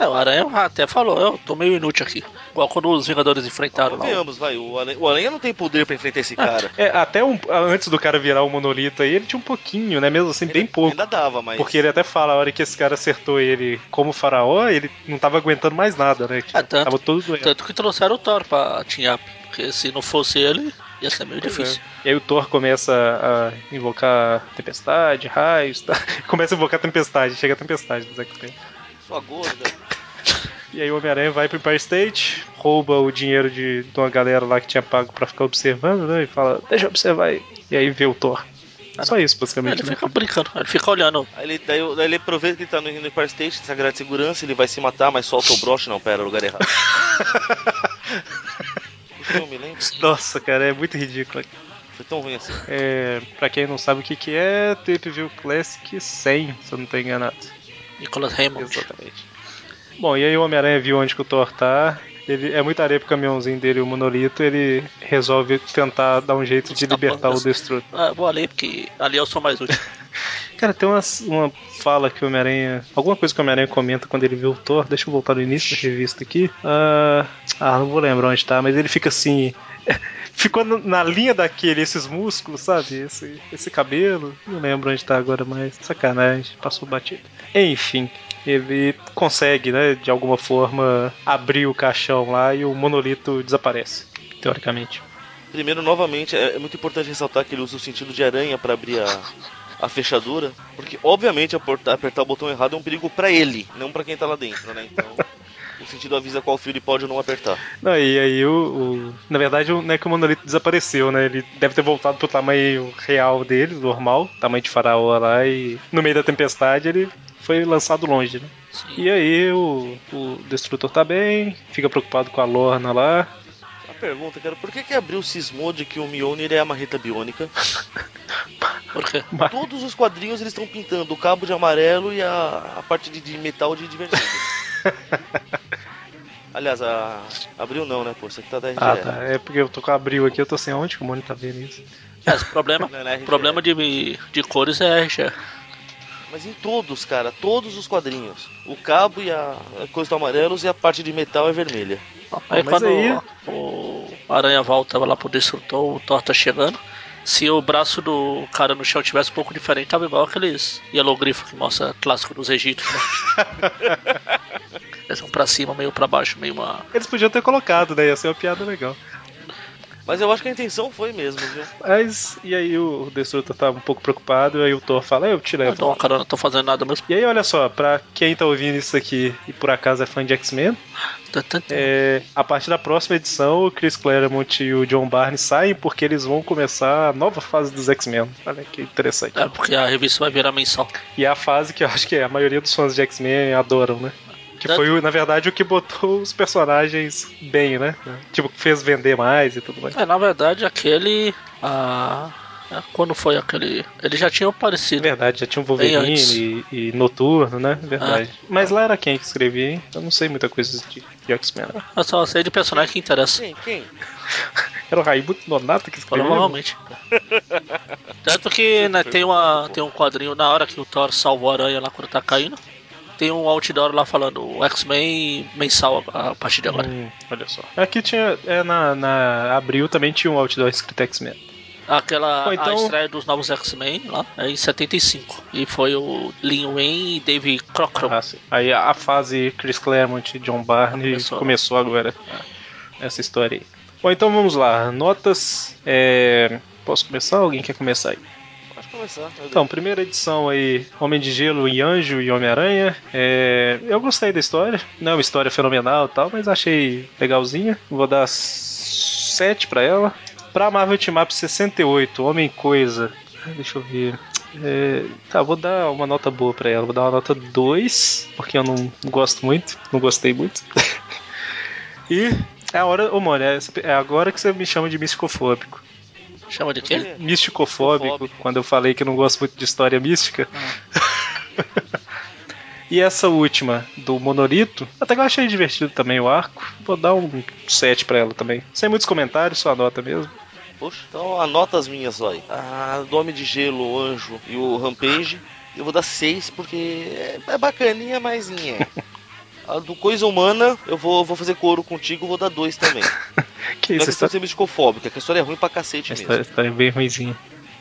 [SPEAKER 2] É, o aranha até falou, eu tô meio inútil aqui. Igual quando os Vingadores enfrentaram lá. o-
[SPEAKER 3] Convenhamos, vai. O Aranha, o Aranha não tem poder pra enfrentar esse cara.
[SPEAKER 1] É, até um- antes do cara virar o monolito aí, ele tinha um pouquinho, né? Mesmo assim,
[SPEAKER 3] é
[SPEAKER 1] bem pouco.
[SPEAKER 3] Ainda dava, mas.
[SPEAKER 1] Porque ele até fala, a hora que esse cara acertou ele como faraó, ele não tava aguentando mais nada, né?
[SPEAKER 2] É, tanto-
[SPEAKER 1] tava todo doendo.
[SPEAKER 2] Tanto que trouxeram o Thor pra tinha Porque se não fosse ele, ia ser meio difícil.
[SPEAKER 1] É E aí o Thor começa a invocar tempestade, raios, tá? começa a invocar tempestade, chega a tempestade dos X-Men.
[SPEAKER 3] Sua gorda.
[SPEAKER 1] E aí o Homem-Aranha vai pro Empire State, rouba o dinheiro de, de uma galera lá que tinha pago pra ficar observando, né? E fala, deixa eu observar aí. E aí vê o Thor. Só isso, basicamente.
[SPEAKER 2] ele
[SPEAKER 1] né?
[SPEAKER 2] fica brincando, ele fica olhando.
[SPEAKER 3] Aí ele, daí, daí ele aproveita que ele tá no no Empire State, essa grade de segurança, ele vai se matar, mas solta o broche. Não, pera, lugar errado. o filme, lembra?
[SPEAKER 1] Nossa, cara, é muito ridículo.
[SPEAKER 3] Foi tão ruim assim.
[SPEAKER 1] É, pra quem não sabe o que, que é, Tape View Classic 100, se eu não tô enganado.
[SPEAKER 2] Nicholas Raymond.
[SPEAKER 1] Exatamente. Bom, e aí o Homem-Aranha viu onde que o Thor tá. Ele, é muita areia pro caminhãozinho dele, o monolito. Ele resolve tentar dar um jeito de libertar o Destrutor.
[SPEAKER 2] Ah, vou ali, porque ali eu sou mais útil.
[SPEAKER 1] Cara, tem uma, uma fala que o Homem-Aranha. Alguma coisa que o Homem-Aranha comenta quando ele vê o Thor. Deixa eu voltar no início da revista aqui. Ah, ah, não vou lembrar onde tá, mas ele fica assim. Ficou na- na linha daquele, esses músculos, sabe? Esse, esse cabelo. Não lembro onde tá agora, mas sacanagem. Passou batido. Enfim. Ele consegue, né, de alguma forma, abrir o caixão lá e o monolito desaparece, teoricamente.
[SPEAKER 3] Primeiro, novamente, é, é muito importante ressaltar que ele usa o sentido de aranha pra abrir a, a fechadura, porque obviamente aportar- apertar o botão errado é um perigo pra ele, não pra quem tá lá dentro, né? Então, o sentido avisa qual fio ele pode ou não apertar.
[SPEAKER 1] Não, e aí o, o- Na verdade, não é que o monolito desapareceu, né? Ele deve ter voltado pro tamanho real dele, normal, tamanho de faraó lá, e no meio da tempestade ele foi lançado longe, né?
[SPEAKER 2] Sim.
[SPEAKER 1] E aí o, o destrutor tá bem, fica preocupado com a Lorna lá.
[SPEAKER 3] A pergunta, cara, por que que abriu o cismou de que o Mjolnir é a marreta biônica?
[SPEAKER 2] Por quê?
[SPEAKER 1] Mas,
[SPEAKER 3] Todos os quadrinhos eles estão pintando o cabo de amarelo e a, a parte de, de metal de divertido. Aliás, a... abriu não, né, pô? Você que tá da RGE.
[SPEAKER 1] ah, tá. É porque eu tô com abril aqui, eu tô sem aonde que o Mônio tá vendo isso.
[SPEAKER 2] É, esse problema,
[SPEAKER 3] Não, não é RGE.
[SPEAKER 2] problema de, de cores é RG.
[SPEAKER 3] Mas em todos, cara, todos os quadrinhos. O cabo e a a coisa estão amarelos e a parte de metal é vermelha.
[SPEAKER 2] Aí
[SPEAKER 1] mas
[SPEAKER 2] quando
[SPEAKER 1] aí-
[SPEAKER 2] o o Aranha volta lá pro Destrutor, o Thor tá chegando. Se o braço do cara no chão tivesse um pouco diferente, tava igual aqueles Yellow Grifo que mostra clássico dos Egípcios. Né? Eles vão pra cima, meio pra baixo, meio uma.
[SPEAKER 1] Eles podiam ter colocado, né? Ia ser uma piada legal.
[SPEAKER 3] Mas eu acho que a intenção foi mesmo, viu?
[SPEAKER 1] Mas, e aí o, o destrutor tá um pouco preocupado, aí o Thor fala, "É, eu te
[SPEAKER 2] Eu
[SPEAKER 1] levo.
[SPEAKER 2] dou uma carona, não tô fazendo nada mesmo.
[SPEAKER 1] E aí, olha só, pra quem tá ouvindo isso aqui e por acaso é fã de X-Men, É, a partir da próxima edição, o Chris Claremont e o John Barney saem porque eles vão começar a nova fase dos X-Men. Olha que interessante.
[SPEAKER 2] É porque a revista vai virar mensal.
[SPEAKER 1] E é a fase que eu acho que a maioria dos fãs de X-Men adoram, né? Que foi, o- na verdade, o que botou os personagens bem, né? Tipo, fez vender mais e tudo mais.
[SPEAKER 2] É, na verdade, aquele. ah, é, quando foi aquele. Ele já tinha
[SPEAKER 1] É
[SPEAKER 2] aparecido.
[SPEAKER 1] Verdade, já tinha um
[SPEAKER 2] Bem antes. Ah.
[SPEAKER 1] Wolverine e, e Noturno, né? Verdade. Mas lá era quem que escrevia, hein? Eu não sei muita coisa de, de X-Men. né?
[SPEAKER 2] Eu só sei de personagem que interessa.
[SPEAKER 3] Quem? Quem?
[SPEAKER 1] Era o Raimundo Nonato que escrevia.
[SPEAKER 2] Provavelmente. Tanto que né, tem, uma, tem um quadrinho na hora que o Thor salvou a aranha lá quando tá caindo. Tem um outdoor lá falando o X-Men mensal a, a partir de agora.
[SPEAKER 1] Hum, olha só. Aqui tinha. É, na, na Abril também tinha um outdoor escrito X-Men.
[SPEAKER 2] Aquela
[SPEAKER 1] Ou
[SPEAKER 2] a
[SPEAKER 1] então-
[SPEAKER 2] estreia dos novos X-Men lá é em 75. E foi o Lin Wayne e Dave Cockrum.
[SPEAKER 1] Ah, sim. Aí a, a fase Chris Claremont e John Barney
[SPEAKER 2] Começou.
[SPEAKER 1] começou, agora. Essa história aí. Bom, então vamos lá. Notas. é, Posso começar? Alguém quer começar aí?
[SPEAKER 3] Pode começar. meu
[SPEAKER 1] Então, primeira edição aí, Homem de Gelo e Anjo e Homem-Aranha. É, eu gostei da história. Não é uma história fenomenal e tal, mas achei legalzinha. Vou dar 7 pra ela. Pra Marvel Team Up 68, Homem Coisa. Ah, Deixa eu ver. É, tá, vou dar uma nota boa pra ela. Vou dar uma nota 2, porque eu não gosto muito. Não gostei muito. e é a hora, ô mano, é é agora que você me chama de misticofóbico
[SPEAKER 2] Chama de
[SPEAKER 3] Deus.
[SPEAKER 2] quê?
[SPEAKER 1] misticofóbico,
[SPEAKER 3] Misticofóbico.
[SPEAKER 1] quando eu falei que eu não gosto muito de história mística. e essa última, do Monolito, até que eu achei divertido também o arco. Vou dar um 7 pra ela também. Sem muitos comentários, só a nota mesmo.
[SPEAKER 3] Poxa, então anota as minhas lá aí. A do Homem de Gelo, o Anjo e o Rampage. Eu vou dar seis porque é- é bacaninha, mas nhé. A do Coisa Humana, eu vou, vou fazer couro contigo, vou dar dois também.
[SPEAKER 1] Que
[SPEAKER 3] Não é
[SPEAKER 1] isso, a
[SPEAKER 3] questão de
[SPEAKER 1] história,
[SPEAKER 3] ser misticofóbica, que a história é ruim pra cacete
[SPEAKER 1] tá- a
[SPEAKER 3] mesmo.
[SPEAKER 1] história- a história é bem ruimzinha.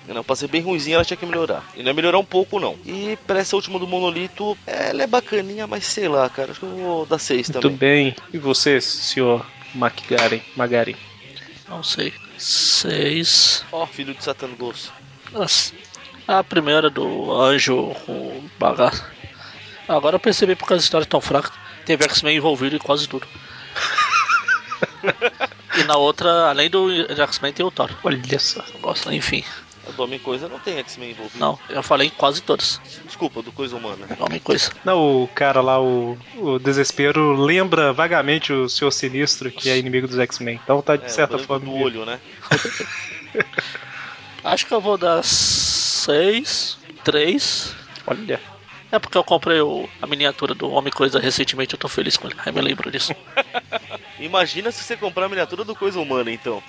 [SPEAKER 3] Não, pra ser bem ruimzinha, ela tinha que melhorar. E não é melhorar um pouco, não. E pra essa última do Monolito, ela é bacaninha, mas sei lá, cara. Acho que eu vou dar seis
[SPEAKER 1] Muito
[SPEAKER 3] também.
[SPEAKER 1] bem. E você, senhor McGaren? Magaren?
[SPEAKER 2] Não sei. Seis.
[SPEAKER 3] Ó, filho de Satan Grosso.
[SPEAKER 2] Nossa. A primeira do anjo com bagaço. Agora eu percebi porque as histórias tão fracas. Teve X-Men envolvido em quase tudo. e na outra, além do X-Men, tem o Thor.
[SPEAKER 1] Olha só.
[SPEAKER 2] Eu Gosto, enfim.
[SPEAKER 3] A do Homem Coisa não tem X-Men envolvido.
[SPEAKER 2] Não, eu falei em quase todas.
[SPEAKER 3] Desculpa, do Coisa Humana.
[SPEAKER 2] Homem coisa.
[SPEAKER 1] Não, o cara lá, o, o Desespero, lembra vagamente o Senhor Sinistro, que é inimigo dos X-Men. Então tá de
[SPEAKER 3] É,
[SPEAKER 1] certa
[SPEAKER 3] o branco
[SPEAKER 1] forma.
[SPEAKER 3] do olho, né?
[SPEAKER 2] Acho que eu vou dar seis, três.
[SPEAKER 1] Olha.
[SPEAKER 2] É porque eu comprei o- a miniatura do Homem Coisa recentemente, eu tô feliz com ele. Aí me lembro disso.
[SPEAKER 3] Imagina se você comprar a miniatura do Coisa Humana, então.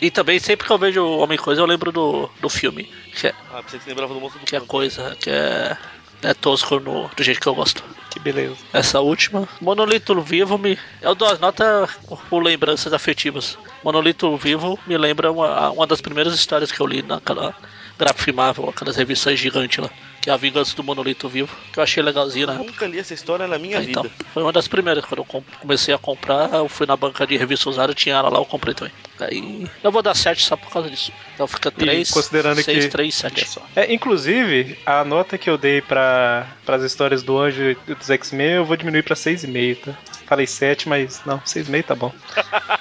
[SPEAKER 2] E também sempre que eu vejo o Homem Coisa, eu lembro do, do filme. Que é
[SPEAKER 3] Ah, pensei que você lembrava do monstro do
[SPEAKER 2] que é
[SPEAKER 3] campo.
[SPEAKER 2] coisa, que é, é tosco no, do jeito que eu gosto.
[SPEAKER 1] Que beleza.
[SPEAKER 2] Essa última, Monolito Vivo me. Eu dou as notas por lembranças afetivas. Monolito Vivo me lembra uma, uma das primeiras histórias que eu li naquela Graphic Marvel, aquelas revistas gigantes lá, que é a Vingança do Monolito Vivo, que eu achei legalzinha na
[SPEAKER 3] Eu
[SPEAKER 2] época.
[SPEAKER 3] nunca li essa história na minha
[SPEAKER 2] tá. Então,
[SPEAKER 3] vida.
[SPEAKER 2] foi uma das primeiras. Quando eu com- comecei a comprar, eu fui na banca de revista usada, tinha ela lá, eu comprei também. Aí eu vou dar 7 só por causa disso. Então fica
[SPEAKER 1] E
[SPEAKER 2] 3,
[SPEAKER 1] considerando
[SPEAKER 2] 6,
[SPEAKER 1] que-
[SPEAKER 2] 3, 7.
[SPEAKER 1] É, inclusive, a nota que eu dei para as histórias do Anjo e dos X-Men eu vou diminuir pra 6,5, tá? Falei 7, mas não, 6,5 tá bom.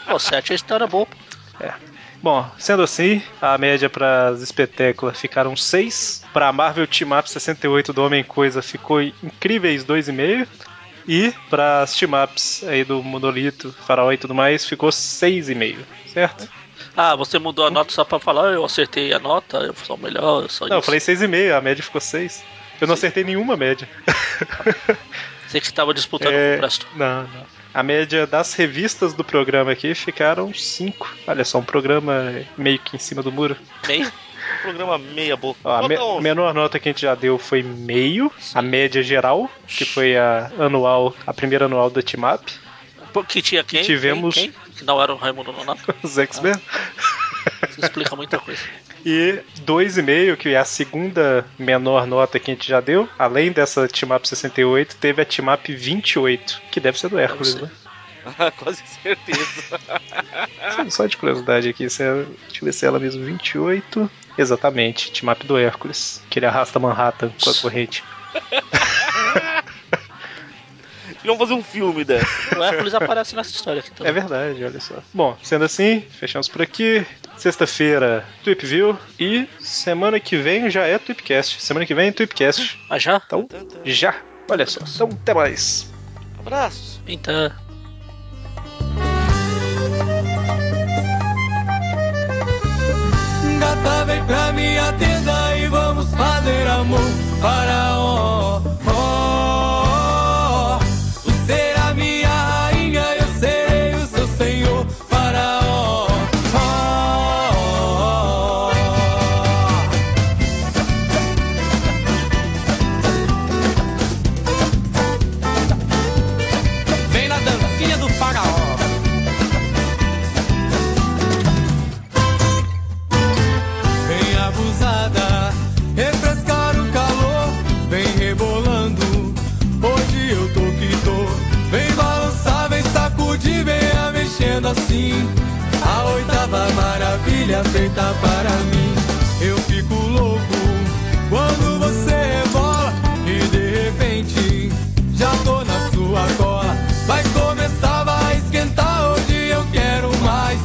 [SPEAKER 2] Pô, 7 é história boa, pô.
[SPEAKER 1] Bom, sendo assim, a média para as espetáculas ficaram 6. Para Marvel Team Up 68 do Homem Coisa ficou incríveis 2,5. E para as team ups aí do Monolito, Faraó e tudo mais, ficou 6,5, certo?
[SPEAKER 2] Ah, você mudou a nota só pra falar, "Ah, eu acertei a nota, eu sou o melhor, eu sou
[SPEAKER 1] Não, eu
[SPEAKER 2] isso.
[SPEAKER 1] falei 6,5, a média ficou 6. Eu não acertei nenhuma média.
[SPEAKER 2] Você que tava disputando
[SPEAKER 1] É,
[SPEAKER 2] com o Presto.
[SPEAKER 1] Não, não. A média das revistas do programa aqui ficaram 5. Olha só, um programa meio que em cima do muro.
[SPEAKER 2] Meio?
[SPEAKER 3] Um Programa meia boca.
[SPEAKER 1] Ó, a
[SPEAKER 3] Nota
[SPEAKER 1] Ah, me-
[SPEAKER 3] 11.
[SPEAKER 1] menor nota que a gente já deu foi meio. A média geral, que foi a anual, a primeira anual da Timap,
[SPEAKER 2] Porque tinha quem?
[SPEAKER 1] E tivemos-
[SPEAKER 2] Quem, quem? Que não era o Raimundo Nonato.
[SPEAKER 1] os X-Men.
[SPEAKER 2] Isso explica muita coisa.
[SPEAKER 1] E 2,5, que é a segunda menor nota que a gente já deu. Além dessa Timap 68, teve a Timap 28, que deve ser do Hércules,
[SPEAKER 2] sei.
[SPEAKER 1] né?
[SPEAKER 3] Ah, Quase certeza.
[SPEAKER 1] Ah, Só de curiosidade aqui, se é, deixa eu ver se é ela mesmo, 28. Exatamente, Timap do Hércules, que ele arrasta Manhattan com a corrente.
[SPEAKER 3] Vamos fazer um filme dessa.
[SPEAKER 2] O Hércules aparece nessa história aqui
[SPEAKER 1] É
[SPEAKER 2] também.
[SPEAKER 1] verdade, olha só. Bom, sendo assim, fechamos por aqui. Sexta-feira, Tweepview. E semana que vem já é Tweepcast. Semana que vem, Tweepcast.
[SPEAKER 2] Mas Ah, já?
[SPEAKER 1] Então, já. Olha só. Então, até mais.
[SPEAKER 3] Abraços.
[SPEAKER 2] Então.
[SPEAKER 5] Gata, vem tá pra minha tenda e vamos fazer amor. Faraó, ó, tu será minha rainha, eu serei o seu senhor. Faraó, ó, vem na dancinha do faraó. Vem abusada, refrescar o calor, vem rebolando. Hoje eu tô que tô. Vem balançar, vem sacudir, vem a mexendo assim. A oitava maravilha feita para mim. Eu fico louco quando você rebola e de repente já tô na sua cola. Vai começar, vai esquentar, hoje eu quero mais.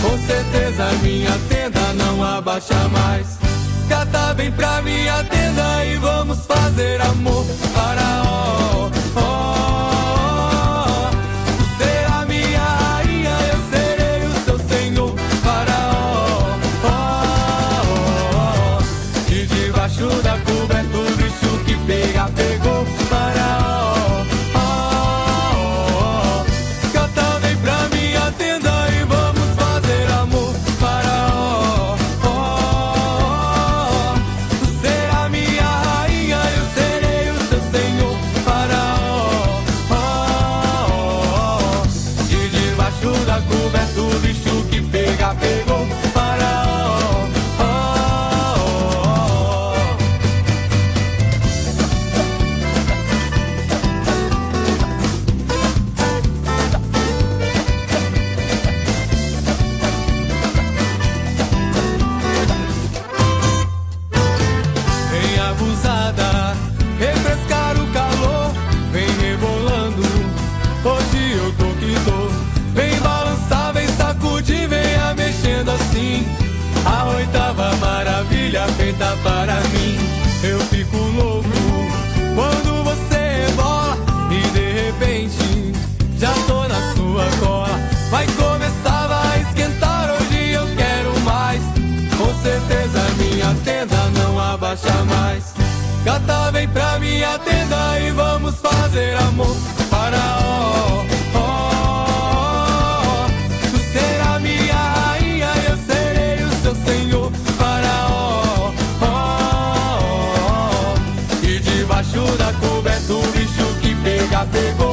[SPEAKER 5] Com certeza minha tenda não abaixa mais. Gata, vem pra minha tenda e vamos fazer amor. Faraó, ó, ó, ó. Tu será minha rainha, eu serei o seu senhor. Faraó, ó, ó, ó. E debaixo da coberta o bicho que pega, pegou. Faraó, ó, ó, ó. Canta, vem pra minha tenda e vamos fazer amor. Faraó, ó, ó, ó. Tu será minha rainha, eu serei o seu senhor. Faraó, ó, ó, ó. E debaixo da coberta o bicho que pega, pegou. Faraó, Oh, ó, ó, ó. Vem abusada, refrescar o calor, vem rebolando. Hoje eu tô que tô. Vem balançar, vem sacudir, vem a mexendo assim. A oitava maravilha feita para mim. Eu fico louco quando você rebola e de repente já tô na sua cola. Vai começar, vai esquentar, hoje eu quero mais. Com certeza minha tenda não abaixa mais. Gata, vem pra minha tenda e vamos fazer amor. Faraó, ó, ó, ó. tu será minha rainha, eu serei o seu senhor. Faraó, ó, ó, ó. e debaixo da coberta o bicho que pega, pegou.